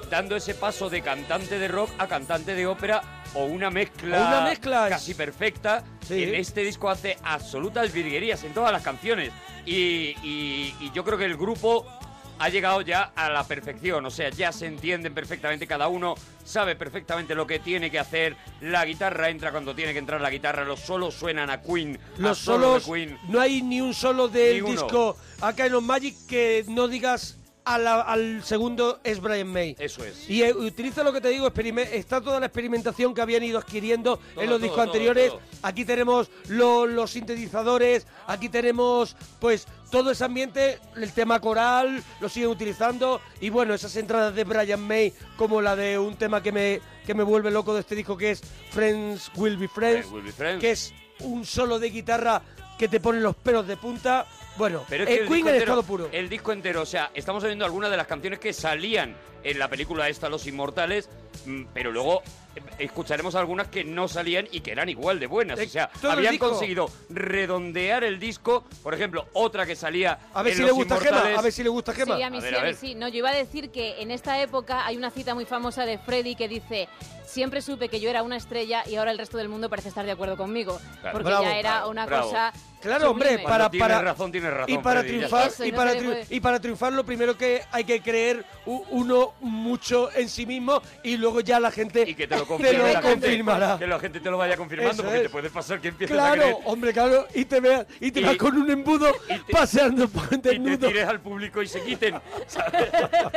Speaker 1: dando ese paso de cantante de rock a cantante de ópera o una mezcla,
Speaker 3: O una mezcla.
Speaker 1: casi perfecta.
Speaker 3: Sí.
Speaker 1: En este disco hace absolutas virguerías en todas las canciones. Y, y- y yo creo que el grupo ha llegado ya a la perfección. O sea, ya se entienden perfectamente. Cada uno sabe perfectamente lo que tiene que hacer. La guitarra entra cuando tiene que entrar la guitarra. Los solos suenan a Queen. a
Speaker 3: Los
Speaker 1: solo de
Speaker 3: solos,
Speaker 1: Queen.
Speaker 3: no hay ni un solo del
Speaker 1: Ni uno.
Speaker 3: disco Acá en los Magic que no digas a la- al segundo es Brian May.
Speaker 1: Eso es.
Speaker 3: Y eh, utiliza lo que te digo, experime- está toda la experimentación que habían ido adquiriendo
Speaker 1: Todo,
Speaker 3: en los
Speaker 1: todo,
Speaker 3: discos
Speaker 1: todo,
Speaker 3: anteriores.
Speaker 1: todo.
Speaker 3: Aquí tenemos lo- los sintetizadores, aquí tenemos pues todo ese ambiente, el tema coral, lo siguen utilizando. Y bueno, esas entradas de Brian May, como la de un tema que me, que me vuelve loco de este disco, que es Friends Will Be Friends,
Speaker 1: Friends Will Be Friends.
Speaker 3: que es un solo de guitarra que te pone los pelos de punta. Bueno,
Speaker 1: Pero es
Speaker 3: eh,
Speaker 1: que el
Speaker 3: Queen
Speaker 1: disco
Speaker 3: en
Speaker 1: entero,
Speaker 3: estado puro.
Speaker 1: El disco entero, o sea, estamos oyendo algunas de las canciones que salían en la película esta, Los Inmortales, mm, pero luego eh, escucharemos algunas que no salían y que eran igual de buenas.
Speaker 3: Eh,
Speaker 1: O sea,
Speaker 3: todo el
Speaker 1: habían
Speaker 3: disco.
Speaker 1: conseguido redondear el disco. Por ejemplo, otra que salía
Speaker 3: A ver
Speaker 1: en
Speaker 3: si
Speaker 1: Los
Speaker 3: le gusta a Gema,
Speaker 1: Inmortales.
Speaker 3: a ver si le gusta a Gema. Eh,
Speaker 8: Sí, a mí sí,
Speaker 1: ver,
Speaker 8: a mí
Speaker 1: ver.
Speaker 8: sí. No, yo iba a decir que en esta época hay una cita muy famosa de Freddy que dice siempre supe que yo era una estrella y ahora el resto del mundo parece estar de acuerdo conmigo.
Speaker 1: Claro.
Speaker 8: Porque
Speaker 1: Bravo,
Speaker 8: ya era
Speaker 1: claro,
Speaker 8: una
Speaker 1: bravo.
Speaker 8: cosa...
Speaker 3: Claro, hombre,
Speaker 8: sublime.
Speaker 3: para,
Speaker 1: Cuando tienes
Speaker 3: para-
Speaker 1: razón, tienes razón,
Speaker 3: Y para
Speaker 1: Freddy, ya
Speaker 3: triunfar, y,
Speaker 8: está. Eso, no pues.
Speaker 3: para
Speaker 8: se le
Speaker 3: triun-
Speaker 8: puede-
Speaker 3: y para triunfar, lo primero que hay que creer u- uno mucho en sí mismo y luego ya la gente
Speaker 1: Que te lo, confirme
Speaker 3: lo
Speaker 1: la gente,
Speaker 3: confirmará.
Speaker 1: que la gente te lo vaya confirmando,
Speaker 3: Eso
Speaker 1: porque
Speaker 3: es.
Speaker 1: te puede pasar que empieces a
Speaker 3: Claro,
Speaker 1: creer
Speaker 3: hombre, claro, y te veas y te
Speaker 1: Y-
Speaker 3: veas con un embudo paseando por
Speaker 1: y te
Speaker 3: desnudo.
Speaker 1: tires al público y se quiten.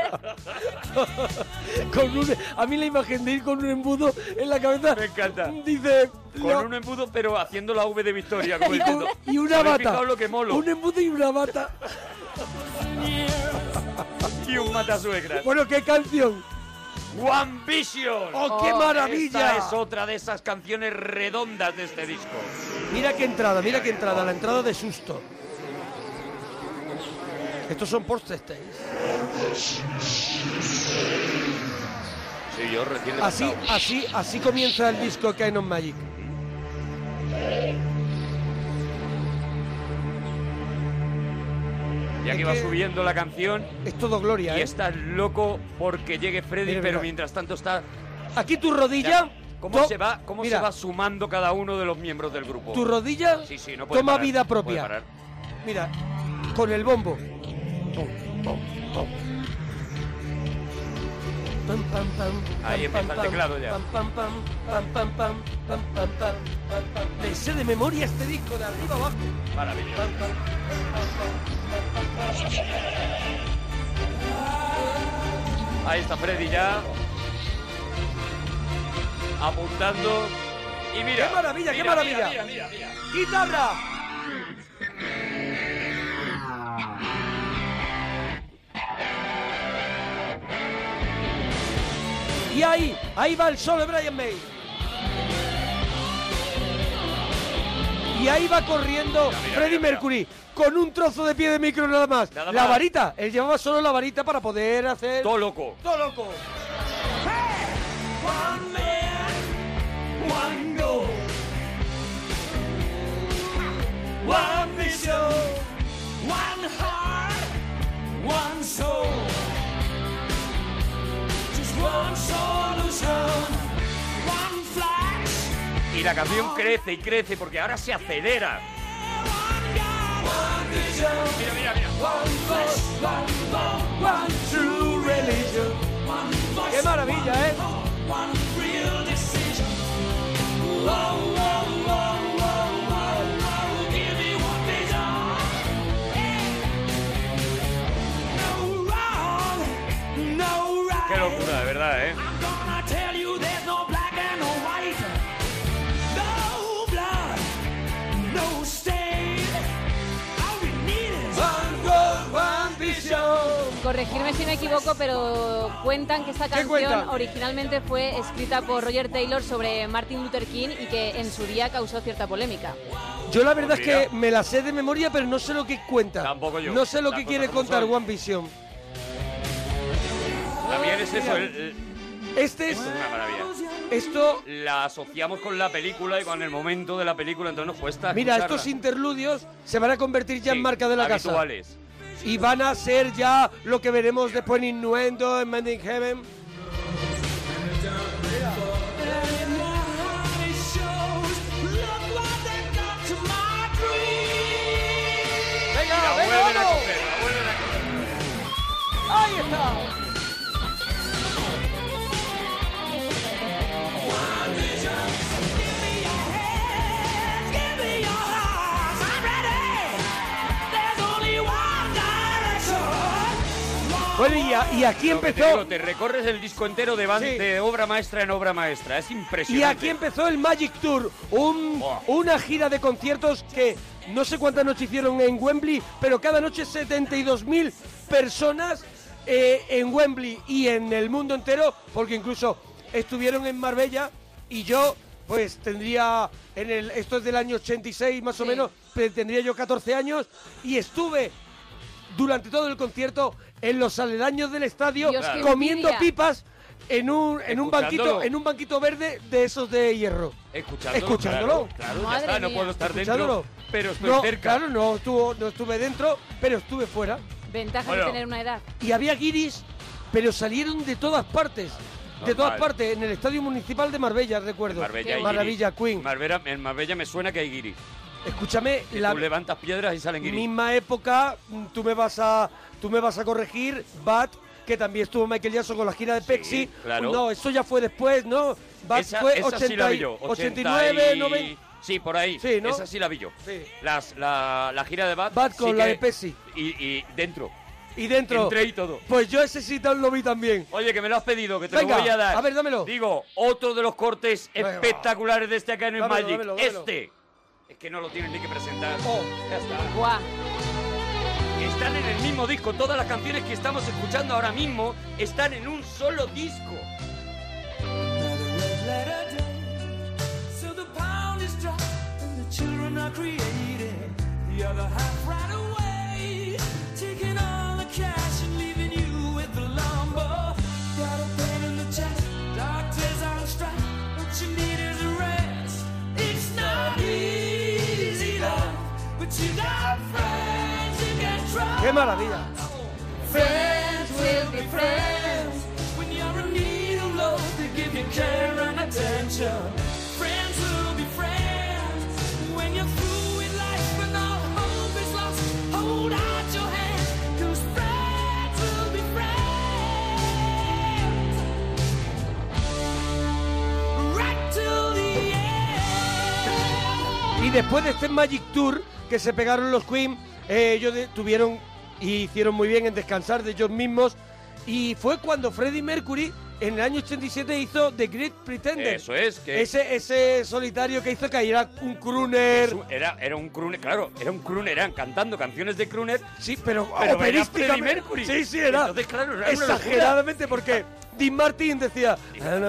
Speaker 3: con un- a mí la imagen de ir con un embudo en la cabeza me
Speaker 1: encanta.
Speaker 3: Dice
Speaker 1: Con
Speaker 3: lo-
Speaker 1: un embudo, pero haciendo la V de Victoria. como
Speaker 3: y, con-
Speaker 1: diciendo,
Speaker 3: y una
Speaker 1: "¿Habéis
Speaker 3: bata.
Speaker 1: fijado lo que molo?
Speaker 3: Un embudo y una bata.
Speaker 1: y un matasuegra.
Speaker 3: Bueno, qué canción.
Speaker 1: One Vision.
Speaker 3: ¡Oh, qué maravilla!
Speaker 1: Esta es otra de esas canciones redondas de este disco.
Speaker 3: Mira qué entrada, mira qué entrada, la entrada de susto. Estos son postes
Speaker 1: Sí, yo recién
Speaker 23: ¿Ah,
Speaker 1: he
Speaker 3: Así,
Speaker 1: pasado.
Speaker 3: así, así comienza el disco Kind of Magic.
Speaker 1: Ya que va subiendo la canción.
Speaker 3: Es todo gloria.
Speaker 1: Y
Speaker 3: ¿eh?
Speaker 1: estás loco porque llegue Freddy,
Speaker 3: Mira,
Speaker 1: pero
Speaker 3: mira.
Speaker 1: mientras tanto está.
Speaker 3: Aquí tu rodilla.
Speaker 1: Ya, ¿Cómo,
Speaker 3: to-
Speaker 1: se va, cómo se
Speaker 3: mira.
Speaker 1: va sumando cada uno de los miembros del grupo?
Speaker 3: Tu rodilla
Speaker 1: Sí, sí, no puede
Speaker 3: toma
Speaker 1: parar,
Speaker 3: vida
Speaker 1: no puede
Speaker 3: propia.
Speaker 1: parar.
Speaker 3: Mira, con el bombo. Pam, pam, pam,
Speaker 1: Ahí
Speaker 3: pam,
Speaker 1: empieza
Speaker 3: pam,
Speaker 1: el
Speaker 3: pam,
Speaker 1: teclado ya.
Speaker 3: Pam, pam, pam, pam, pam, pam, pam, pam, pam, pam, pam. Me sé de memoria este disco de arriba abajo.
Speaker 1: Maravilloso. Ahí está Freddy ya. Apuntando. Y mira.
Speaker 3: ¡Qué maravilla, qué
Speaker 1: mira,
Speaker 3: maravilla!
Speaker 1: Mira, mira, mira.
Speaker 3: ¡Guitarra! Y ahí, ahí va el solo de Brian May. Y ahí va corriendo Freddie Mercury con un trozo de pie de micro nada más.
Speaker 1: Nada
Speaker 3: la
Speaker 1: más.
Speaker 3: varita, él llevaba solo la varita para poder hacer.
Speaker 1: Todo loco.
Speaker 3: Todo loco.
Speaker 27: One man, one goal, one vision, one heart, one soul. Just one solution, one flash,
Speaker 1: Y la canción crece y crece porque ahora se acelera.
Speaker 27: one vision. Mira, mira, mira. One flesh, one bone, one true religion. One voice,
Speaker 3: Qué maravilla,
Speaker 27: one
Speaker 3: ¿eh?
Speaker 27: hope, one real decision. Wow, wow, wow, wow, wow, wow. Give me one vision. Hey. No wrong, no right.
Speaker 1: Qué locura, de verdad, ¿eh?
Speaker 27: I'm gonna tell you there's no black and no white. No blood, no stain. All we need is one goal, one vision.
Speaker 8: Corregirme si me equivoco, pero cuentan que esta canción
Speaker 27: cuentan?
Speaker 8: originalmente fue escrita por Roger Taylor sobre Martin Luther King y que en su día causó cierta polémica.
Speaker 3: Yo la verdad
Speaker 1: Pues
Speaker 3: es que me la sé de memoria, pero no sé lo que cuenta.
Speaker 1: Tampoco yo.
Speaker 3: No sé lo
Speaker 1: Las
Speaker 3: que
Speaker 1: cosas
Speaker 3: quiere
Speaker 1: como
Speaker 3: contar
Speaker 1: son.
Speaker 3: One Vision.
Speaker 1: También es eso. el- el-
Speaker 3: Este es.
Speaker 1: es una maravilla.
Speaker 3: Esto.
Speaker 1: La asociamos con la película y con el momento de la película, entonces nos cuesta.
Speaker 3: Mira,
Speaker 1: escucharla.
Speaker 3: estos interludios se van a convertir ya en marca de la casa.
Speaker 1: habituales.
Speaker 3: Y van a ser ya lo que veremos después en Innuendo, en Mending Heaven.
Speaker 27: Now está.
Speaker 3: Bueno, y, a- y aquí
Speaker 1: Lo que te
Speaker 3: empezó-
Speaker 1: digo, te recorres el disco entero de, ban-
Speaker 3: Sí.
Speaker 1: de obra maestra en obra maestra. Es
Speaker 3: Y
Speaker 1: impresionante.
Speaker 3: aquí em- empezó el Magic Tour, un- una gira de conciertos que no sé cuántas noches hicieron en Wembley, pero cada noche 72.000 personas eh, en Wembley y en el mundo entero, porque incluso estuvieron en Marbella y yo pues tendría en el esto es del año 86 más o menos, pues, tendría yo 14 años y estuve durante todo el concierto en los aledaños del estadio
Speaker 1: Dios, qué
Speaker 3: comiendo
Speaker 1: envidia.
Speaker 3: pipas en un en un banquito
Speaker 1: Escuchándolo.
Speaker 3: en un banquito verde de esos de hierro.
Speaker 1: Escuchándolo.
Speaker 3: Escuchándolo.
Speaker 1: Claro, claro, ya Madre está, no mía. puedo estar dentro,
Speaker 3: Escuchándolo.
Speaker 1: pero estoy
Speaker 3: No,
Speaker 1: cerca.
Speaker 3: Claro, no, estuvo- no estuve dentro, pero estuve fuera.
Speaker 8: Ventaja
Speaker 3: Bueno.
Speaker 8: de tener una edad.
Speaker 3: Y había guiris, pero salieron de todas partes. De
Speaker 1: Normal.
Speaker 3: todas partes, en el Estadio Municipal de Marbella, recuerdo.
Speaker 1: Marbella hay
Speaker 3: Maravilla,
Speaker 1: guiris.
Speaker 3: Queen.
Speaker 1: Marbella- en Marbella me suena que hay guiris.
Speaker 3: Escúchame,
Speaker 1: Que
Speaker 3: la
Speaker 1: tú levantas piedras y salen guiris.
Speaker 3: misma época, mm, tú me vas a, tú me vas a corregir, Bat, que también estuvo Michael Jackson con la gira de Pepsi.
Speaker 1: claro.
Speaker 3: No, eso ya fue después, ¿no? Bat
Speaker 1: Esa,
Speaker 3: fue
Speaker 1: esa sí la vi yo.
Speaker 3: 89,
Speaker 1: 80 y-
Speaker 3: 90.
Speaker 1: Sí, por ahí.
Speaker 3: Sí, ¿no?
Speaker 1: Esa sí la vi yo.
Speaker 3: Sí.
Speaker 1: Las- la, la gira de Bat.
Speaker 3: Bat
Speaker 1: sí
Speaker 3: con la
Speaker 1: que-
Speaker 3: de Pepsi.
Speaker 1: Y, y dentro.
Speaker 3: Y dentro.
Speaker 1: Entré y todo.
Speaker 3: Pues yo ese sí tal lo vi también.
Speaker 1: Oye, que me lo has pedido, que te
Speaker 3: Venga,
Speaker 1: lo voy a dar.
Speaker 3: a ver, dámelo.
Speaker 1: Digo, otro de los cortes
Speaker 3: Venga.
Speaker 1: espectaculares de este Acá no hay
Speaker 3: Dámelo,
Speaker 1: Magic.
Speaker 3: dámelo, dámelo. Oh,
Speaker 1: Este. Es que no lo tienen ni que presentar. Ya está.
Speaker 8: Guau.
Speaker 1: Están en el mismo disco. Todas las canciones que estamos escuchando ahora mismo están en un solo disco.
Speaker 27: So the pound is dropped and the children are created. The other half right away, taking all the cash and leaving you with the lumber. Got a pain in the chest, doctors on strike. What you need is a rest. It's not easy, love, but you got friends you can trust.
Speaker 3: ¡Qué maravilla!
Speaker 27: Friends will be friends when you're in need of love to give you care and attention. Friends will be friends when you're through with life and all hope is lost. Hold out your hand, 'cause friends will be friends right till the end.
Speaker 3: Y después de este Magic Tour que se pegaron los Queen, eh, ellos de- tuvieron y hicieron muy bien en descansar de ellos mismos. Y fue cuando Freddie Mercury en el año 87 hizo The Great Pretender.
Speaker 1: Eso es, que-
Speaker 3: Ese, ese solitario que hizo que era un crooner.
Speaker 1: Eso Era, era un crooner, claro, era un crooner, eran cantando canciones de crooner.
Speaker 3: Sí, pero,
Speaker 1: pero era
Speaker 3: operísticamente-
Speaker 1: Freddie Mercury.
Speaker 3: Sí, sí, era.
Speaker 1: Entonces, claro, era una locura.
Speaker 3: exageradamente porque Dean Martin decía.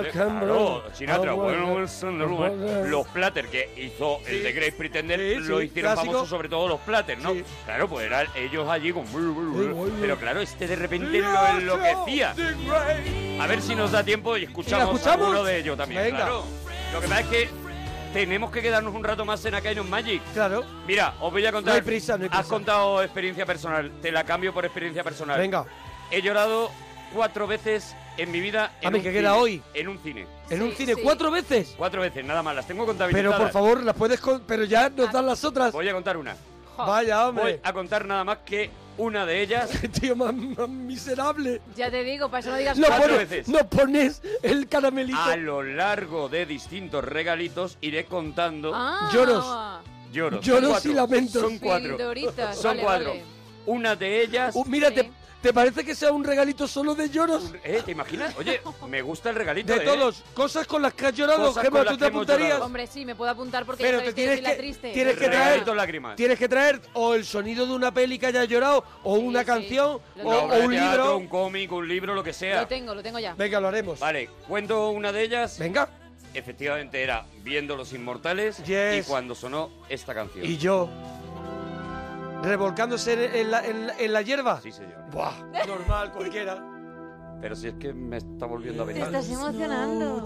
Speaker 1: Claro, Sinatra, bueno, Wilson, Lewis, los Platter que hizo el de Grace Pretender
Speaker 3: sí,
Speaker 1: lo hicieron
Speaker 3: clásico.
Speaker 1: famoso sobre todo los Platter, ¿no? Claro, pues eran ellos allí con blu, blu, blu,
Speaker 3: voy,
Speaker 1: pero claro, este de repente lo enloquecía. A ver si nos da tiempo y escuchamos,
Speaker 3: ¿Y la escuchamos?
Speaker 1: alguno de ellos también.
Speaker 3: Venga.
Speaker 1: Claro. Lo que pasa es que tenemos que quedarnos un rato más en acá en Magic.
Speaker 3: Claro.
Speaker 1: Mira, os voy a contar.
Speaker 3: No hay prisa, no hay
Speaker 1: Has
Speaker 3: prisa.
Speaker 1: contado experiencia personal. Te la cambio por experiencia personal.
Speaker 3: Venga.
Speaker 1: He llorado cuatro veces en mi vida. En
Speaker 3: Hombre,
Speaker 1: un
Speaker 3: que queda
Speaker 1: cine.
Speaker 3: hoy.
Speaker 1: En un cine.
Speaker 3: ¿En un cine cuatro veces?
Speaker 1: Cuatro veces, nada más. Las tengo contabilizadas.
Speaker 3: Pero por favor, las puedes. con- Pero ya nos dan las otras.
Speaker 1: Voy a contar una.
Speaker 3: Vaya, hombre.
Speaker 1: Voy a contar nada más que una de ellas.
Speaker 3: tío más, más miserable.
Speaker 8: Ya te digo, para eso no digas
Speaker 3: No
Speaker 8: cuatro.
Speaker 1: Cuatro
Speaker 3: pones,
Speaker 1: veces.
Speaker 3: no pones el caramelito.
Speaker 1: A lo largo de distintos regalitos iré contando.
Speaker 8: Ah.
Speaker 1: Lloros.
Speaker 3: Lloros
Speaker 1: Son cuatro.
Speaker 3: y lamentos.
Speaker 1: Son cuatro.
Speaker 8: Pildoritas,
Speaker 1: Son
Speaker 8: vale,
Speaker 1: cuatro.
Speaker 8: vale.
Speaker 1: Una de ellas.
Speaker 3: Uh, mira, ¿te, te parece que sea un regalito solo de lloros?
Speaker 1: Eh, ¿Te imaginas? Oye, me gusta el regalito.
Speaker 3: De
Speaker 1: eh.
Speaker 3: todos, cosas con las que has llorado,
Speaker 1: Cosas
Speaker 3: Gemma,
Speaker 1: con las
Speaker 3: ¿tú te
Speaker 1: que hemos
Speaker 3: apuntarías?
Speaker 8: Hombre, sí, me puedo apuntar porque
Speaker 3: Pero
Speaker 8: ya
Speaker 3: te
Speaker 8: sabéis que
Speaker 3: tienes
Speaker 8: soy la
Speaker 3: que,
Speaker 8: triste.
Speaker 3: tienes que traer,
Speaker 1: Regalito lágrimas.
Speaker 3: tienes que traer o el sonido de una peli que hayas llorado, o una canción, o,
Speaker 1: Una
Speaker 3: o
Speaker 1: obra de
Speaker 3: un
Speaker 1: teatro,
Speaker 3: libro.
Speaker 1: Un cómic, un libro, lo que sea.
Speaker 8: Lo tengo, lo tengo ya.
Speaker 3: Venga, lo haremos.
Speaker 1: Vale, cuento una de ellas.
Speaker 3: Venga.
Speaker 1: Efectivamente era Viendo los Inmortales
Speaker 3: Yes.
Speaker 1: y cuando sonó esta canción.
Speaker 3: Y yo, revolcándose en, en la, en la- en la hierba.
Speaker 1: Sí, señor.
Speaker 3: Buah, normal, cualquiera.
Speaker 1: Pero si es que me está volviendo a
Speaker 8: Te
Speaker 1: venir.
Speaker 8: estás emocionando.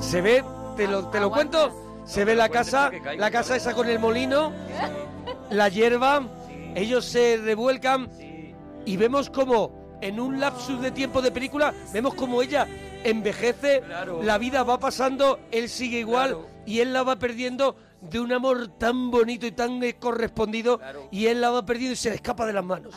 Speaker 3: Se ve, te lo, te lo cuento, se ve la casa, la casa esa con el molino, la hierba, ellos se revuelcan y vemos como en un lapsus de tiempo de película, vemos como ella envejece, la vida va pasando, él sigue igual y él la va perdiendo de un amor tan bonito y tan eh, correspondido y él la va perdiendo y se le escapa de las manos.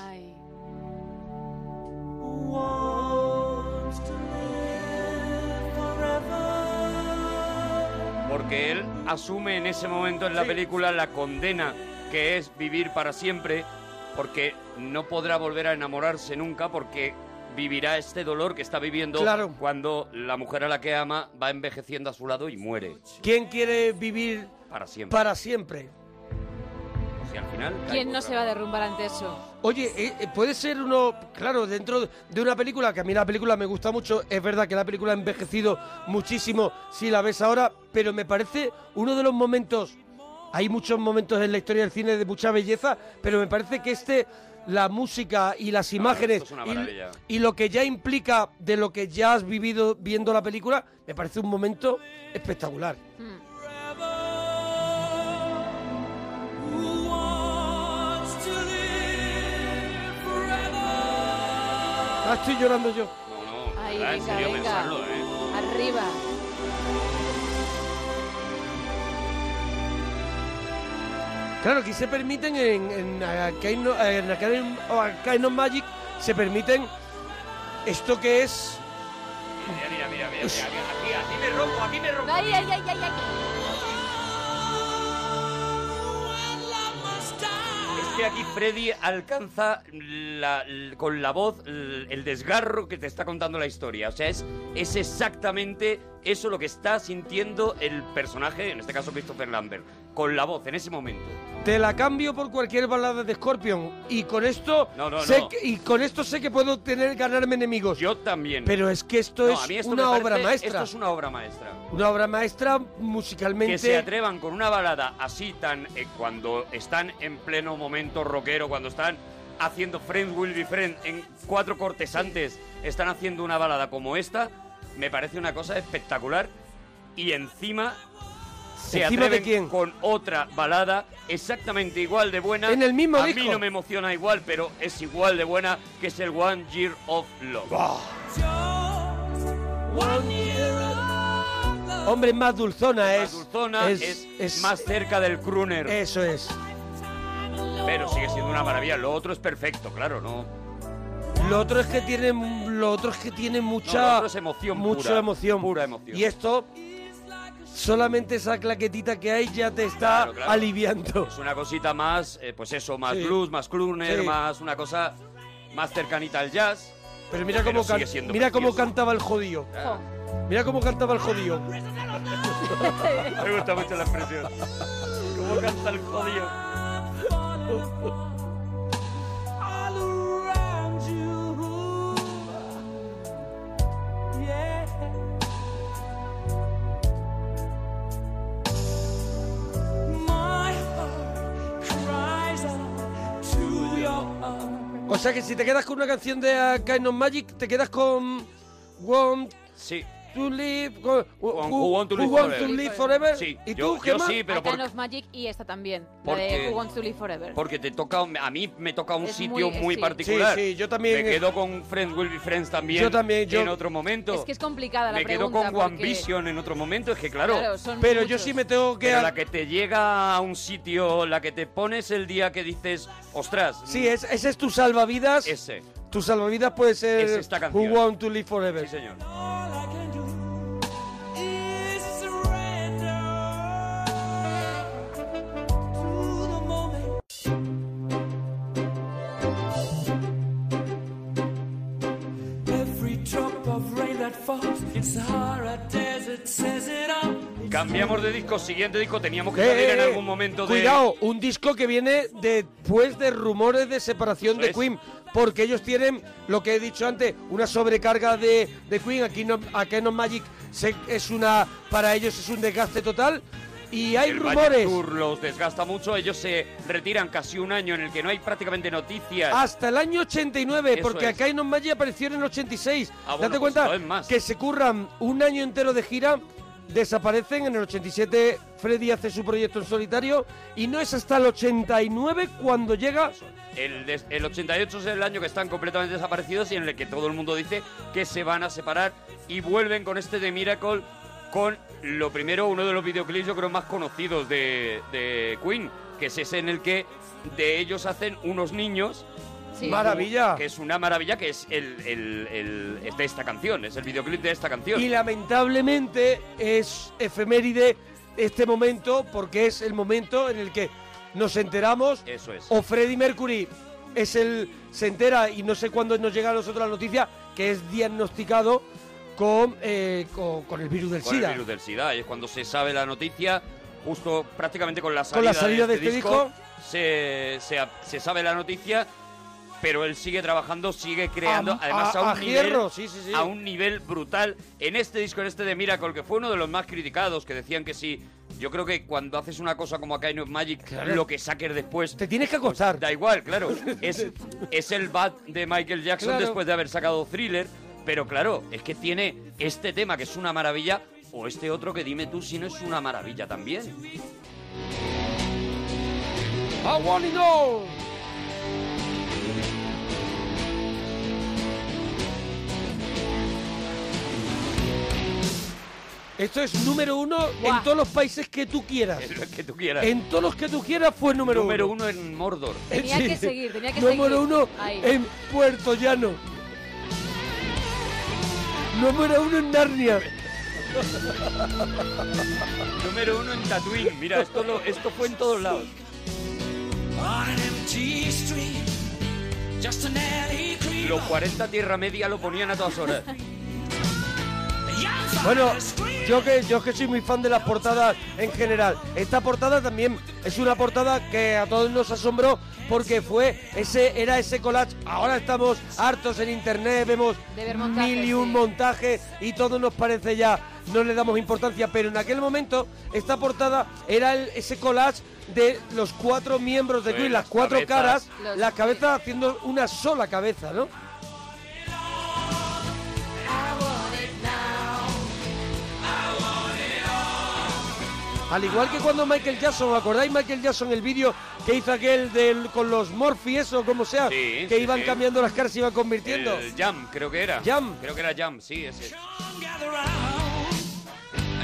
Speaker 1: porque él asume en ese momento en la película la condena que es vivir para siempre, porque no podrá volver a enamorarse nunca, porque vivirá este dolor que está viviendo
Speaker 3: Claro.
Speaker 1: cuando la mujer a la que ama va envejeciendo a su lado y muere
Speaker 3: ¿Quién quiere vivir
Speaker 1: para siempre.
Speaker 3: para siempre?
Speaker 1: Si al final cae
Speaker 8: ¿Quién
Speaker 1: por-
Speaker 8: no se va a derrumbar ante eso?
Speaker 3: Oye, eh, eh, puede ser uno, claro, dentro de una película, que a mí la película me gusta mucho, es verdad que la película ha envejecido muchísimo si la ves ahora, pero me parece uno de los momentos, hay muchos momentos en la historia del cine de mucha belleza, pero me parece que este, la música y las imágenes
Speaker 1: esto es una
Speaker 3: y-
Speaker 1: maravilla.
Speaker 3: y, lo que ya implica de lo que ya has vivido viendo la película, me parece un momento espectacular.
Speaker 8: Mm.
Speaker 3: Ah, estoy llorando yo.
Speaker 8: Ahí,
Speaker 1: ¿verdad? En
Speaker 8: venga,
Speaker 1: serio,
Speaker 8: venga.
Speaker 1: pensarlo, ¿eh?
Speaker 8: Arriba.
Speaker 3: Claro, aquí se permiten en, en Arcane, en Arcane- o Arcane of Magic, se permiten esto que es...
Speaker 1: Mira, mira, mira, mira,
Speaker 3: Ush.
Speaker 1: mira, aquí, aquí me rompo, aquí me rompo.
Speaker 8: Ay, ay, ay, ay, ay.
Speaker 1: Es que aquí Freddy alcanza la- l- con la voz l- el desgarro que te está contando la historia. O sea, es, es exactamente eso lo que está sintiendo el personaje, en este caso Christopher Lambert, con la voz en ese momento.
Speaker 3: Te la cambio por cualquier balada de Scorpion y con esto
Speaker 1: No, no,
Speaker 3: sé
Speaker 1: no.
Speaker 3: que- y con esto sé que puedo tener ganarme enemigos.
Speaker 1: Yo también.
Speaker 3: Pero es que esto
Speaker 1: No,
Speaker 3: es
Speaker 1: a mí esto
Speaker 3: una
Speaker 1: me parece-
Speaker 3: obra maestra.
Speaker 1: Esto es una obra maestra.
Speaker 3: Una obra maestra musicalmente.
Speaker 1: Que se atrevan con una balada así tan eh, cuando están en pleno momento rockero, cuando están haciendo Friends Will Be Friend en cuatro cortes antes, están haciendo una balada como esta, me parece una cosa espectacular y encima se
Speaker 3: ¿Encima de
Speaker 1: atreven con otra balada exactamente igual de buena.
Speaker 3: En el mismo
Speaker 1: A mí
Speaker 3: disco.
Speaker 1: no me emociona igual, pero es igual de buena que es el One Year of Love.
Speaker 3: Hombre, es más dulzona es.
Speaker 1: Más dulzona, es, más cerca del crooner.
Speaker 3: Eso es.
Speaker 1: Pero sigue siendo una maravilla. Lo otro es perfecto, claro, ¿no?
Speaker 3: Lo otro es que tiene lo otro es que tiene mucha
Speaker 1: No, lo otro es emoción
Speaker 3: mucha
Speaker 1: pura,
Speaker 3: emoción.
Speaker 1: pura emoción.
Speaker 3: Y esto solamente esa claquetita que hay ya te está
Speaker 1: Claro, claro.
Speaker 3: aliviando.
Speaker 1: Es una cosita más, eh, pues eso, más
Speaker 3: Sí.
Speaker 1: blues, más crooner,
Speaker 3: Sí.
Speaker 1: más una cosa más cercanita al jazz.
Speaker 3: Pero mira cómo
Speaker 1: sigue
Speaker 3: can-
Speaker 1: siendo
Speaker 3: mira cómo
Speaker 1: precioso.
Speaker 3: cantaba el jodido. Mira cómo cantaba el jodido.
Speaker 1: Me gusta mucho la expresión. ¿Cómo canta el jodido?
Speaker 3: O sea que si te quedas con una canción de A Kind of Magic, te quedas con Want
Speaker 1: Sí.
Speaker 3: to Live con,
Speaker 1: Con Who Want to Live Forever.
Speaker 3: Forever.
Speaker 1: Sí,
Speaker 3: ¿Y
Speaker 1: yo-
Speaker 3: tú, qué
Speaker 1: yo
Speaker 3: más?
Speaker 1: sí, pero
Speaker 8: A Kind
Speaker 1: por-
Speaker 8: of Magic y esta también. La
Speaker 1: Porque-
Speaker 8: de Who Wants to Live Forever.
Speaker 1: Porque te toca, a mí me toca un
Speaker 8: Es
Speaker 1: sitio
Speaker 8: muy-
Speaker 1: muy,
Speaker 8: sí.
Speaker 1: particular.
Speaker 3: Sí, sí, yo también-
Speaker 1: Me quedo con Friends Will Be Friends también.
Speaker 3: Yo también, yo-
Speaker 1: En otro momento.
Speaker 8: Es que es complicada la
Speaker 1: me quedo
Speaker 8: pregunta.
Speaker 1: con One
Speaker 8: porque-
Speaker 1: Vision en otro momento, es que claro.
Speaker 8: Claro, son Pero yo muchos. sí
Speaker 3: me tengo que-
Speaker 1: Pero la que te llega a un sitio, la que te pones el día que dices, ostras. mm,
Speaker 3: Sí, es- ese es tu salvavidas.
Speaker 1: Ese.
Speaker 3: Tu salvavidas puede ser
Speaker 1: Es esta
Speaker 3: Who
Speaker 1: canción.
Speaker 3: Want to Live Forever.
Speaker 1: Sí, señor.
Speaker 27: Every drop of rain that falls in Sahara Desert says it all.
Speaker 1: Cambiamos de disco, siguiente disco, teníamos que
Speaker 3: Eh,
Speaker 1: salir
Speaker 3: eh,
Speaker 1: en
Speaker 3: eh.
Speaker 1: algún momento de.
Speaker 3: Cuidado, un disco que viene después de rumores de separación
Speaker 1: Eso
Speaker 3: de
Speaker 1: es.
Speaker 3: Queen, porque ellos tienen, lo que he dicho antes, una sobrecarga de, de Queen. Aquí no, aquí no Magic se- es una, para ellos es un desgaste total. Y hay
Speaker 1: El Valle
Speaker 3: rumores
Speaker 1: Tour los desgasta mucho, ellos se retiran casi un año en el que no hay prácticamente noticias.
Speaker 3: hasta el año 89,
Speaker 1: Eso
Speaker 3: porque
Speaker 1: es.
Speaker 3: Aquí no Magic apareció en el 86.
Speaker 1: Ah, bueno,
Speaker 3: Date
Speaker 1: pues
Speaker 3: cuenta
Speaker 1: entonces más.
Speaker 3: que se curran un año entero de gira, desaparecen en el 87. Freddy hace su proyecto en solitario y no es hasta el 89 cuando llega
Speaker 1: El, des- el 88 es el año que están completamente desaparecidos y en el que todo el mundo dice que se van a separar y vuelven con este de Miracle con lo primero, uno de los videoclips yo creo más conocidos de, de Queen, que es ese en el que de ellos hacen unos niños.
Speaker 3: Sí. Maravilla.
Speaker 1: Que es una maravilla, que es el, el- el- es de esta canción, es el videoclip de esta canción.
Speaker 3: Y lamentablemente es efeméride este momento porque es el momento en el que nos enteramos.
Speaker 1: Eso es.
Speaker 3: O Freddie Mercury es el se entera y no sé cuándo nos llega a nosotros la noticia que es diagnosticado con, eh, con, con el virus del
Speaker 1: con
Speaker 3: SIDA.
Speaker 1: el virus del SIDA. Y es cuando se sabe la noticia, justo prácticamente con la salida,
Speaker 3: Con la salida de este disco.
Speaker 1: se, se ap- se sabe la noticia, pero él sigue trabajando, sigue creando,
Speaker 3: A-
Speaker 1: además a,
Speaker 3: a-
Speaker 1: un
Speaker 3: a
Speaker 1: nivel,
Speaker 3: hierro, sí, sí, sí.
Speaker 1: a un nivel brutal. En este disco, en este de Miracle, que fue uno de los más criticados, que decían que sí. Yo creo que cuando haces una cosa como a Kind of Magic,
Speaker 3: Claro.
Speaker 1: lo que saques después.
Speaker 3: Te tienes que acostar.
Speaker 1: Da igual, claro. Es, es el bat de Michael Jackson
Speaker 3: Claro.
Speaker 1: después de haber sacado thriller. Pero claro, es que tiene este tema que es una maravilla, o este otro que dime tú si no es una maravilla también.
Speaker 3: I wanna know. Esto es número uno en todos los países que tú quieras.
Speaker 1: Es lo que tú quieras.
Speaker 3: En todos los que tú quieras fue número,
Speaker 1: Número
Speaker 3: uno.
Speaker 1: uno en Mordor.
Speaker 8: Tenía que seguir, tenía que
Speaker 3: número
Speaker 8: seguir.
Speaker 3: uno
Speaker 8: Ahí.
Speaker 3: en Puerto Llano. Número uno en Narnia.
Speaker 1: Número uno en Tatooine. Mira, esto, lo- esto fue en todos lados.
Speaker 27: On an empty street, just an alley creep.
Speaker 1: Los 40 Tierra Media lo ponían a todas horas.
Speaker 3: Bueno, yo que, yo que soy muy fan de las portadas en general. Esta portada también es una portada que a todos nos asombró porque fue ese era ese collage. Ahora estamos hartos en internet, vemos
Speaker 8: De ver montajes,
Speaker 3: mil y un
Speaker 8: sí.
Speaker 3: montajes y todo nos parece ya, no le damos importancia. Pero en aquel momento esta portada era el- ese collage de los cuatro miembros de
Speaker 1: Sí,
Speaker 3: Queen,
Speaker 1: las
Speaker 3: las cuatro
Speaker 1: cabezas.
Speaker 3: caras,
Speaker 1: Los-
Speaker 3: las cabezas haciendo una sola cabeza, ¿no? Al igual que cuando Michael Jackson, ¿os ¿acordáis Michael Jackson el vídeo que hizo aquel del, con los Morpheus o como sea?
Speaker 1: Sí,
Speaker 3: que
Speaker 1: sí,
Speaker 3: iban
Speaker 1: sí.
Speaker 3: cambiando las caras y iban convirtiendo.
Speaker 1: El Jam, creo que era.
Speaker 3: Jam.
Speaker 1: Creo que era Jam, sí, ese.
Speaker 27: I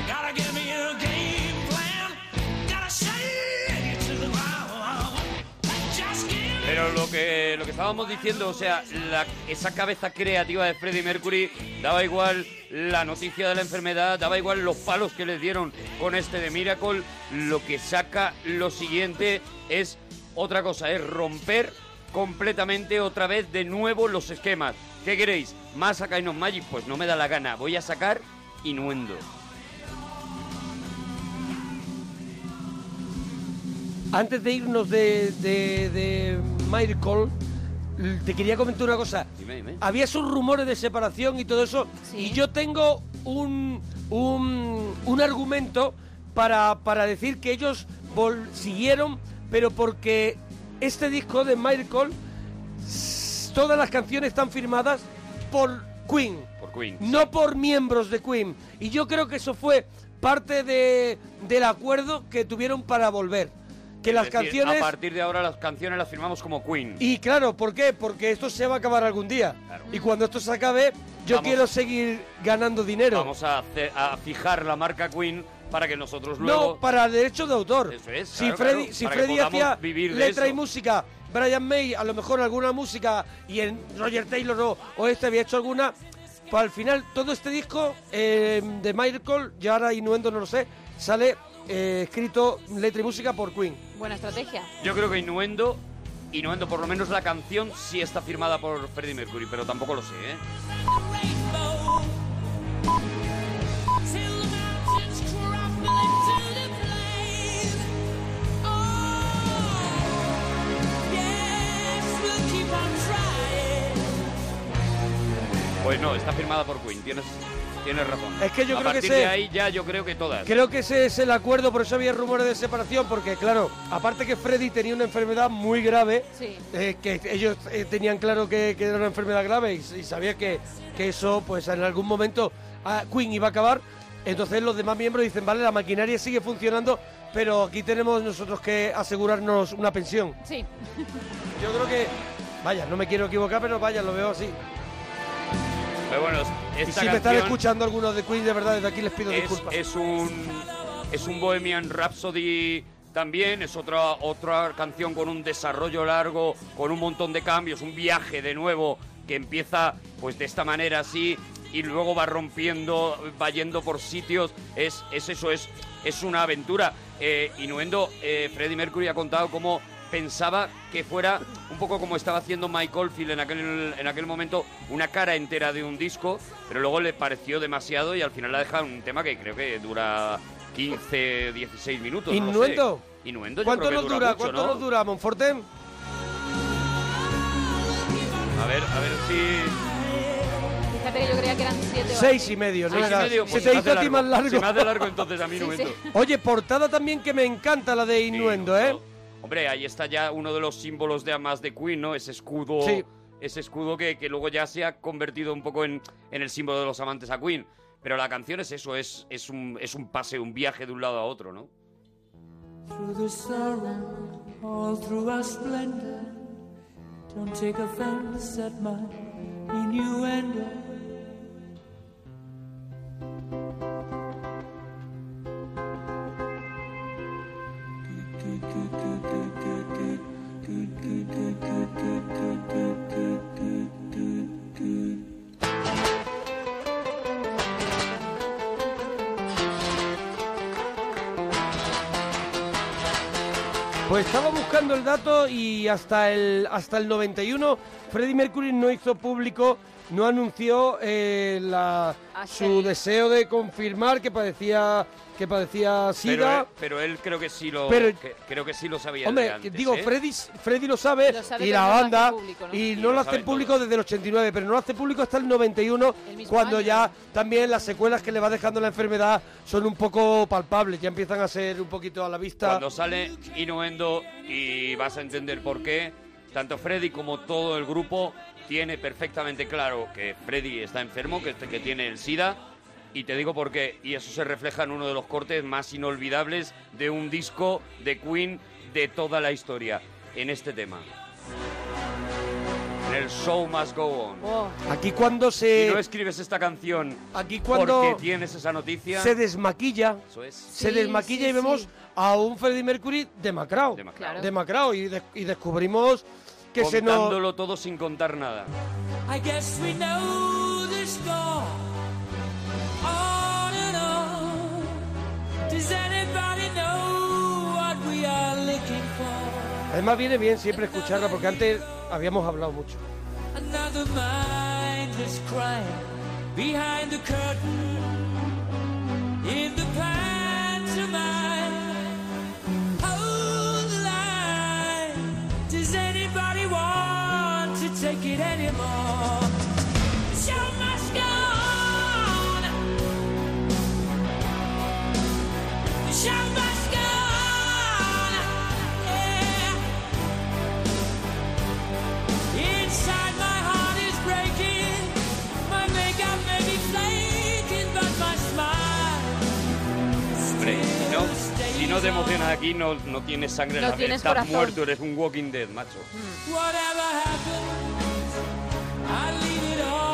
Speaker 27: gotta give me a game plan. Gotta shake it to the ground. Just give
Speaker 1: Pero lo que, lo que estábamos diciendo, o sea, la- esa cabeza creativa de Freddie Mercury daba igual la noticia de la enfermedad, daba igual los palos que les dieron con este de Miracle. Lo que saca lo siguiente es otra cosa, es romper completamente otra vez de nuevo los esquemas. ¿Qué queréis? ¿Más a Kind of Magic? Pues no me da la gana. Voy a sacar Innuendo.
Speaker 3: Antes de irnos de, de, de Michael, te quería comentar una cosa.
Speaker 1: Dime, dime.
Speaker 3: Había esos rumores de separación y todo eso. Y yo tengo un, un, un argumento para, para decir que ellos vol- siguieron, pero porque este disco de Michael, s- todas las canciones están firmadas por Queen.
Speaker 1: Por Queen.
Speaker 3: No por miembros de Queen. Y yo creo que eso fue parte de, del acuerdo que tuvieron para volver. Que
Speaker 1: Es
Speaker 3: las
Speaker 1: decir,
Speaker 3: canciones...
Speaker 1: A partir de ahora las canciones las firmamos como Queen.
Speaker 3: Y claro, ¿por qué? Porque esto se va a acabar algún día. Y cuando esto se acabe, yo
Speaker 1: Vamos.
Speaker 3: quiero seguir ganando dinero.
Speaker 1: Vamos a, hacer- a fijar la marca Queen para que nosotros
Speaker 3: No,
Speaker 1: luego...
Speaker 3: para derecho de autor.
Speaker 1: Eso es,
Speaker 3: si
Speaker 1: claro,
Speaker 3: Freddy,
Speaker 1: claro,
Speaker 3: si
Speaker 1: para que
Speaker 3: Freddy
Speaker 1: podamos
Speaker 3: hacía
Speaker 1: vivir de
Speaker 3: letra y
Speaker 1: eso.
Speaker 3: música, Brian May a lo mejor alguna música y en Roger Taylor o, o este había hecho alguna, pues al final todo este disco eh, de Michael, ya ahora Innuendo no lo sé, sale eh, escrito letra y música por Queen.
Speaker 8: Buena estrategia.
Speaker 1: Yo creo que Innuendo, Innuendo por lo menos la canción sí está firmada por Freddie Mercury, pero tampoco lo sé, ¿eh?
Speaker 27: till the mountains crumble into the plain. Oh, yes, we'll keep on trying.
Speaker 1: Pues no, está firmada por Queen, tienes, tienes razón.
Speaker 3: Es que yo
Speaker 1: a
Speaker 3: creo que
Speaker 1: partir
Speaker 3: sé-
Speaker 1: de ahí ya yo creo que todas.
Speaker 3: Creo que ese es el acuerdo, por eso había rumores de separación, porque claro, aparte que Freddy tenía una enfermedad muy grave,
Speaker 8: Sí.
Speaker 3: eh, que ellos eh, tenían claro que, que era una enfermedad grave y, s- y sabía que, que eso, pues en algún momento ah, Queen iba a acabar, entonces los demás miembros dicen, vale, la maquinaria sigue funcionando, pero aquí tenemos nosotros que asegurarnos una pensión.
Speaker 8: Sí.
Speaker 3: Yo creo que, vaya, no me quiero equivocar, pero vaya, lo veo así.
Speaker 1: Pero bueno,
Speaker 3: y si
Speaker 1: esta
Speaker 3: me están
Speaker 1: canción
Speaker 3: escuchando algunos de Queen, de verdad, desde aquí les pido
Speaker 1: es,
Speaker 3: disculpas.
Speaker 1: es un es un Bohemian Rhapsody también, es otra otra canción con un desarrollo largo, con un montón de cambios, un viaje de nuevo que empieza pues de esta manera así y luego va rompiendo, va yendo por sitios, es es eso es es una aventura. Eh, Inuendo, eh, Freddie Mercury ha contado cómo pensaba que fuera un poco como estaba haciendo Mike Oldfield en aquel, en aquel momento, una cara entera de un disco, pero luego le pareció demasiado y al final la deja un tema que creo que dura 15, 16 minutos. no lo sé.
Speaker 3: Innuendo.
Speaker 1: Inuendo, yo
Speaker 3: ¿Cuánto
Speaker 1: creo que
Speaker 3: nos
Speaker 1: dura,
Speaker 3: dura?
Speaker 1: mucho,
Speaker 3: ¿Cuánto
Speaker 1: ¿no?
Speaker 3: nos dura, Monforte?
Speaker 1: A ver, a ver si...
Speaker 8: Fíjate que yo creía que eran siete horas.
Speaker 3: Seis y medio, ¿no?
Speaker 1: Seis y
Speaker 3: Era-
Speaker 1: medio, pues
Speaker 3: se te
Speaker 1: me
Speaker 3: hizo
Speaker 1: hace
Speaker 3: a ti más largo.
Speaker 1: Se me hace largo entonces a mí Inuendo.
Speaker 3: Oye, portada también que me encanta la de Innuendo, ¿eh?
Speaker 1: Hombre, ahí está ya uno de los símbolos de más de Queen, ¿no? Ese escudo.
Speaker 3: Sí.
Speaker 1: Ese escudo que, que luego ya se ha convertido un poco en, en el símbolo de los amantes a Queen. Pero la canción es eso, es, es, un, es un pase, un viaje de un lado a otro, ¿no?
Speaker 27: Through the sorrow, all through our splendor. Don't take offense at my innuendo.
Speaker 3: Pues estaba buscando el dato y hasta el, hasta el 91 Freddie Mercury no hizo público, no anunció eh, la- su deseo de confirmar que padecía, que padecía
Speaker 1: Pero, eh,
Speaker 3: SIDA.
Speaker 1: él- pero él creo que sí lo,
Speaker 3: Pero-
Speaker 1: que- creo que sí lo sabía.
Speaker 3: Hombre,
Speaker 1: desde antes,
Speaker 3: digo,
Speaker 1: ¿eh?
Speaker 3: Freddy, Freddy lo sabe,
Speaker 1: Lo sabe,
Speaker 3: y
Speaker 1: pero
Speaker 3: la
Speaker 1: no lo hace
Speaker 3: banda,
Speaker 1: público, ¿no?
Speaker 3: y
Speaker 1: Y
Speaker 3: no
Speaker 1: lo
Speaker 3: lo hacen
Speaker 1: saben
Speaker 3: público desde el 89, pero no lo hace público hasta el 91,
Speaker 1: mismo
Speaker 3: cuando
Speaker 1: año.
Speaker 3: ya también las secuelas que le va dejando la enfermedad son un poco palpables, ya empiezan a ser un poquito a la vista.
Speaker 1: Cuando sale Inuendo y vas a entender por qué, tanto Freddy como todo el grupo tiene perfectamente claro que Freddy está enfermo, que, que tiene el SIDA, y te digo por qué. Y eso se refleja en uno de los cortes más inolvidables de un disco de Queen de toda la historia, en este tema. En el show must go on.
Speaker 3: Aquí cuando se...
Speaker 1: Si no escribes esta canción
Speaker 3: Eh, Aquí cuando
Speaker 1: porque tienes esa noticia,
Speaker 3: se desmaquilla.
Speaker 1: Eso es.
Speaker 3: Se
Speaker 1: Sí,
Speaker 3: desmaquilla
Speaker 1: sí,
Speaker 3: y vemos
Speaker 1: sí.
Speaker 3: a un Freddie Mercury demacrado.
Speaker 1: Demacrado.
Speaker 3: Demacrado, Y, de- y descubrimos que se nos...
Speaker 1: contándolo todo sin contar nada.
Speaker 27: I guess we know the score. On and on. Does anybody know what we are looking for?
Speaker 3: Además viene bien siempre escucharla porque antes habíamos hablado mucho.
Speaker 27: Another mindless crime behind the curtain. In the pantomime, hold the line. Does anybody want to take it anymore? Show must go on. Show must go on. Yeah. Inside my heart is breaking. My makeup may be flaking, but my smile.
Speaker 1: Hombre, si no, si no te emocionas aquí, no, no tienes sangre
Speaker 27: No
Speaker 1: en la piel.
Speaker 27: tienes
Speaker 1: Estás
Speaker 27: corazón.
Speaker 1: muerto, eres un Walking Dead, macho.
Speaker 27: Whatever happens, I leave it all.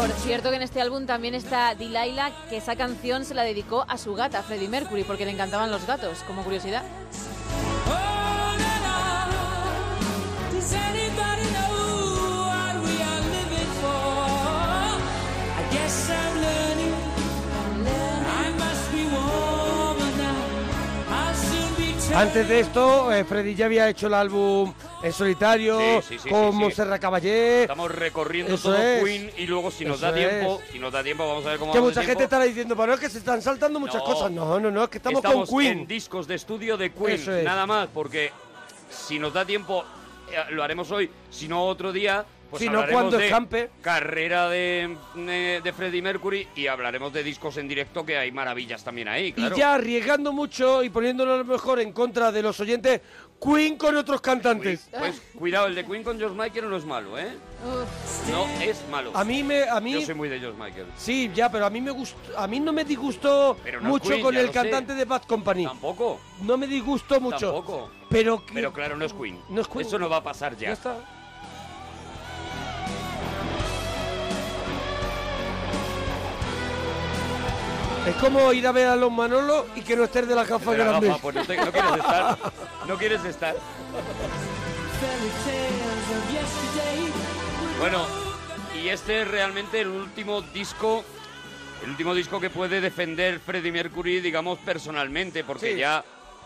Speaker 8: Por
Speaker 27: to
Speaker 8: cierto que en este álbum también está Delilah, que esa canción se la dedicó a su gata, Freddie Mercury, porque le encantaban los gatos, como curiosidad.
Speaker 27: oh, Does anybody know what we are living for? I guess I'm learning. I must be warmer now. I'll soon be
Speaker 3: Antes de esto, eh, Freddy ya había hecho el álbum en solitario
Speaker 1: Sí, sí, sí,
Speaker 3: con
Speaker 1: sí, sí.
Speaker 3: Montserrat Caballé.
Speaker 1: Estamos recorriendo
Speaker 3: Eh, Eso
Speaker 1: todo
Speaker 3: es.
Speaker 1: Queen y luego si nos
Speaker 3: Eso
Speaker 1: da tiempo,
Speaker 3: es.
Speaker 1: si nos da tiempo vamos a ver cómo
Speaker 3: Que
Speaker 1: vamos
Speaker 3: mucha
Speaker 1: de
Speaker 3: gente
Speaker 1: tiempo.
Speaker 3: estará diciendo, pero es que se están saltando muchas
Speaker 1: No.
Speaker 3: cosas. No, no, no, es que estamos, con Queen.
Speaker 1: en discos de estudio de Queen,
Speaker 3: Eso es.
Speaker 1: nada más, porque si nos da tiempo eh, lo haremos hoy, si no otro día, pues
Speaker 3: Si no,
Speaker 1: hablaremos
Speaker 3: cuando
Speaker 1: de
Speaker 3: escampe.
Speaker 1: carrera de, eh, de Freddie Mercury y hablaremos de discos en directo que hay maravillas también ahí, claro.
Speaker 3: Y ya arriesgando mucho y poniéndolo a lo mejor en contra de los oyentes, Queen con otros cantantes.
Speaker 1: Pues cuidado, el de Queen con George Michael no es malo, ¿eh? No es malo.
Speaker 3: A mí me- a mí-
Speaker 1: Yo soy muy de George Michael.
Speaker 3: Sí, ya, pero a mí me gustó, a mí no me disgustó
Speaker 1: Pero no es
Speaker 3: mucho
Speaker 1: Queen,
Speaker 3: con
Speaker 1: ya
Speaker 3: el
Speaker 1: lo
Speaker 3: cantante de Bad Company.
Speaker 1: Tampoco.
Speaker 3: No me disgustó mucho.
Speaker 1: Tampoco.
Speaker 3: Pero que-
Speaker 1: Pero claro, no es Queen. Eso no va a pasar ya.
Speaker 3: Ya está. Es como ir a ver a los Manolo y que no estés de las gafas
Speaker 1: De la gafa,
Speaker 3: grandes.
Speaker 1: pues no, te- no quieres estar. No quieres estar.
Speaker 27: fairy tales of yesterday.
Speaker 1: Bueno, y este es realmente el último disco El último disco que puede defender Freddie Mercury, digamos, personalmente, porque ya,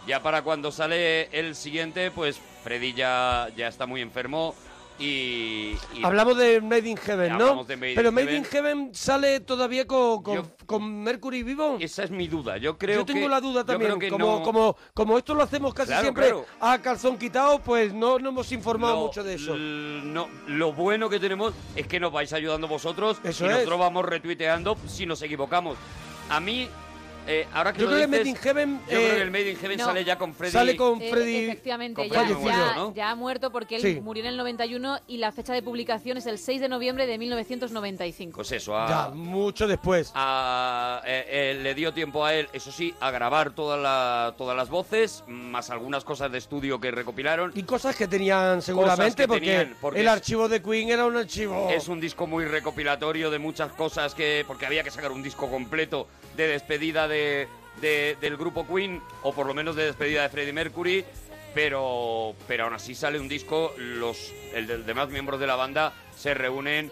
Speaker 1: ya para cuando sale el siguiente, pues Freddie ya, ya está muy enfermo y... y-
Speaker 3: Hablamos de Made in Heaven,
Speaker 1: Ya
Speaker 3: ¿no?
Speaker 1: hablamos de Made in
Speaker 3: Pero Made in
Speaker 1: Heaven.
Speaker 3: Heaven sale todavía con, con- con Mercury vivo.
Speaker 1: Esa es mi duda. Yo creo
Speaker 3: Yo tengo
Speaker 1: que-
Speaker 3: la duda
Speaker 1: yo
Speaker 3: también.
Speaker 1: creo que
Speaker 3: como,
Speaker 1: no-
Speaker 3: como, como esto lo hacemos casi
Speaker 1: Claro,
Speaker 3: siempre
Speaker 1: claro.
Speaker 3: a calzón quitado, pues no, no hemos informado
Speaker 1: Lo-
Speaker 3: mucho de eso.
Speaker 1: l- No, lo bueno que tenemos es que nos vais ayudando vosotros
Speaker 3: Eso
Speaker 1: y
Speaker 3: es.
Speaker 1: nosotros vamos retuiteando si nos equivocamos. A mí, eh, ahora que
Speaker 3: Yo
Speaker 1: lo
Speaker 3: creo que
Speaker 1: dices,
Speaker 3: Made in Heaven,
Speaker 1: yo creo
Speaker 3: eh,
Speaker 1: que el Made in Heaven
Speaker 8: no.
Speaker 1: sale ya con Freddy.
Speaker 3: Sale con
Speaker 8: Eh, efectivamente,
Speaker 1: con
Speaker 8: ya,
Speaker 1: Freddy
Speaker 8: ya-
Speaker 1: muerto, ¿no?
Speaker 8: ya ha muerto porque él
Speaker 1: Sí.
Speaker 8: murió en el 91 y la fecha de publicación es el 6 de noviembre de 1995.
Speaker 1: Pues eso, a, eh,
Speaker 3: Ya, mucho después.
Speaker 1: le dio tiempo a él, eso sí, a grabar toda la- todas las voces, más algunas cosas de estudio que recopilaron.
Speaker 3: Y cosas que tenían seguramente,
Speaker 1: que
Speaker 3: porque,
Speaker 1: tenían, porque
Speaker 3: el
Speaker 1: es-
Speaker 3: archivo de Queen era un archivo...
Speaker 1: Es un disco muy recopilatorio de muchas cosas que. porque había que sacar un disco completo de despedida de, de- del grupo Queen, o por lo menos de despedida de Freddie Mercury. Pero. Pero aún así sale un disco. Los el de- demás miembros de la banda se reúnen,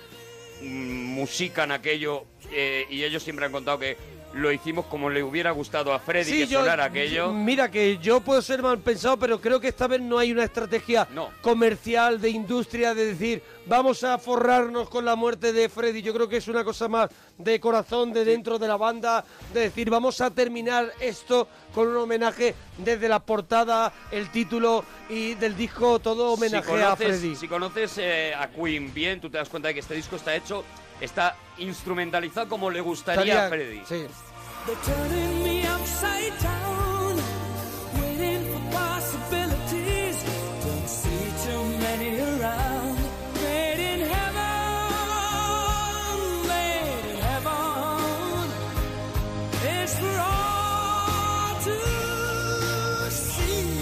Speaker 1: mm, musican aquello. eh, y ellos siempre han contado que lo hicimos como le hubiera gustado a Freddie
Speaker 3: Sí,
Speaker 1: que
Speaker 3: yo-
Speaker 1: sonara aquello.
Speaker 3: Mira, que yo puedo ser mal pensado, pero creo que esta vez no hay una estrategia comercial de industria de decir vamos a forrarnos con la muerte de Freddy. Yo creo que es una cosa más de corazón, de dentro de la banda, de decir vamos a terminar esto con un homenaje desde la portada, el título y del disco, todo homenaje
Speaker 1: si conoces,
Speaker 3: a Freddy.
Speaker 1: si conoces, eh, a Queen bien, tú te das cuenta de que este disco está hecho, está instrumentalizado como le gustaría a Freddy.
Speaker 3: Estaría-
Speaker 27: They're turning me upside down, waiting for possibilities. Don't see too many around. Made in heaven, made in heaven. It's for all to see.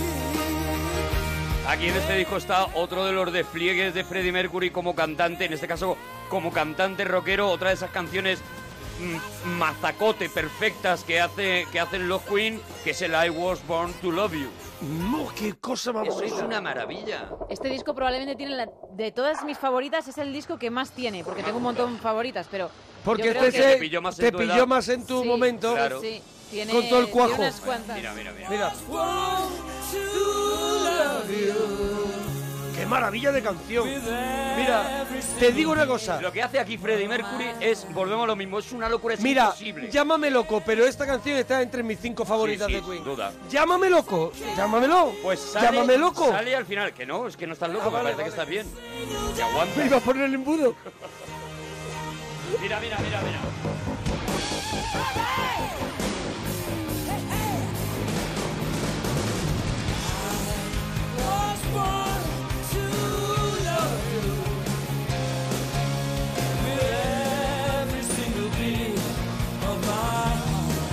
Speaker 1: Aquí en este disco está otro de los despliegues de Freddie Mercury como cantante, en este caso como cantante rockero, otra de esas canciones mm, mazacote perfectas que hace que hacen los Queen, que es el I Was Born to Love You.
Speaker 3: No, qué cosa más
Speaker 1: Eso es una maravilla.
Speaker 8: Este disco probablemente tiene la- de todas mis favoritas es el disco que más tiene, porque tengo un montón de favoritas, pero
Speaker 3: Porque
Speaker 8: yo creo
Speaker 3: este
Speaker 8: que-
Speaker 3: se- te pilló más en te tu pilló edad. más en tu
Speaker 8: Sí,
Speaker 3: momento.
Speaker 8: sí,
Speaker 3: Claro.
Speaker 8: sí. Tiene-
Speaker 3: Con todo el
Speaker 8: tiene
Speaker 3: cuajo.
Speaker 8: unas cuantas.
Speaker 1: Mira, mira, mira.
Speaker 3: Mira,
Speaker 27: Want to love you.
Speaker 3: qué maravilla de canción. Mira, te digo una cosa.
Speaker 1: Lo que hace aquí Freddie Mercury es, volvemos a lo mismo, es una locura, es
Speaker 3: Mira,
Speaker 1: imposible.
Speaker 3: llámame loco, pero esta canción está entre mis cinco favoritas
Speaker 1: Sí, sí,
Speaker 3: de Queen.
Speaker 1: sin duda.
Speaker 3: Llámame loco, llámamelo.
Speaker 1: Pues sale,
Speaker 3: llámame loco.
Speaker 1: Sale al final, que no, es que no estás loco,
Speaker 3: Ah,
Speaker 1: me
Speaker 3: vale,
Speaker 1: parece
Speaker 3: vale.
Speaker 1: que estás bien. Te aguanta.
Speaker 3: Me iba a poner el embudo.
Speaker 1: Mira, mira, mira, mira.
Speaker 27: Was born to love you. With every single beat of my heart.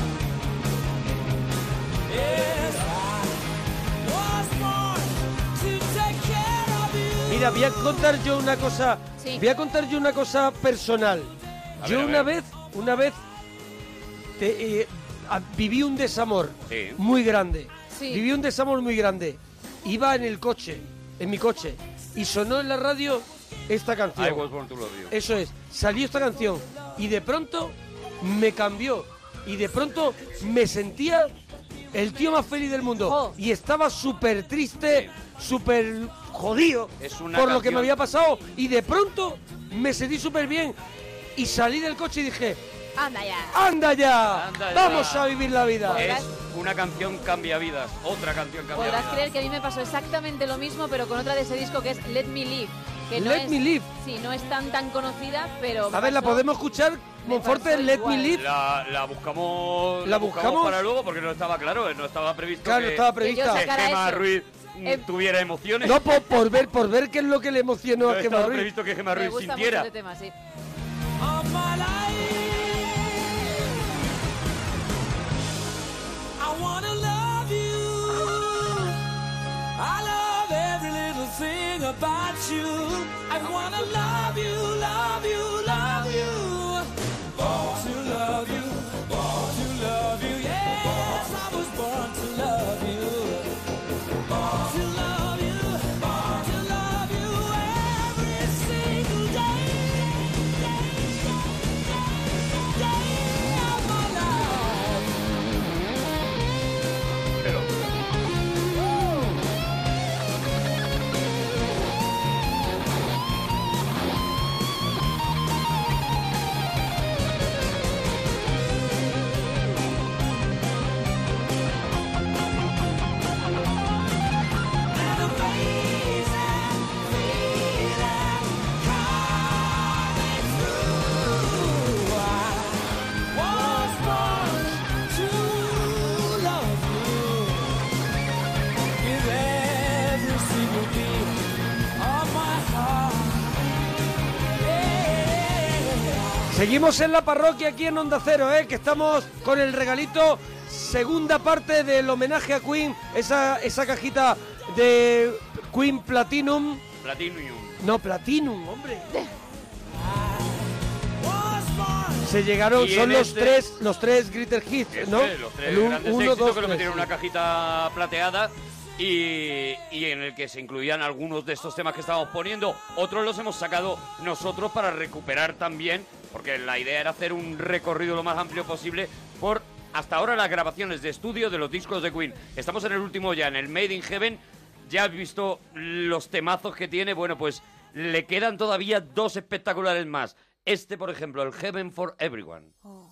Speaker 27: Yes, I was born to take care of you.
Speaker 3: Mira, voy a contar yo una cosa.
Speaker 27: Sí.
Speaker 3: Voy a contar yo una cosa personal.
Speaker 1: A
Speaker 3: yo
Speaker 1: ver, a
Speaker 3: una
Speaker 1: ver.
Speaker 3: vez, una vez te- eh, a- viví un desamor
Speaker 1: Sí.
Speaker 3: muy grande.
Speaker 1: Sí.
Speaker 3: Viví un desamor muy grande. Iba en el coche, en mi coche, y sonó en la radio esta canción.
Speaker 1: I was born to love you.
Speaker 3: Eso es, salió esta canción y de pronto me cambió y de pronto me sentía el tío más feliz del mundo y estaba súper triste, súper jodido
Speaker 1: Es
Speaker 3: por
Speaker 1: una
Speaker 3: lo que
Speaker 1: canción-
Speaker 3: me había pasado y de pronto me sentí súper bien y salí del coche y dije,
Speaker 8: Anda ya.
Speaker 3: anda ya,
Speaker 1: Anda ya.
Speaker 3: vamos a vivir la vida.
Speaker 1: Es una canción cambia vidas, otra canción cambia
Speaker 8: Podrás
Speaker 1: vidas.
Speaker 8: creer que a mí me pasó exactamente lo mismo, pero con otra de ese disco que es Let Me Live. Que no
Speaker 3: Let
Speaker 8: es-
Speaker 3: Me Live.
Speaker 8: Sí, no es tan tan conocida, pero...
Speaker 3: A ver, la
Speaker 8: pasó-
Speaker 3: podemos escuchar, Monforte,
Speaker 8: pasó
Speaker 3: Let Me
Speaker 8: igual.
Speaker 3: Live.
Speaker 1: La, la buscamos
Speaker 3: ¿La buscamos?
Speaker 1: para luego porque no estaba claro, eh, no estaba previsto
Speaker 3: Claro,
Speaker 1: que,
Speaker 3: estaba prevista. Que yo
Speaker 1: que
Speaker 3: sacara
Speaker 1: Gemma
Speaker 3: eso.
Speaker 1: Ruiz mm,
Speaker 3: Eh,
Speaker 1: tuviera emociones.
Speaker 3: No, por, por ver, por ver qué es lo que le emocionó
Speaker 1: No
Speaker 3: a Gemma
Speaker 1: estaba
Speaker 3: Ruiz.
Speaker 1: previsto que Gemma
Speaker 8: Me
Speaker 1: Ruiz
Speaker 8: gusta mucho
Speaker 1: sintiera.
Speaker 8: este tema, sí.
Speaker 27: of my life. I wanna love you. I love every little thing about you. I wanna love you, love you, love you. Born to love you, born to love you. Yes, I was born to love you. Born to love you, born to love you every single day. Day
Speaker 3: Seguimos en la parroquia aquí en Onda Cero, ¿eh? que estamos con el regalito, segunda parte del homenaje a Queen, esa, esa cajita de Queen Platinum.
Speaker 1: Platinum.
Speaker 3: No, Platinum, hombre. Se llegaron,
Speaker 1: Y
Speaker 3: son
Speaker 1: en
Speaker 3: los
Speaker 1: este-
Speaker 3: tres, los tres Greater Hits, ¿no?
Speaker 1: Tres, los tres
Speaker 3: El un-
Speaker 1: grandes
Speaker 3: uno,
Speaker 1: éxitos
Speaker 3: dos,
Speaker 1: que lo
Speaker 3: tres.
Speaker 1: metieron en una cajita plateada y, y en el que se incluían algunos de estos temas que estábamos poniendo. Otros los hemos sacado nosotros para recuperar también, porque la idea era hacer un recorrido lo más amplio posible por hasta ahora las grabaciones de estudio de los discos de Queen. Estamos en el último ya, en el Made in Heaven. Ya has visto los temazos que tiene. Bueno, pues le quedan todavía dos espectaculares más. Este, por ejemplo, el Heaven for Everyone.
Speaker 27: Oh.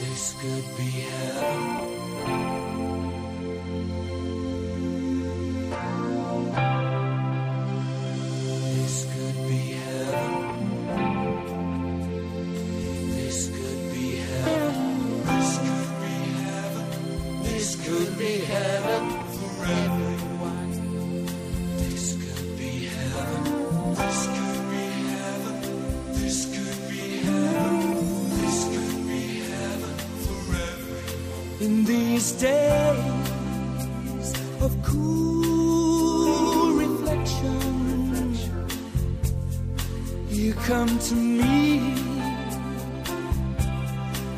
Speaker 27: This could be hell. This could be heaven. This could be heaven. This could be heaven. This could be heaven for everyone. This could be heaven. This could be heaven. This could be heaven. This could be heaven for everyone. In these days of cool reflection, you come to me,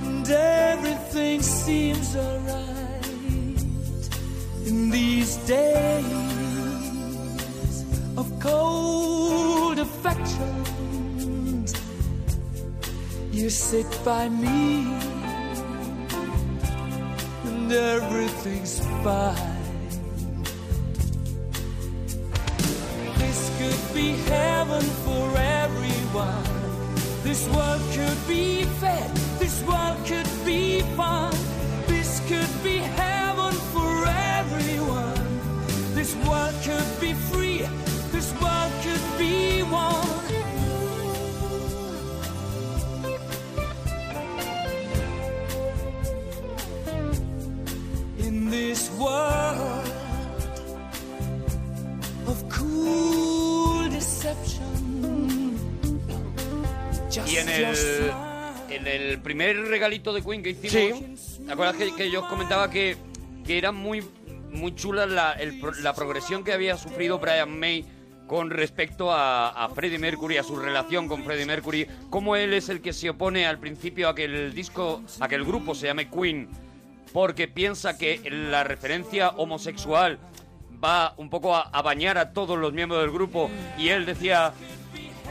Speaker 27: and everything seems alright. In these days of cold affection, you sit by me, and everything's fine. This could be heaven for everyone. This world could be fed. This world could be fun. This could be heaven for everyone. This world could be free. This world could be one. In this world of cool deception. Just
Speaker 1: Y en el, en el primer regalito de Queen que hicimos, ¿te acuerdas que, que yo os comentaba que, que era muy, muy chula la, el pro- la progresión que había sufrido Brian May con respecto a, a Freddie Mercury, a su relación con Freddie Mercury, cómo él es el que se opone al principio a que el disco, a que el grupo se llame Queen, porque piensa que la referencia homosexual va un poco a- a bañar a todos los miembros del grupo y él decía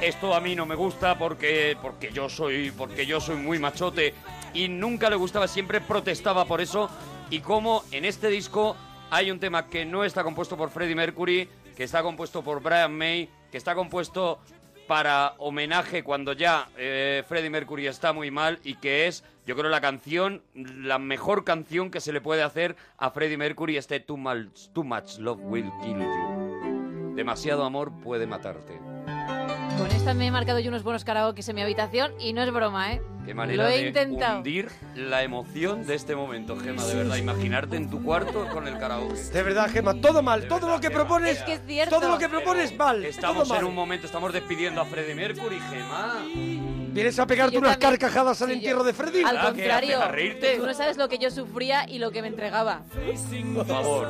Speaker 1: esto a mí no me gusta porque porque yo soy porque yo soy muy machote y nunca le gustaba siempre protestaba por eso y como en este disco hay un tema que no está compuesto por Freddie Mercury que está compuesto por Brian May que está compuesto para homenaje cuando ya eh, Freddie Mercury está muy mal y que es yo creo la canción la mejor canción que se le puede hacer a Freddie Mercury este Too Much Too Much Love Will Kill You demasiado amor puede matarte
Speaker 8: Con esta me he marcado yo unos buenos karaokes en mi habitación y no es broma, ¿eh?
Speaker 1: Qué manera
Speaker 8: Lo he
Speaker 1: de
Speaker 8: intentado.
Speaker 1: hundir la emoción de este momento, Gema, de verdad. Imaginarte en tu cuarto con el karaoke.
Speaker 3: De verdad, Gema, todo mal, todo lo que propones, todo lo que propones mal,
Speaker 1: Estamos
Speaker 3: todo mal.
Speaker 1: en un momento, estamos despidiendo a Freddie Mercury, Gema.
Speaker 3: Vienes a pegarte unas carcajadas al entierro de Freddy.
Speaker 8: Al
Speaker 1: ¿Verdad Ah, que
Speaker 8: contrario,
Speaker 1: haces a reírte?
Speaker 8: tú no sabes lo que yo sufría y lo que me entregaba.
Speaker 1: Por favor.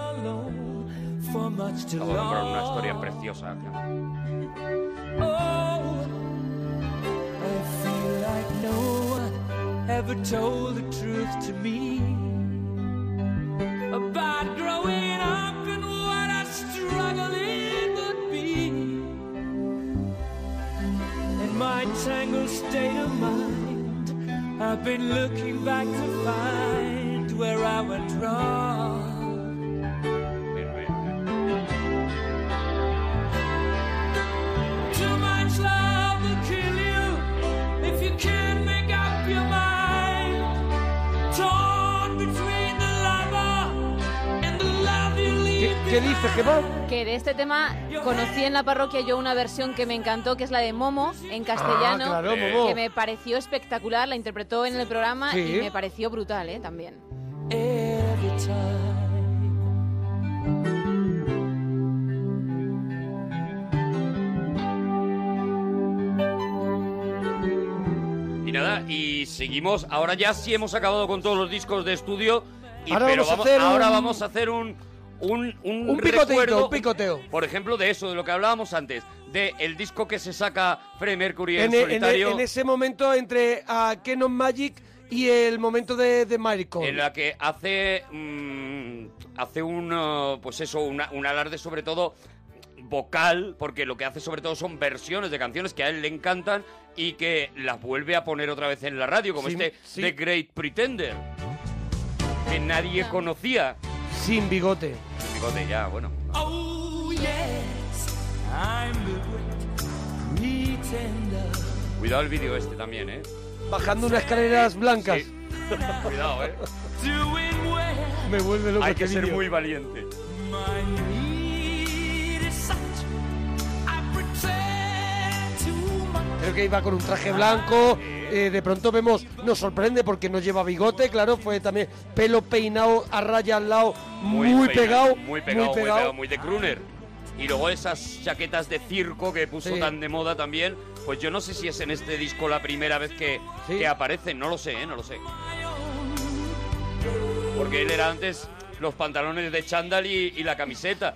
Speaker 27: for much to
Speaker 1: Por favor, por una historia preciosa.
Speaker 27: I feel like no one ever told the truth to me about growing up and what a struggle it would be. In my tangled state of mind, I've been looking back to find where I went wrong. Too much love will kill you if you can't make up your mind. Torn between the lover and the love you
Speaker 3: ¿Qué,
Speaker 27: leave
Speaker 3: qué dices, Gema?
Speaker 8: Que de este tema conocí en la parroquia yo una versión que me encantó, que es la de Momo, en castellano,
Speaker 3: Ah, claro, Momo.
Speaker 8: que me pareció espectacular, la interpretó en el programa
Speaker 27: Sí.
Speaker 8: y me pareció brutal, ¿eh? También.
Speaker 27: every time.
Speaker 1: y seguimos. Ahora ya sí hemos acabado con todos los discos de estudio. y-
Speaker 3: Ahora
Speaker 1: pero
Speaker 3: vamos a hacer
Speaker 1: ahora
Speaker 3: un-
Speaker 1: vamos a hacer un un, un,
Speaker 3: Un picoteito,
Speaker 1: recuerdo,
Speaker 3: un picoteo.
Speaker 1: Por ejemplo, de eso, de lo que hablábamos antes, de el disco que se saca Freddie Mercury en,
Speaker 3: e-
Speaker 1: solitario.
Speaker 3: en ese momento entre a Kenon Magic y el momento de, de Miracle.
Speaker 1: en la que hace mm, hace un eh, pues eso una- un alarde sobre todo vocal porque lo que hace sobre todo son versiones de canciones que a él le encantan y que las vuelve a poner otra vez en la radio como
Speaker 3: Sí,
Speaker 1: este
Speaker 3: sí.
Speaker 1: The Great Pretender que nadie conocía
Speaker 3: Sin bigote.
Speaker 1: bigote ya bueno
Speaker 27: Oh, yes, I'm the great pretender.
Speaker 1: cuidado el vídeo este también eh
Speaker 3: Bajando unas escaleras blancas.
Speaker 1: cuidado eh
Speaker 27: Doing well.
Speaker 3: Me vuelve loco
Speaker 1: hay que
Speaker 3: este
Speaker 1: ser
Speaker 3: vídeo.
Speaker 1: muy valiente
Speaker 27: My need is such. I pretend too much.
Speaker 3: Creo que iba con un traje blanco. eh, de pronto vemos, nos sorprende porque no lleva bigote, claro, fue también pelo peinado a raya al lado, muy, pegado,
Speaker 1: peinado, muy pegado, muy pegado, muy de crooner. Y luego esas chaquetas de circo que puso
Speaker 3: Sí.
Speaker 1: tan de moda también, pues yo no sé si es en este disco la primera vez que, que aparece, no lo sé, ¿eh? no lo sé. Porque él era antes los pantalones de chándal y, y la camiseta.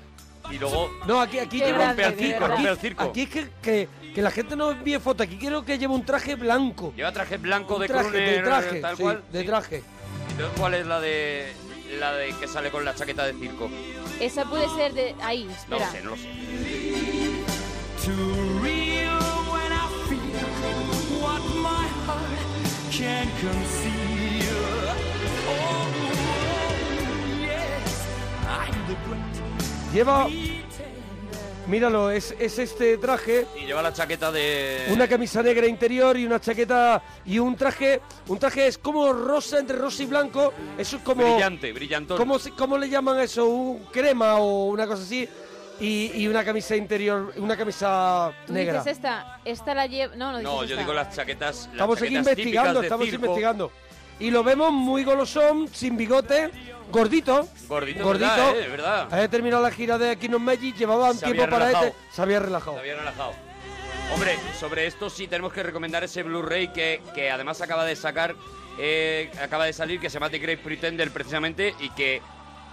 Speaker 1: Y luego...
Speaker 3: No, aquí, aquí
Speaker 1: Qué
Speaker 3: lleva
Speaker 1: grande, Rompe al de circo, verdad. rompe al circo.
Speaker 3: Aquí es que, que, que la gente no envíe foto, aquí creo que lleva un traje blanco.
Speaker 1: Lleva traje blanco
Speaker 3: Un
Speaker 1: de
Speaker 3: traje,
Speaker 1: crooner,
Speaker 3: de traje,
Speaker 1: tal
Speaker 3: sí,
Speaker 1: cual.
Speaker 3: de traje.
Speaker 1: Entonces, ¿cuál es la de la de que sale con la chaqueta de circo?
Speaker 8: Esa puede ser de... Ahí,
Speaker 1: No
Speaker 8: espera.
Speaker 1: lo sé, no lo sé.
Speaker 27: Too real when I feel what my heart can't conceal. Oh, yes, I'm the great
Speaker 3: Lleva,
Speaker 27: pretender.
Speaker 3: míralo, es, es este traje,
Speaker 1: Y lleva la chaqueta de...
Speaker 3: una camisa negra interior y una chaqueta y un traje, un traje es como rosa, entre rosa y blanco, eso es como...
Speaker 1: Brillante, brillantón.
Speaker 3: ¿Cómo, se- cómo le llaman eso? ¿Un crema o una cosa así? Y, y una camisa interior, una camisa
Speaker 8: ¿Tú
Speaker 3: negra.
Speaker 8: dices esta? Esta la lleva... No, no, dices
Speaker 1: No, yo
Speaker 8: esta.
Speaker 1: digo las chaquetas... las
Speaker 3: Estamos aquí
Speaker 1: chaquetas
Speaker 3: investigando,
Speaker 1: típicas de
Speaker 3: estamos
Speaker 1: circo.
Speaker 3: investigando. Y lo vemos muy golosón, sin bigote, gordito.
Speaker 1: Gordito,
Speaker 3: gordito.
Speaker 1: ¿verdad, eh? ¿Verdad?
Speaker 3: Había terminado la gira de Kingdom Magic, llevaba un
Speaker 1: Se
Speaker 3: tiempo
Speaker 1: había
Speaker 3: para
Speaker 1: relajado.
Speaker 3: este. Se había relajado.
Speaker 1: Se había relajado. Hombre, sobre esto sí tenemos que recomendar ese Blu-ray que, que además acaba de sacar, eh, acaba de salir, que se llama The Great Pretender precisamente y que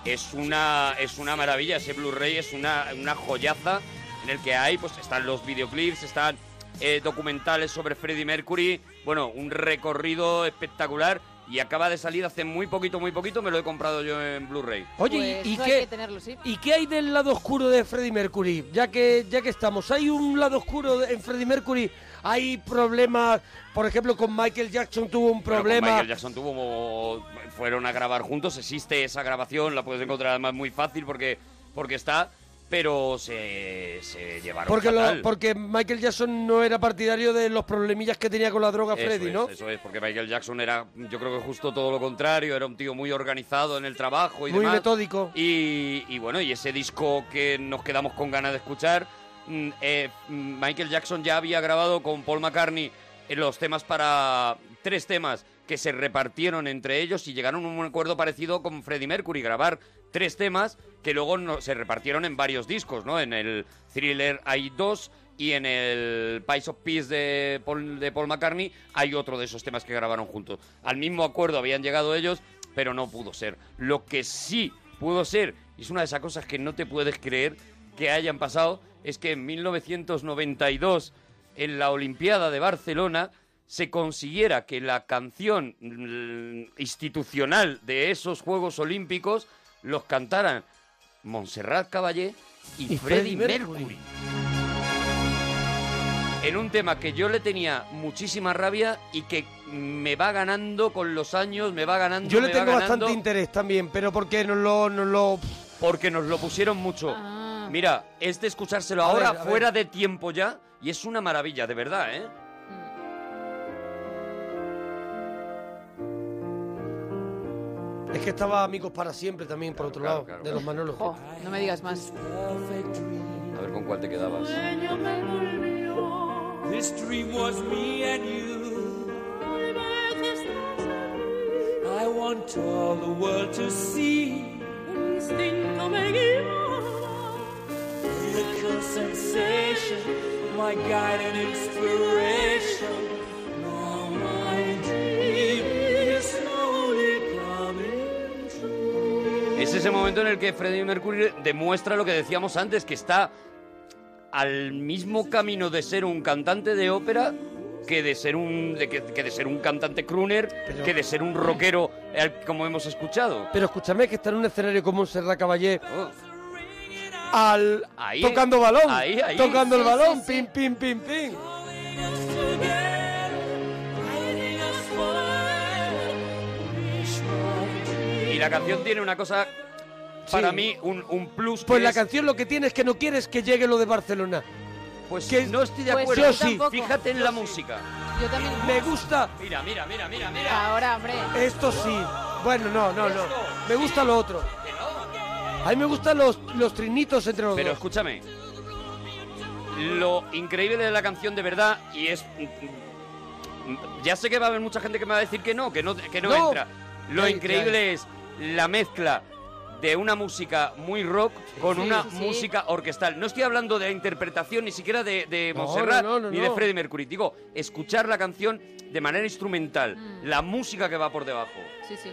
Speaker 1: es una, es una maravilla. Ese Blu-ray es una, una joyaza en el que hay, pues están los videoclips, están eh, documentales sobre Freddie Mercury. Bueno, un recorrido espectacular y acaba de salir hace muy poquito, muy poquito. Me lo he comprado yo en Blu-ray.
Speaker 3: Oye,
Speaker 8: Pues
Speaker 3: ¿y, y
Speaker 8: eso hay que
Speaker 3: qué,
Speaker 8: tenerlo, sí.
Speaker 3: ¿y qué hay del lado oscuro de Freddie Mercury? Ya que, ya que estamos, ¿hay un lado oscuro de- en Freddie Mercury? ¿Hay problemas? Por ejemplo, con Michael Jackson tuvo un
Speaker 1: Bueno, con
Speaker 3: problema.
Speaker 1: Michael Jackson tuvo. Fueron a grabar juntos. Existe esa grabación. La puedes encontrar además muy fácil porque, porque está. Pero se, se llevaron.
Speaker 3: porque, lo-
Speaker 1: fatal.
Speaker 3: porque Michael Jackson no era partidario de los problemillas que tenía con la droga
Speaker 1: Eso
Speaker 3: Freddie,
Speaker 1: es,
Speaker 3: ¿no?
Speaker 1: Eso es, porque Michael Jackson era, yo creo que justo todo lo contrario, era un tío muy organizado en el trabajo y
Speaker 3: Muy
Speaker 1: demás.
Speaker 3: metódico.
Speaker 1: Y, y bueno, y ese disco que nos quedamos con ganas de escuchar, mm, eh, mm, Michael Jackson ya había grabado con Paul McCartney eh, los temas para tres temas que se repartieron entre ellos y llegaron a un acuerdo parecido con Freddie Mercury, grabar tres temas que luego no- se repartieron en varios discos, ¿no? En el Thriller hay dos y en el Pies of Peace de Paul, de Paul McCartney hay otro de esos temas que grabaron juntos. Al mismo acuerdo habían llegado ellos, pero no pudo ser. Lo que sí pudo ser, y es una de esas cosas que no te puedes creer que hayan pasado, es que en 1992, en la Olimpiada de Barcelona, se consiguiera que la canción mm, institucional de esos Juegos Olímpicos los cantaran Montserrat Caballé y,
Speaker 3: Y Freddie
Speaker 1: Freddie Mercury.
Speaker 3: Mercury.
Speaker 1: En un tema que yo le tenía muchísima rabia y que me va ganando con los años, me va ganando.
Speaker 3: Yo le
Speaker 1: me va
Speaker 3: tengo bastante
Speaker 1: ganando.
Speaker 3: interés también, pero porque nos lo, nos lo...
Speaker 1: Porque nos lo pusieron mucho. Mira, es de escuchárselo
Speaker 3: Ah. A
Speaker 1: ahora,
Speaker 3: ver, a
Speaker 1: fuera de tiempo ya, y es una maravilla, de verdad, ¿eh?
Speaker 3: Es que estaba Amigos para siempre también, por otro lado,
Speaker 1: claro,
Speaker 3: de los Manolos.
Speaker 8: Jo, no me digas más.
Speaker 1: A ver con cuál te quedabas.
Speaker 27: This dream was me and you. I want all the world to see. Lyrical sensation, my guide and inspiration. Now my dream.
Speaker 1: Es ese momento en el que Freddie Mercury demuestra lo que decíamos antes, que está al mismo camino de ser un cantante de ópera que de ser un de que, que de ser un cantante crooner, que de ser un rockero eh, como hemos escuchado.
Speaker 3: Pero escúchame que está en un escenario como Serra Caballé. oh, Al
Speaker 1: Ahí,
Speaker 3: tocando balón,
Speaker 1: ahí, ahí.
Speaker 3: tocando el
Speaker 1: Sí, sí,
Speaker 3: balón, pim pim pim pim.
Speaker 1: Y la canción tiene una cosa para
Speaker 3: Sí.
Speaker 1: mí un, un plus que
Speaker 3: Pues la
Speaker 1: es-
Speaker 3: canción lo que tiene es que no quieres que llegue lo de Barcelona.
Speaker 1: Pues
Speaker 3: que
Speaker 1: no estoy de acuerdo.
Speaker 3: Yo sí.
Speaker 1: Fíjate en la música.
Speaker 8: Yo también.
Speaker 3: Me gusta.
Speaker 1: Mira, mira, mira, mira, mira.
Speaker 8: Ahora, hombre.
Speaker 3: Esto sí. Bueno, no, no, no. Me gusta lo otro. A mí me gustan los, los trinitos entre los
Speaker 1: Pero
Speaker 3: dos.
Speaker 1: escúchame, lo increíble de la canción de verdad, y es... Ya sé que va a haber mucha gente que me va a decir que no, que no, que no,
Speaker 3: No.
Speaker 1: entra. Lo
Speaker 3: Ya, ya.
Speaker 1: increíble es la mezcla de una música muy rock con
Speaker 3: sí,
Speaker 1: una
Speaker 3: sí, sí.
Speaker 1: música orquestal. No estoy hablando de la interpretación ni siquiera de, de
Speaker 3: No,
Speaker 1: Montserrat
Speaker 3: no, no, no,
Speaker 1: ni de
Speaker 3: no.
Speaker 1: Freddie Mercury. Digo, escuchar la canción de manera instrumental,
Speaker 3: Mm.
Speaker 1: la música que va por debajo.
Speaker 8: Sí, sí.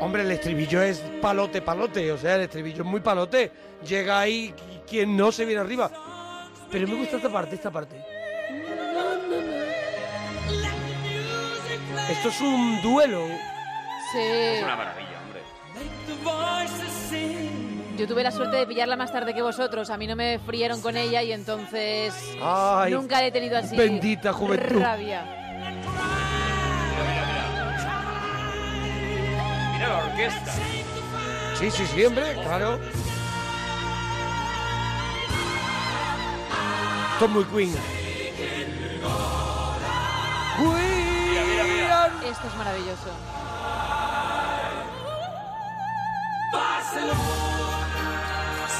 Speaker 3: Hombre, el estribillo es palote, palote. O sea, el estribillo es muy palote. Llega ahí qui- quien no se viene arriba. Pero me gusta esta parte, esta parte. Esto es un duelo.
Speaker 8: Sí.
Speaker 1: maravilla, hombre.
Speaker 8: Yo tuve la suerte de pillarla más tarde que vosotros. A mí no me frieron con ella y entonces
Speaker 3: Ay,
Speaker 8: nunca he tenido así
Speaker 3: bendita juventud.
Speaker 8: rabia.
Speaker 1: Mira la orquesta.
Speaker 3: Sí, sí, sí, hombre, claro. Esto es muy Queen.
Speaker 8: Esto es maravilloso.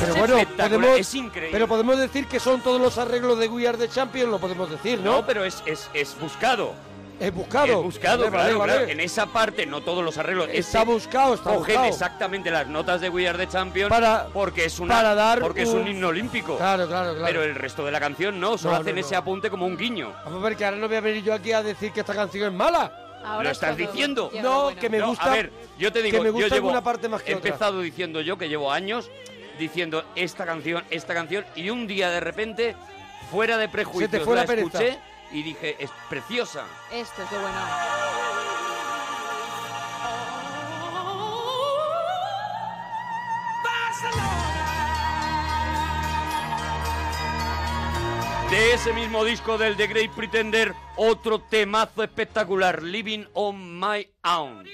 Speaker 3: Pero bueno,
Speaker 1: espectacular,
Speaker 3: podemos,
Speaker 1: es increíble.
Speaker 3: Pero podemos decir que son todos los arreglos de We Are the Champions, lo podemos decir, ¿no?
Speaker 1: No, pero es, es, es buscado.
Speaker 3: Es buscado.
Speaker 1: Es buscado,
Speaker 3: Vale,
Speaker 1: claro,
Speaker 3: vale,
Speaker 1: claro.
Speaker 3: vale.
Speaker 1: En esa parte, no todos los arreglos.
Speaker 3: Está
Speaker 1: Este
Speaker 3: buscado, está
Speaker 1: cogen
Speaker 3: buscado.
Speaker 1: exactamente las notas de We Are the Champions
Speaker 3: Para-
Speaker 1: porque es una
Speaker 3: para dar
Speaker 1: porque es un
Speaker 3: un-
Speaker 1: himno olímpico.
Speaker 3: Claro, claro, claro.
Speaker 1: Pero el resto de la canción no, solo
Speaker 3: No,
Speaker 1: hacen
Speaker 3: no, no.
Speaker 1: ese apunte como un guiño.
Speaker 3: Vamos a ver que ahora no voy a venir yo aquí a decir que esta canción es mala.
Speaker 1: ¿Lo estás diciendo?
Speaker 3: No, que me
Speaker 1: No,
Speaker 3: gusta.
Speaker 1: a ver, yo te
Speaker 3: que
Speaker 1: digo,
Speaker 3: me gusta
Speaker 1: yo llevo
Speaker 3: alguna parte más que
Speaker 1: he
Speaker 3: otra.
Speaker 1: empezado diciendo yo que llevo años diciendo esta canción, esta canción y un día de repente fuera de prejuicios
Speaker 3: fue
Speaker 1: la
Speaker 3: la pereza.
Speaker 1: escuché y dije, es preciosa.
Speaker 8: Esto es lo bueno.
Speaker 1: De ese mismo disco del The Great Pretender, otro temazo espectacular, Living on My Own.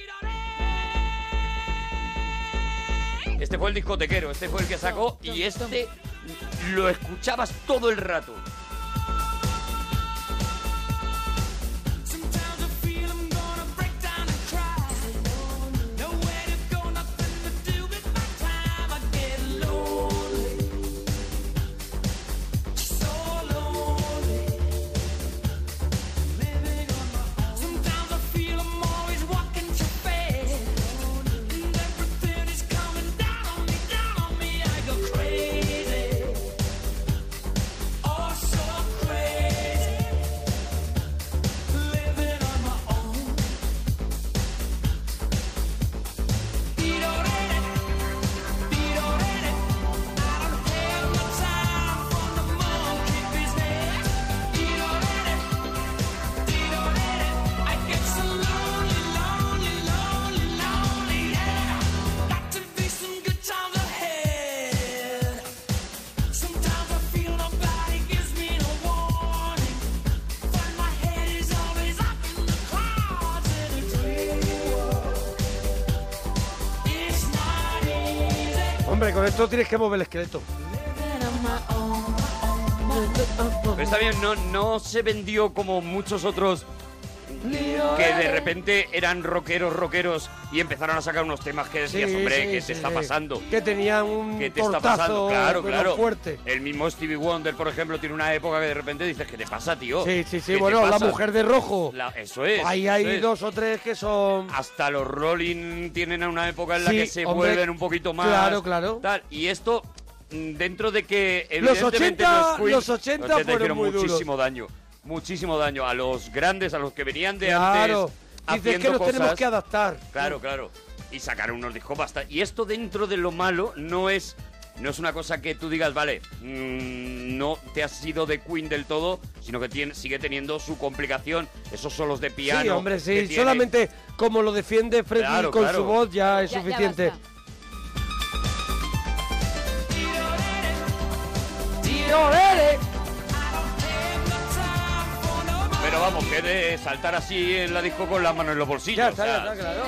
Speaker 1: Este fue el discotequero, este fue el que sacó y este lo escuchabas todo el rato.
Speaker 27: Sometimes I feel nobody gives me no warning. But my head is always up in the clouds in a dream world. It's not easy.
Speaker 3: Hombre, con esto tienes que mover el esqueleto.
Speaker 1: Pero está bien, no, no se vendió como muchos otros que de repente eran rockeros, rockeros y empezaron a sacar unos temas que decías,
Speaker 3: Sí,
Speaker 1: hombre,
Speaker 3: sí,
Speaker 1: ¿qué
Speaker 3: sí,
Speaker 1: te está
Speaker 3: sí.
Speaker 1: pasando?
Speaker 3: Que tenían un
Speaker 1: ¿Qué te está
Speaker 3: tortazo
Speaker 1: pasando? Claro,
Speaker 3: pero
Speaker 1: claro.
Speaker 3: fuerte.
Speaker 1: El mismo Stevie Wonder, por ejemplo, tiene una época que de repente dices, ¿qué te pasa, tío?
Speaker 3: Sí, sí,
Speaker 1: ¿Qué
Speaker 3: sí.
Speaker 1: te
Speaker 3: Bueno, la
Speaker 1: pasa?".
Speaker 3: mujer de rojo.
Speaker 1: La- eso es.
Speaker 3: Ahí
Speaker 1: eso
Speaker 3: hay
Speaker 1: es.
Speaker 3: dos o tres que son.
Speaker 1: Hasta los Rolling tienen una época en la
Speaker 3: Sí,
Speaker 1: que se
Speaker 3: hombre,
Speaker 1: vuelven un poquito más.
Speaker 3: claro, claro.
Speaker 1: Tal. Y esto, mm, dentro de que.
Speaker 3: Los
Speaker 1: evidentemente
Speaker 3: 80,
Speaker 1: no es Queen,
Speaker 3: los 80 fueron
Speaker 1: hicieron
Speaker 3: muy duros.
Speaker 1: muchísimo daño. Muchísimo daño a los grandes, a los que venían de
Speaker 3: Claro.
Speaker 1: antes.
Speaker 3: Dice, es
Speaker 1: haciendo
Speaker 3: que nos
Speaker 1: cosas.
Speaker 3: tenemos que adaptar.
Speaker 1: Claro, claro. Y sacaron unos discos basta. Y esto dentro de lo malo no es no es una cosa que tú digas, vale, mm, no te has ido de Queen del todo, sino que tiene, sigue teniendo su complicación, esos solos de piano.
Speaker 3: sí, hombre, sí.
Speaker 1: que tiene.
Speaker 3: Solamente como lo defiende Freddy
Speaker 1: Claro,
Speaker 3: con
Speaker 1: claro.
Speaker 3: su voz ya es
Speaker 1: Ya- ya
Speaker 3: suficiente.
Speaker 1: basta. Pero vamos, que de saltar así en la disco con las manos en los bolsillos.
Speaker 3: Ya está,
Speaker 1: o sea,
Speaker 3: ya está, claro.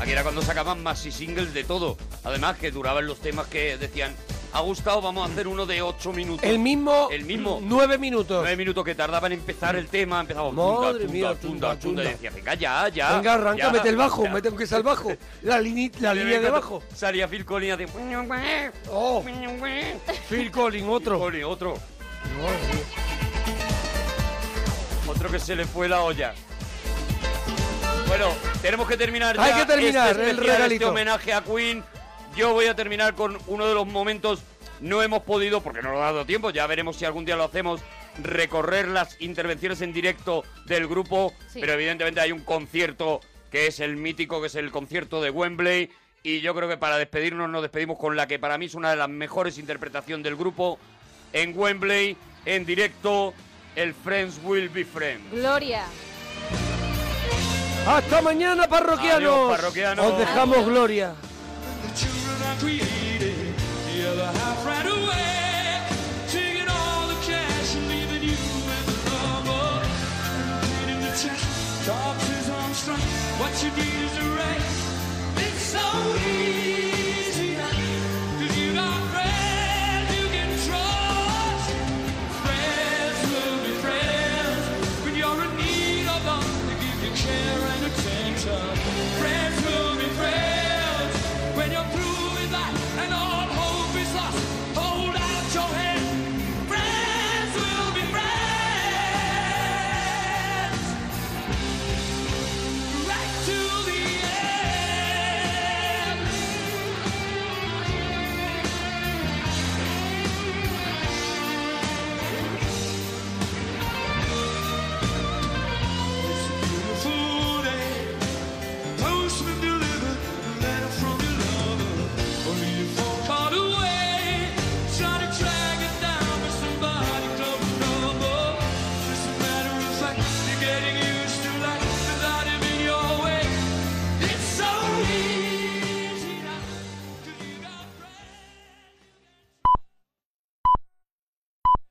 Speaker 1: Aquí era cuando sacaban más y singles de todo. Además que duraban los temas que decían, ha gustado, vamos a hacer uno de 8 minutos.
Speaker 3: El mismo,
Speaker 1: El mismo.
Speaker 3: nueve minutos.
Speaker 1: Nueve minutos que tardaban en empezar el tema, empezamos
Speaker 3: Madre mía,
Speaker 1: chunda, chunda, chunda, y decía, venga ya, ya.
Speaker 3: Venga, arranca,
Speaker 1: ya,
Speaker 3: mete el bajo,
Speaker 1: ya".
Speaker 3: mete un que es el bajo. La, lini- la
Speaker 1: Y
Speaker 3: línea
Speaker 1: de vez
Speaker 3: de
Speaker 1: en cuando
Speaker 3: bajo.
Speaker 1: Salía Phil Collins y hacía,
Speaker 3: Oh, Phil Collins, otro.
Speaker 1: otro. Otro que se le fue la olla. Bueno, tenemos que terminar ya
Speaker 3: Hay que terminar
Speaker 1: este,
Speaker 3: el
Speaker 1: especial,
Speaker 3: regalito.
Speaker 1: este homenaje a Queen. Yo voy a terminar con uno de los momentos no hemos podido porque no nos ha dado tiempo, ya veremos si algún día lo hacemos recorrer las intervenciones en directo del grupo,
Speaker 5: Sí.
Speaker 1: pero evidentemente hay un concierto que es el mítico, que es el concierto de Wembley y yo creo que para despedirnos nos despedimos con la que para mí es una de las mejores interpretaciones del grupo en Wembley en directo el Friends Will Be Friends.
Speaker 8: Gloria.
Speaker 3: Hasta mañana, parroquianos.
Speaker 1: Adiós, parroquianos.
Speaker 3: Os dejamos
Speaker 1: Adiós.
Speaker 3: gloria.
Speaker 27: What you need is a right. It's so easy.